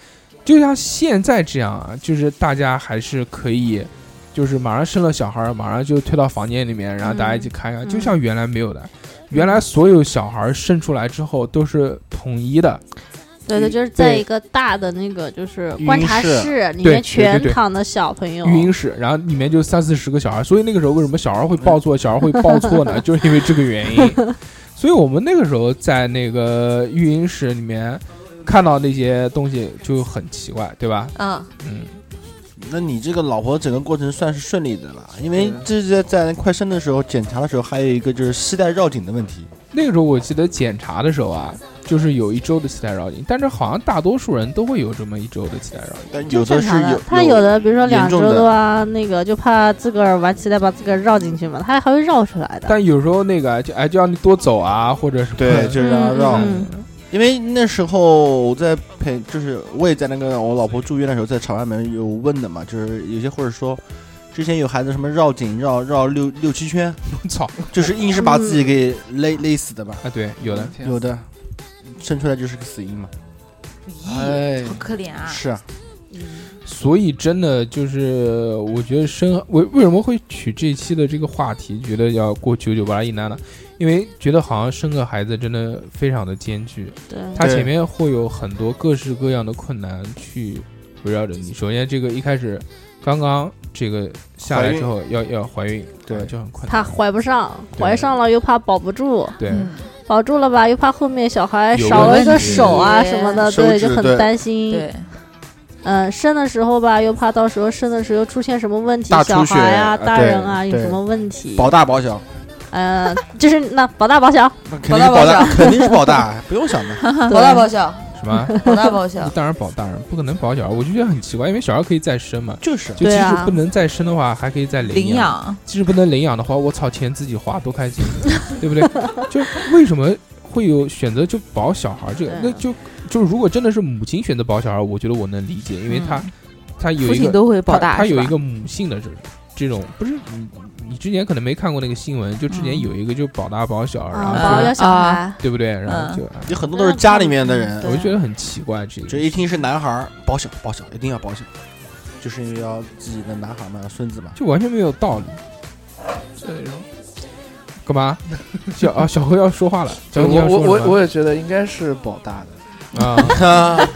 就像现在这样啊，就是大家还是可以。就是马上生了小孩，马上就推到房间里面，然后大家一起看一看，
嗯
就像原来没有的。原来所有小孩生出来之后都是统一的，
对
嗯
对，就是在一个大的那个就是观察
育婴
室里面
对
全
对
躺的小朋友，
育婴室，然后里面就三四十个小孩，所以那个时候为什么小孩会抱错，小孩会抱错呢？就是因为这个原因。所以我们那个时候在那个育婴室里面看到那些东西就很奇怪，对吧？
嗯，
嗯，
那你这个老婆整个过程算是顺利的了，因为这是在快生的时候检查的时候，还有一个就是膝带绕颈的问题，
那个时候我记得检查的时候啊，就是有一周的脐带绕颈，但是好像大多数人都会有这么一周的脐带绕颈。
但
就
有
正
是
常
有
的。他有的比如说两
严
周
重的
多啊，那个就怕自个儿玩脐带把自个儿绕进去嘛，他还会绕出来的。
但有时候那个就哎就让你多走啊，或者是
对，
(laughs)
就是让他
嗯
绕。
嗯
因为那时候我在陪，就是我也在那个我老婆住院的时候，在场外面有问的嘛，就是有些或者说，之前有孩子什么绕颈绕绕六六七圈，
操
就是硬是把自己给勒勒死的吧，
啊，对，有的。
天
有的生出来就是个死婴嘛，
咦，
哎，
好可怜
(laughs)
啊！
是啊，
所以真的就是，我觉得生为为什么会取这一期的这个话题，觉得要过九九八一难呢？因为觉得好像生个孩子真的非常的艰巨，
对，
它
对
前面会有很多各式各样的困难去围绕着你。首先，这个一开始刚刚这个下来之后要要怀孕，
对
啊就很困
怕
难。
怀不上，
对
怀上了又怕保不住，
对，
嗯
保住了吧又怕后面小孩
有
少了
问
一个
题
手啊什么的，
手
对，
指
就
对
很担心。
对，
嗯，生的时候吧，又怕到时候生的时候出现什么问题
大，
小
出血
孩啊、
啊
大
对
人啊有
对
什么问题。
保大保小，
呃，就是那保大保小，
肯定是
保
保
大
大，
保小
肯定是保大，哎不用想的。 (laughs)
保大保
(laughs)
小，
什么？
保大保小。
当然保大人，不可能保小孩，我就觉得很奇怪，因为小孩可以再生嘛，
就是
就即
对
使
啊
不能再生的话，还可以再
领
养。
养，
即使不能领养的话，我操，钱自己花多
(laughs)
开心，对不对？就为什么会有选择就保小孩这个？那
对啊
就就是如果真的是母亲选择保小孩，我觉得我能理解，因为他
嗯
他有
父
一
亲
个
都会保
他
大，
他
是
有
吧
一个母性的这这种不是你你之前可能没看过那个新闻，就之前
嗯
有一个就保大保小，然
啊，
后
嗯
保
就
了小孩，
对不对？然后
嗯
就哎
有很多都是家里面的人，
我就
嗯
觉得很奇怪，这个
这一听是男孩儿，保小保小，一定要保小，就是因为要自己的男孩嘛，孙 (laughs) 子嘛。
就完全没有
(laughs)
道理。干嘛？小啊，小何要说话了，小何
我
你要
我
说
我
什么
我也觉得应该是保大的，
啊，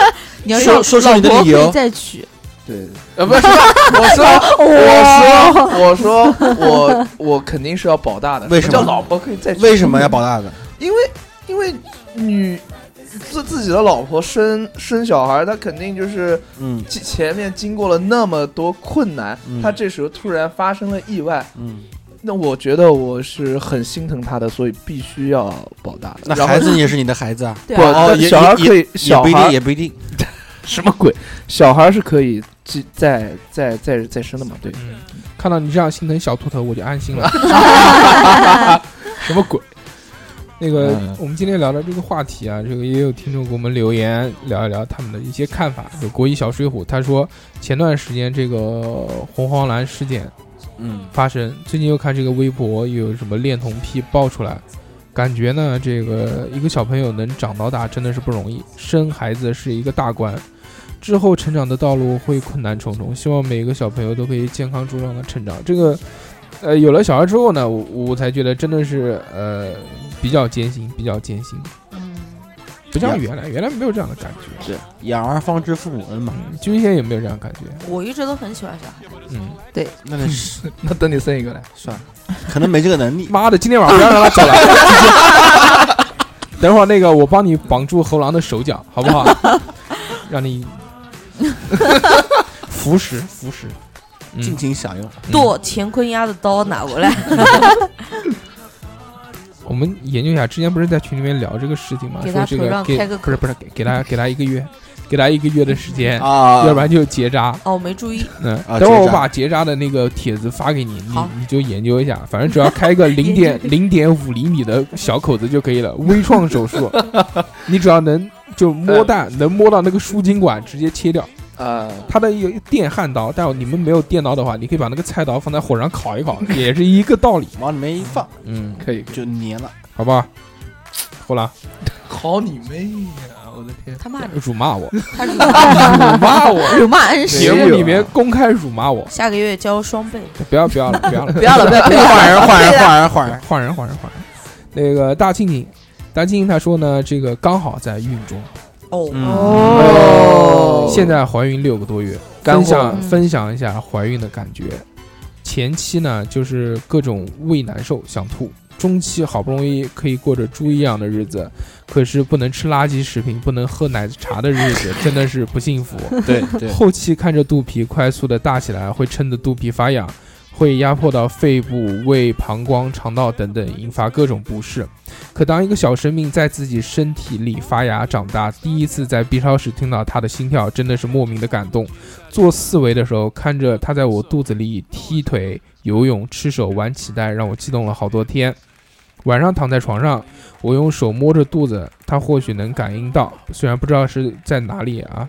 你要
说
让
说出你的
老婆
理由
可以再娶，
对，呃，不是，我说 (laughs) 我说我说我我肯定是要保大的，
为什么
叫老婆可以再娶
为什么要保大的？
因为因为女自自己的老婆生生小孩，她肯定就是
嗯
前前面经过了那么多困难，
嗯
她这时候突然发生了意外，
嗯，
那我觉得我是很心疼她的，所以必须要保大的。
那
然后
孩子也是你的孩子啊，
对
不，
啊，
哦
但
也
小孩
也
可以，
也
小
不一定，
孩
也不一定。
什么鬼？小孩是可以继再再再再生的嘛？对，
嗯，看到你这样心疼小秃头，我就安心了。什么鬼？那个，
嗯
我们今天聊的这个话题啊，这个也有听众给我们留言聊一聊他们的一些看法。有国一小水浒，他说前段时间这个红黄蓝事件
嗯，
发生，最近又看这个微博又有什么恋童癖爆出来，感觉呢，这个一个小朋友能长到大真的是不容易，生孩子是一个大关，之后成长的道路会困难重重，希望每个小朋友都可以健康茁壮的成长。这个，呃，有了小孩之后呢，我我才觉得真的是呃比较艰辛，比较艰辛，
嗯，
不像原来，原来没有这样的感觉，
是养儿方知父母恩嘛。
嗯，军现也没有这样的感觉，
我一直都很喜欢小孩，
嗯，
那得是
那等你生一个来。
算了，可能没这个能力。
妈的，今天晚上不要让他走了。 (laughs) 等会儿那个，我帮你绑住猴狼的手脚，好不好？
(laughs)
让你服食服食，嗯
尽情享用。
剁乾坤鸭的刀拿过来，
我们研究一下，之前不是在群里面聊这个事情吗？
给
说
他
这
头
个
上
给
开个
不是不是给给他给他一个月，给他一个月的时间，
啊，
要不然就结扎。
(laughs) 哦，我没注意，
嗯，
啊
等会儿我
结扎
把结扎的那个帖子发给你，你
好
你就研究一下，反正只要开个零点零点五厘米的小口子就可以了，微创手术， (laughs) 你只要能就摸蛋，能摸到那个输精管，直接切掉。
啊，
它的有电焊刀，但你们没有电刀的话，你可以把那个菜刀放在火上烤一烤，也是一个道
(laughs)
理。
往里面一放
嗯，
可以，
就粘 (laughs) 了。
好吧，后来
好你妹呀！我的天，
他骂你，
辱骂我，
他 (laughs) 辱
辱骂我，
辱骂恩师，
节目里
啊
面公开辱骂我，
下个月交双倍，
不要不要了，不要了，
不要了，不要，不要
换人，换人，换人，换人。
哎换人，换人，换人。那个大庆庆，大庆庆她说呢，这个刚好在孕中，
哦，
嗯，
现在怀孕六个多月，
哦干
分
货
享
嗯
分享一下怀孕的感觉。前期呢，就是各种胃难受，想吐；中期好不容易可以过着猪一样的日子，可是不能吃垃圾食品，不能喝奶茶的日子，真的是不幸福。
对
(laughs)
对，
后期看着肚皮快速的大起来，会撑得肚皮发痒，会压迫到肺部、胃、膀胱、肠道等等，引发各种不适。可当一个小生命在自己身体里发芽长大，第一次在 B 超时听到他的心跳，真的是莫名的感动。做四维的时候，看着他在我肚子里踢腿、游泳、吃手、玩脐带，让我激动了好多天。晚上躺在床上，我用手摸着肚子，他或许能感应到，虽然不知道是在哪里啊。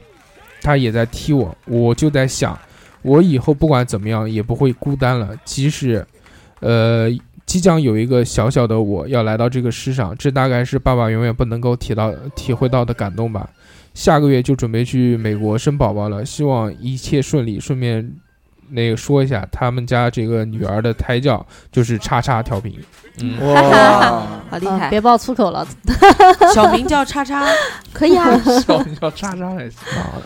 他也在踢我，我就在想，我以后不管怎么样也不会孤单了，即使，呃，即将有一个小小的我要来到这个世上，这大概是爸爸永远不能够体到体会到的感动吧。下个月就准备去美国生宝宝了，希望一切顺利。顺便那个说一下，他们家这个女儿的胎教就是叉叉调频，嗯，
哇， (laughs)
好厉
嗯
害，
别爆粗口了，
(laughs) 小名叫叉叉，
可以啊。
小名叫渣渣来着。
啊，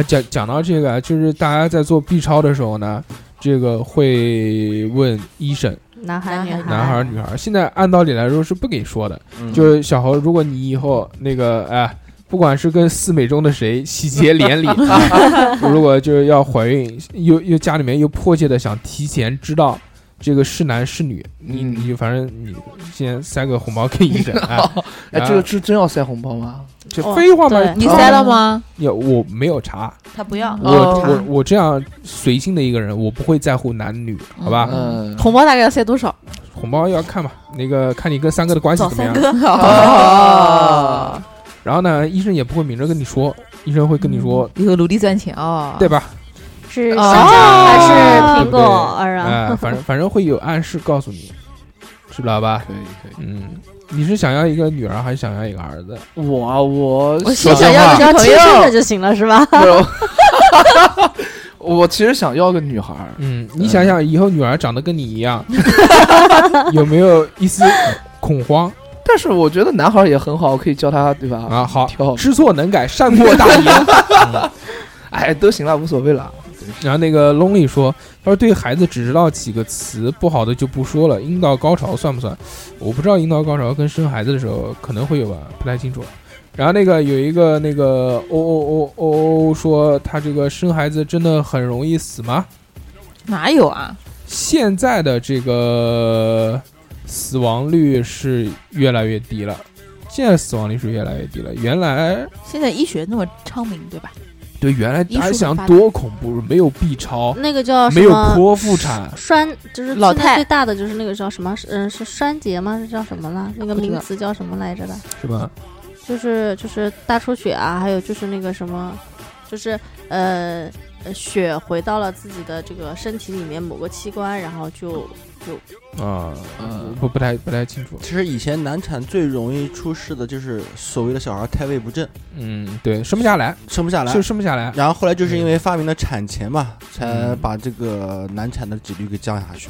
啊，讲讲到这个，就是大家在做 B 超的时候呢，这个会问医生，
男孩女孩，哦
男孩儿女孩儿。现在按道理来说是不给说的，
嗯
就是小侯，如果你以后那个哎。不管是跟四美中的谁喜结
(laughs)
连理，啊如果就是要怀孕，又又家里面又迫切的想提前知道这个是男是女，你
嗯，
你就反正你先塞个红包给医生啊
(laughs) 哎，这个是真要塞红包吗？
这废话嘛
对，你塞了吗？
有我没有查，
他不要，
我
哦
我我这样随性的一个人，我不会在乎男女，好吧？
嗯，
红包大概要塞多少？
红包要看吧，那个看你跟三哥的关系
找
怎么
三
样。
哥，
哦，
然后呢，医生也不会明着跟你说，医生会 (laughs) 跟你说，
以后努力赚钱哦。
对吧？
是
嗯哦
香蕉还是
对
苹
不
果
对
儿啊？
哎，反正反正会有暗示告诉你，知道吧？
可以可以。
嗯，你是想要一个女儿还是想要一个儿子？
我啊我
我先
说
(laughs)
实
想要
话
个小朋
只要亲生的
友，
就行了，是吧？
没有 (laughs) 我其实想要个女孩儿，
嗯，你想想以后女儿长得跟你一样，有没有一丝恐慌
但是我觉得男孩儿也很好，可以教他，对吧？
啊？好 (laughs)
跳，
知错能改，善莫大焉。
哎，都行了，无所谓了。
然后那个 Lonely 说，他说对孩子只知道几个词，不好的就不说了。阴道高潮算不算？我不知道阴道高潮跟生孩子的时候可能会有吧，不太清楚。然后那个有一个那个哦哦哦哦哦说他这个生孩子真的很容易死吗？
哪有啊？
现在的这个死亡率是越来越低了，现在死亡率是越来越低了。原来
现在医学那么昌明，对吧？
对原来
医术
大家
很
想
发达
多恐怖，没有 B 超，
那个叫什
没有
么？
剖腹产，
栓就是
老
现在
太
最大的就是那个叫什么？嗯、是栓结吗？是叫什么了？那个
不知
名
道
词叫什么来着的？
是吧？
就是就是大出血啊，还有就是那个什么，就是呃呃血回到了自己的这个身体里面某个器官，然后就
啊、
嗯
不不太不太清楚。
其实以前难产最容易出事的就是所谓的小孩胎位不正，
嗯，对，生不下来，
生不下来
就。生不下来。
然后后来就是因
嗯
为发明了产前嘛，才
嗯
把这个难产的几率给降下去，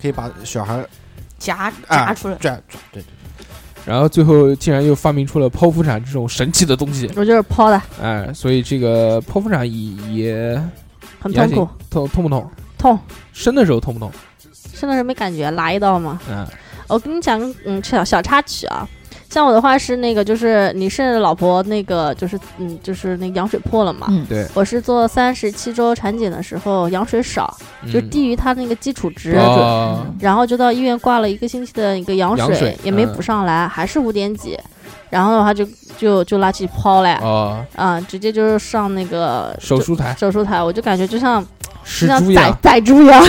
可以把小孩
夹
啊
夹 (laughs) 出来，
拽拽，对对，
然后最后竟然又发明出了剖腹产这种神奇的东西，
我就是抛的，
哎，所以这个剖腹产也也
很
也还
痛
行
苦，
痛痛不痛？
痛，
生的时候痛不痛？
真的是没感觉，来一刀嘛。
嗯，
我跟你讲个，嗯，小小插曲啊。像我的话是那个，就是你是老婆那个，就是嗯，就是那个羊水破了嘛。
嗯
对
我是做三十七周产检的时候，羊水少，就
嗯
低于它那个基础值，
哦
然后就到医院挂了一个星期的一个羊水，
羊水
也没
嗯
补上来，还是五点几，然后的话就就就拉去剖嘞，啊、
哦，
直接就是上那个
手术台
手术台，我就感觉就像
是
就像
猪一
宰
样，
宰猪一
(laughs)
样，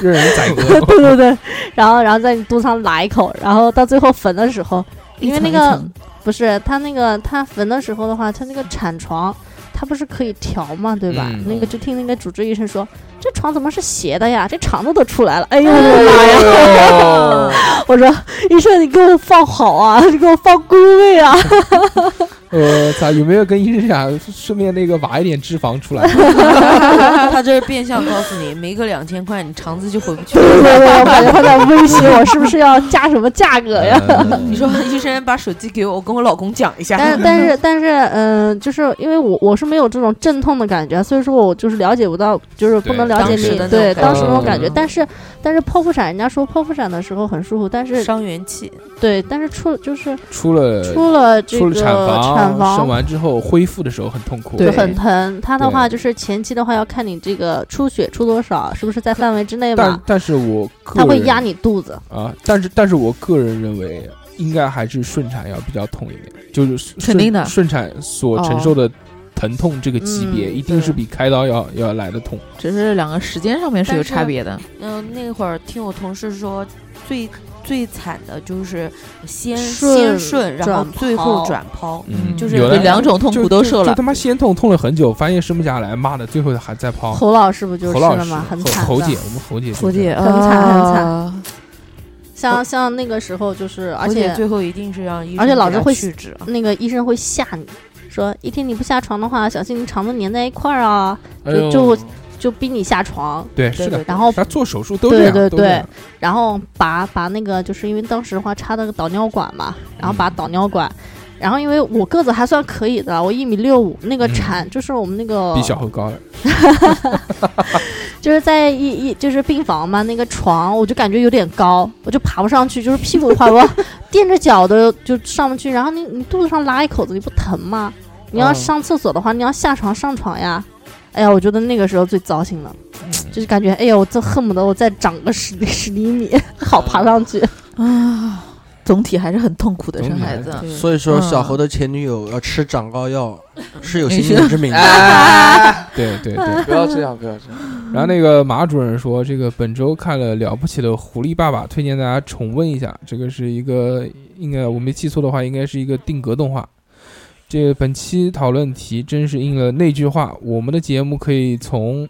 对任人宰割。
(laughs) 对对对，然后然后在你肚子上拉一口，然后到最后缝的时候，因为那
一
个
层一层
不是它那个它缝的时候的话，它那个产床。它不是可以调嘛，对吧？
嗯
那个就听那个主治医生说，这床怎么是斜的呀？这肠子都出来了，哎呦我的妈呀！
哦，
我说医生，你给我放好啊，你给我放归位啊。
我操，呃有没有跟医生讲，顺便那个挖一点脂肪出来？
他这是变相告诉你，没个两千块，你肠子就回不去。
(laughs)
对对对，我感觉他 (laughs) 在威胁我，是不是要加什么价格 (laughs) 呀？
呃
你说医生把手机给我，我跟我老公讲一下。
但是但是但是，嗯、就是因为我我是没有这种阵痛的感觉，所以说我就是了解不到，就是不能了解
当时
你
的那
对
种感
当时那种
觉
感觉。
嗯
但是但是剖腹产，人家说剖腹产的时候很舒服，但
(laughs)
是
伤元气，
对，但是出就是
出了
出了这
呃出
个
了产房，
产
生完之后恢复的时候很痛苦。
就
对
很疼，它的
对
话就是前期的话要看你这个出血出多少，是不是在范围之内
但
嘛？
但是我个人
它会压你肚子，
啊，但是但是我个人认为，应该还是顺产要比较痛一点，就是顺
肯定的
顺产所承受的疼痛这个级别，
哦嗯
一定是比开刀要要来的痛。
只是两个时间上面是有差别的。
嗯、那会儿听我同事说，最最惨的就是先
顺
先顺，然后
转
最后
剖
转剖。
嗯
就是
有
有
的
人
两种痛
就
苦都
就
受
就
了
他。妈先痛痛了很久，发现生不下来，妈的，最后还在抛。
侯老师不就是
哦侯老
了
师，
吗？很
侯
惨
侯
的哦
姐，。我们侯姐就是，
很惨很惨
啊
像像那个时候就是，而
而且
且
最后一定是让医生
而且老
给
师
他
会
去脂啊，
那个医生会吓你，说一天你不下床的话，小心你肠子粘在一块儿啊，
哎呦
就就就逼你下床。
对
对
是的
对，
然后
他做手术都这样，
对对
都这样
然后拔拔那个，就是因为当时的话插那个导尿管嘛，然后拔导尿管。
嗯
然后因为我个子还算可以的，我一米六五，那个
嗯
产、就是我们那个
比小猴高了。
就是在一一就是病房嘛，那个床我就感觉有点高，我就爬不上去，就是屁股的话，我垫着脚的就上不去。然后你你肚子上拉一口子，你不疼吗？你要
嗯
上厕所的话，你要下床上床呀。哎呀，我觉得那个时候最糟心了，
嗯
就是感觉哎呀，我这恨不得我再长个十十厘米，好爬上去。
嗯
啊，总体还是很痛苦的生孩子。
对
所以说，
嗯
小猴的前女友要吃长高
(laughs)
药，是有
你
先
是
见之明的。
(laughs)
哎，
对对
(laughs)
对。
不要这样，不要这样。
然后那个马主任说，这个本周看了《了不起的狐狸爸爸》，推荐大家重温一下。这个是一个应该我没记错的话，应该是一个定格动画。这个本期讨论题真是应了那句话：我们的节目可以从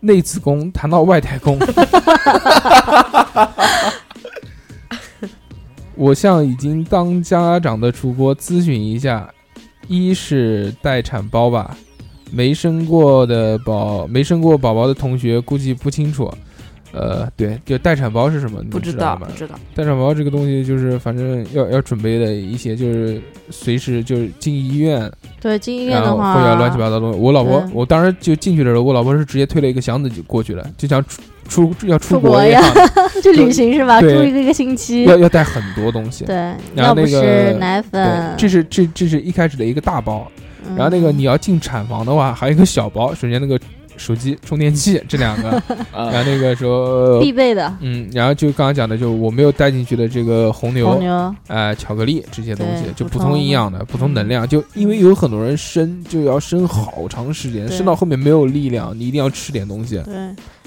内子宫 (laughs) 谈到外太空。我向已经当家长的主播咨询一下，一是待产包吧，没生过的宝，没生过宝宝的同学估计不清楚。呃，对，就待产包是什么？你
不
们
知
知
道，
吗
不？知
嗯
道，
待产包这个东西就是反正要要准备的一些，就是随时就是进医院，
对，进医院
然
的
后
话，嗯
或者乱七八糟的东西。我老婆
对，
我当时就进去的时候，我老婆是直接推了一个箱子就过去了，就像出出要出
出国
一样，
(laughs) 就旅行是吧？住
对
一个一个星期，
要要带很多东西。
对，
然
要
后
不
那个
是奶粉
对，，这是这这是一开始的一个大包，
嗯
然后那个你要进产房的话，还有一个小包，首先那个手机充电器这两个，然
啊，
后那个时候
必备的
嗯，然后就刚刚讲的，就我没有带进去的这个红牛
红，牛，
呃，巧克力这些东西，
对嗯
就
补
补充
充
营养的、补充能量。就因为有很多人生就要生好长时间，
对
生到后面没有力量，你一定要吃点东西。
对，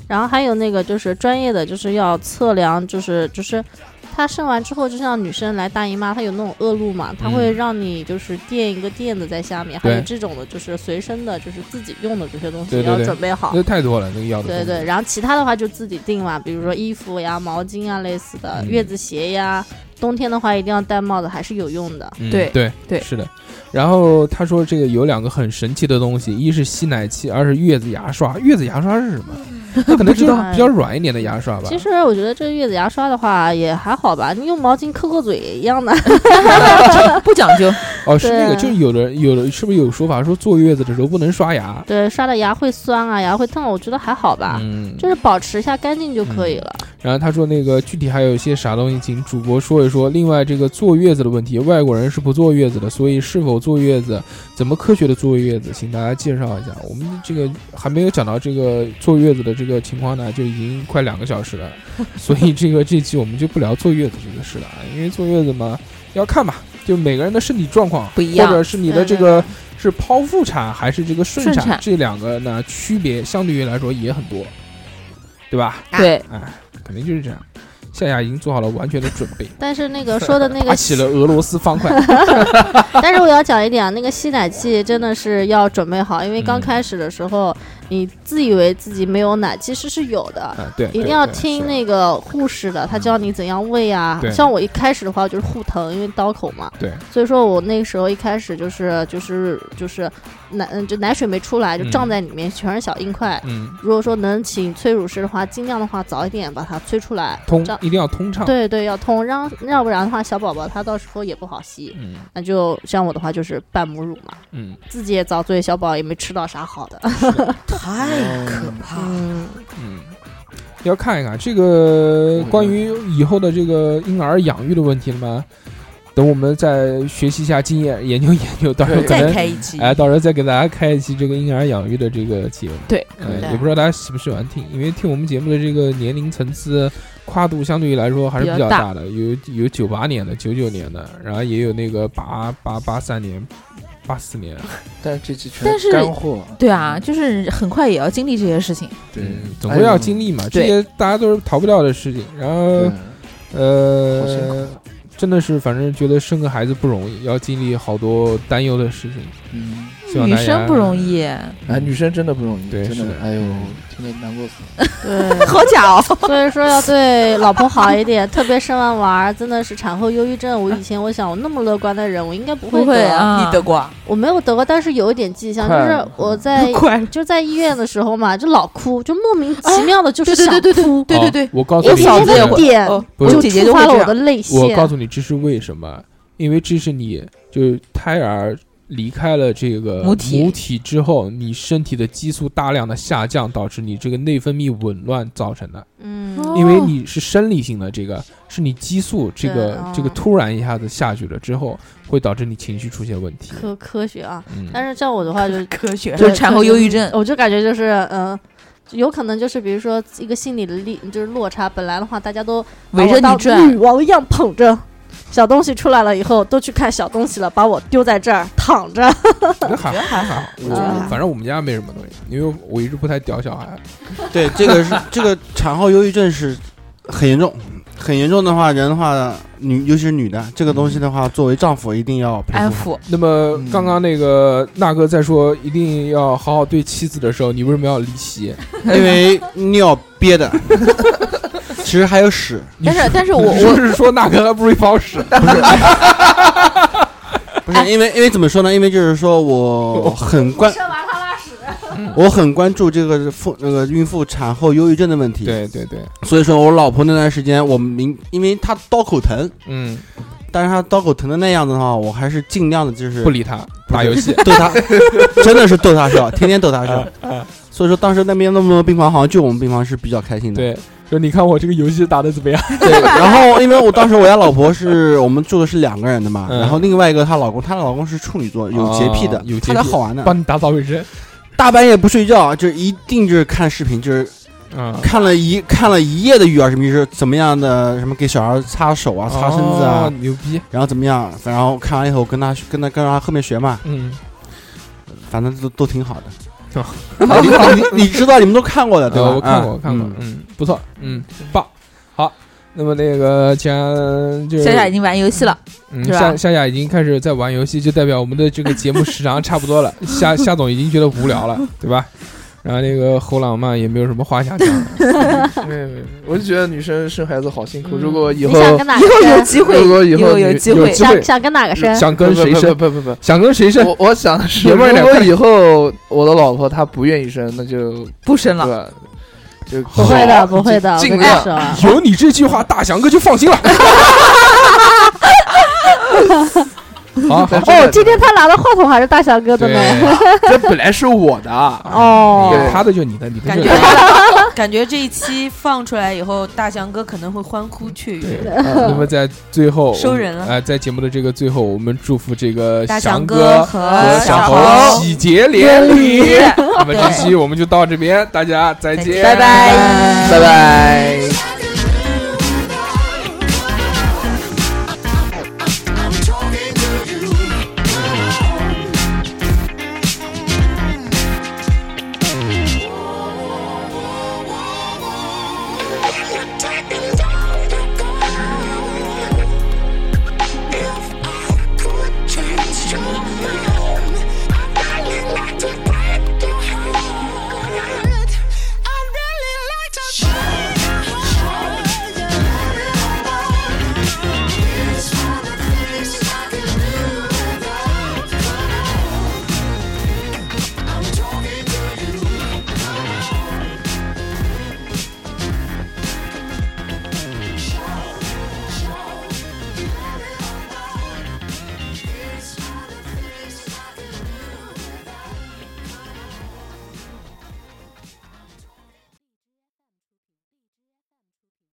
然后还有那个就是专业的，就是要测量，就是就是。她生完之后，就像女生来大姨妈，她有那种恶露嘛，她
嗯
会让你就是垫一个垫子在下面，还有
对
这种的，就是随身的，就是自己用的这些东
对
西
对
要
对
准备好。
那太多了，那个药的东
对
西。
对，然后其他的话就自己定嘛，比如说衣服呀、毛巾啊类似的，
嗯
月子鞋呀，冬天的话一定要戴帽子，还是有用的。
嗯
对
对
对
是的。然后他说这个有两个很神奇的东西，一是吸奶器，二是月子牙刷。月子牙刷是什么？ (laughs) 它可能就是比较软一点的牙刷吧。
嗯其实我觉得这月子牙刷的话也还好吧，你用毛巾抠抠嘴也一样的。 (laughs)
不讲究。
哦，是那个，
对
就是有的有的是不是有说法说坐月子的时候不能刷牙？
对，刷的牙会酸啊，牙会痛，我觉得还好吧，
嗯，
就是保持一下干净就可以了。
然后他说那个具体还有一些啥东西，请主播说一说。另外这个坐月子的问题，外国人是不坐月子的，所以是否坐月子，怎么科学的坐月子，请大家介绍一下。我们这个还没有讲到这个坐月子的这个情况呢，就已经快两个小时了，所以这个这期我们就不聊坐月子这个事了，啊，因为坐月子嘛要看吧，就每个人的身体状况
不一
或
样
者是你的这个是剖腹产还是这个顺
顺
产
(laughs) 产，
这两个呢区别相对于来说也很多，对吧？
对，
哎，肯定就是这样。夏夏已经做好了完全的准备，
但是那个说的那
打 (laughs)
个，
起了俄罗斯方块。
(laughs) 但是我要讲一点啊，那个吸奶器真的是要准备好，因为刚
嗯
开始的时候，你自以为自己没有奶，其实是有的。
啊，对，
一定要听那个护士的，他教你怎样喂啊
嗯对。
像我一开始的话，我就是护疼，因为刀口嘛。
对，
所以说我那个时候一开始就是就是就是奶嗯就奶水没出来，就胀
嗯
在里面，全是小硬块。
嗯，
如果说能请催乳师的话，尽量的话早一点把它催出来，
通
这样
一定要通畅。
对对，要通，让要不然的话，小宝宝他到时候也不好吸。
嗯
那就像我的话，就是半母乳嘛，
嗯，
自己也遭罪，小宝也没吃到啥好的。
太可怕了。
嗯，
嗯，要看一看这个关于以后的这个婴儿养育的问题了吗？等我们再学习一下经验，研究研究，到时候可
再
能
开一期，
哎，到时候再给大家开一期这个婴儿养育的这个节目。
对，
嗯，
对
也不知道大家喜不喜欢听，因为听我们节目的这个年龄层次跨度相对于来说还是比
比
较
较
大
大
的，有有九八年的、九九年的，然后也有那个八八八三年、八四年，
但是这期全
但是
干货，
对啊，就是很快也要经历这些事情。
对哎
嗯，总归要经历嘛，这
对
些大家都是逃不掉的事情。然
哎呦。
后
对好辛
呃
苦，
真的是反正觉得生个孩子不容易，要经历好多担忧的事情。
嗯，
希望
女
大家
生不容，易，
哎，女生真的不容易，
对
真
是的
的，哎呦，听得难过死了。
对。
好假哦。
所以说要对老婆好一点，特别生完娃儿真的是产后忧郁症。我以前我想我那么乐观的人，我应该不会
不会
得
啊，
你得过啊？
我没有得过，但是有一点迹象，就
快
是
了
我在
快了
就在医院的时候嘛，就老哭，就莫名其妙的，就是
对对对
想
对对对对对
好，我告诉
我
你，
小
嫂
时
子
候
也
这
会
个，点
哦
不
我
是
就
姐姐
触
就
发
会这
啊
了我
样
的。泪腺。
我告诉你这是为什么，因为这是你就是胎儿离开了这个
母体
之后，你身体的激素大量的下降，导致你这个内分泌紊乱造成的。
哦
嗯，
因为你是生理性的，这个是你激素这个、
对
啊
哦
这个突然一下子下去了之后，会导致你情绪出现问题。
科科学啊。
嗯，
但是像我的话就，
科学
就
就是产后忧郁症。
我就感觉就是嗯。有可能就是，比如说一个心理的力，就是落差。本来的话，大家都
围着你
把我当
转
女王一样捧着小东西出来了以后，都去看小东西了，把我丢在这儿躺着。
那还
觉得还好
好，
我觉得还
我
好
反正我们家没什么东西，因为我一直不太屌小孩。
对，这个是这个产后忧郁症是很严重，很严重的话，人的话，女尤其是女的，这个东西的话，作为丈夫一定要陪护
嗯安
好。
抚，
那么
嗯
刚刚那个那哥在说一定要好好对妻子的时候，你为什么要离席？
因为尿憋的，其实还有屎，
但是但是我
你是不
我
是说那哥还不如一泡屎？
不是因为因为怎么说呢？因为就是说
哦
我很关， (laughs) 我很关注这个妇那个孕妇产后忧郁症的问
(laughs)
题。，
对对对，
所以说我老婆那段时间，我明因为她刀口疼，
嗯，
但是她刀口疼的那样子的话，我还是尽量的就是
不理他，打游
(laughs)
戏。嗯
逗
(laughs)
她，真的是逗她笑，天天逗她笑。所以说当时那边那么多病房，好像就我们病房是比较开心的。
对，说你看我这个游戏打的怎么样？
对，然后因为我当时我家老婆是我们住的是两个人的嘛，
嗯
然后另外一个她老公，她老公是处女座，有洁癖的
啊，有洁
她
癖
才好玩呢，
帮你打扫卫生。
大半夜不睡觉，就是一定就是看视频，就是
嗯，
看了一看了一夜的育儿视频，就是怎么样的什么给小孩擦手啊、擦身子啊，
哦，牛逼。
然后怎么样，然后看完以后跟他跟他跟他后面学嘛，
嗯，
反正都都挺好的。
哦
(laughs) 你你你知道你们都看过的对吧？
呃我看过，
嗯
我看过
嗯，
嗯，不错，嗯，棒，好。那么那个，既然就
夏夏已经玩游戏了，
嗯，
是吧
夏夏夏已经开始在玩游戏，就代表我们的这个节目时长差不多了。夏夏总已经觉得无聊了，对吧？然后那个侯朗曼也没有什么话想讲了。嗯
没有没有，我就觉得女生生孩子好辛苦。
嗯
如果以
你
后
想跟哪个
以后有
生？
机会，
(laughs) 如果以
以
后
后有
你
机
有
会
机，
想想跟哪个生？
想跟谁生？
(laughs) 不不不不
想跟谁生？
不，我我想的是，
爷
如
们儿点
果
快
以后我的老婆她不愿意生，那就
不生
对
了，
吧？就
不会的，不会的，我
尽
跟你
量
说啊，
(laughs) 有你这句话，大翔哥就放心了。好，好，
哦，今天他拿的话筒还是大翔哥的
对，
呢。
这本来是我的啊，
哦，
对他的就你的，你的
感
就
觉
你的。
(laughs) 感觉这一期放出来以后，大翔哥可能会欢呼雀
对
跃。，
那么在最后
收人了
哎，在节目的这个最后，我们祝福这个
大
翔
翔哥
和
和
小
小
猴
猴
喜结连理。那么这期我们就到这边，大家再见，
拜拜。
拜拜。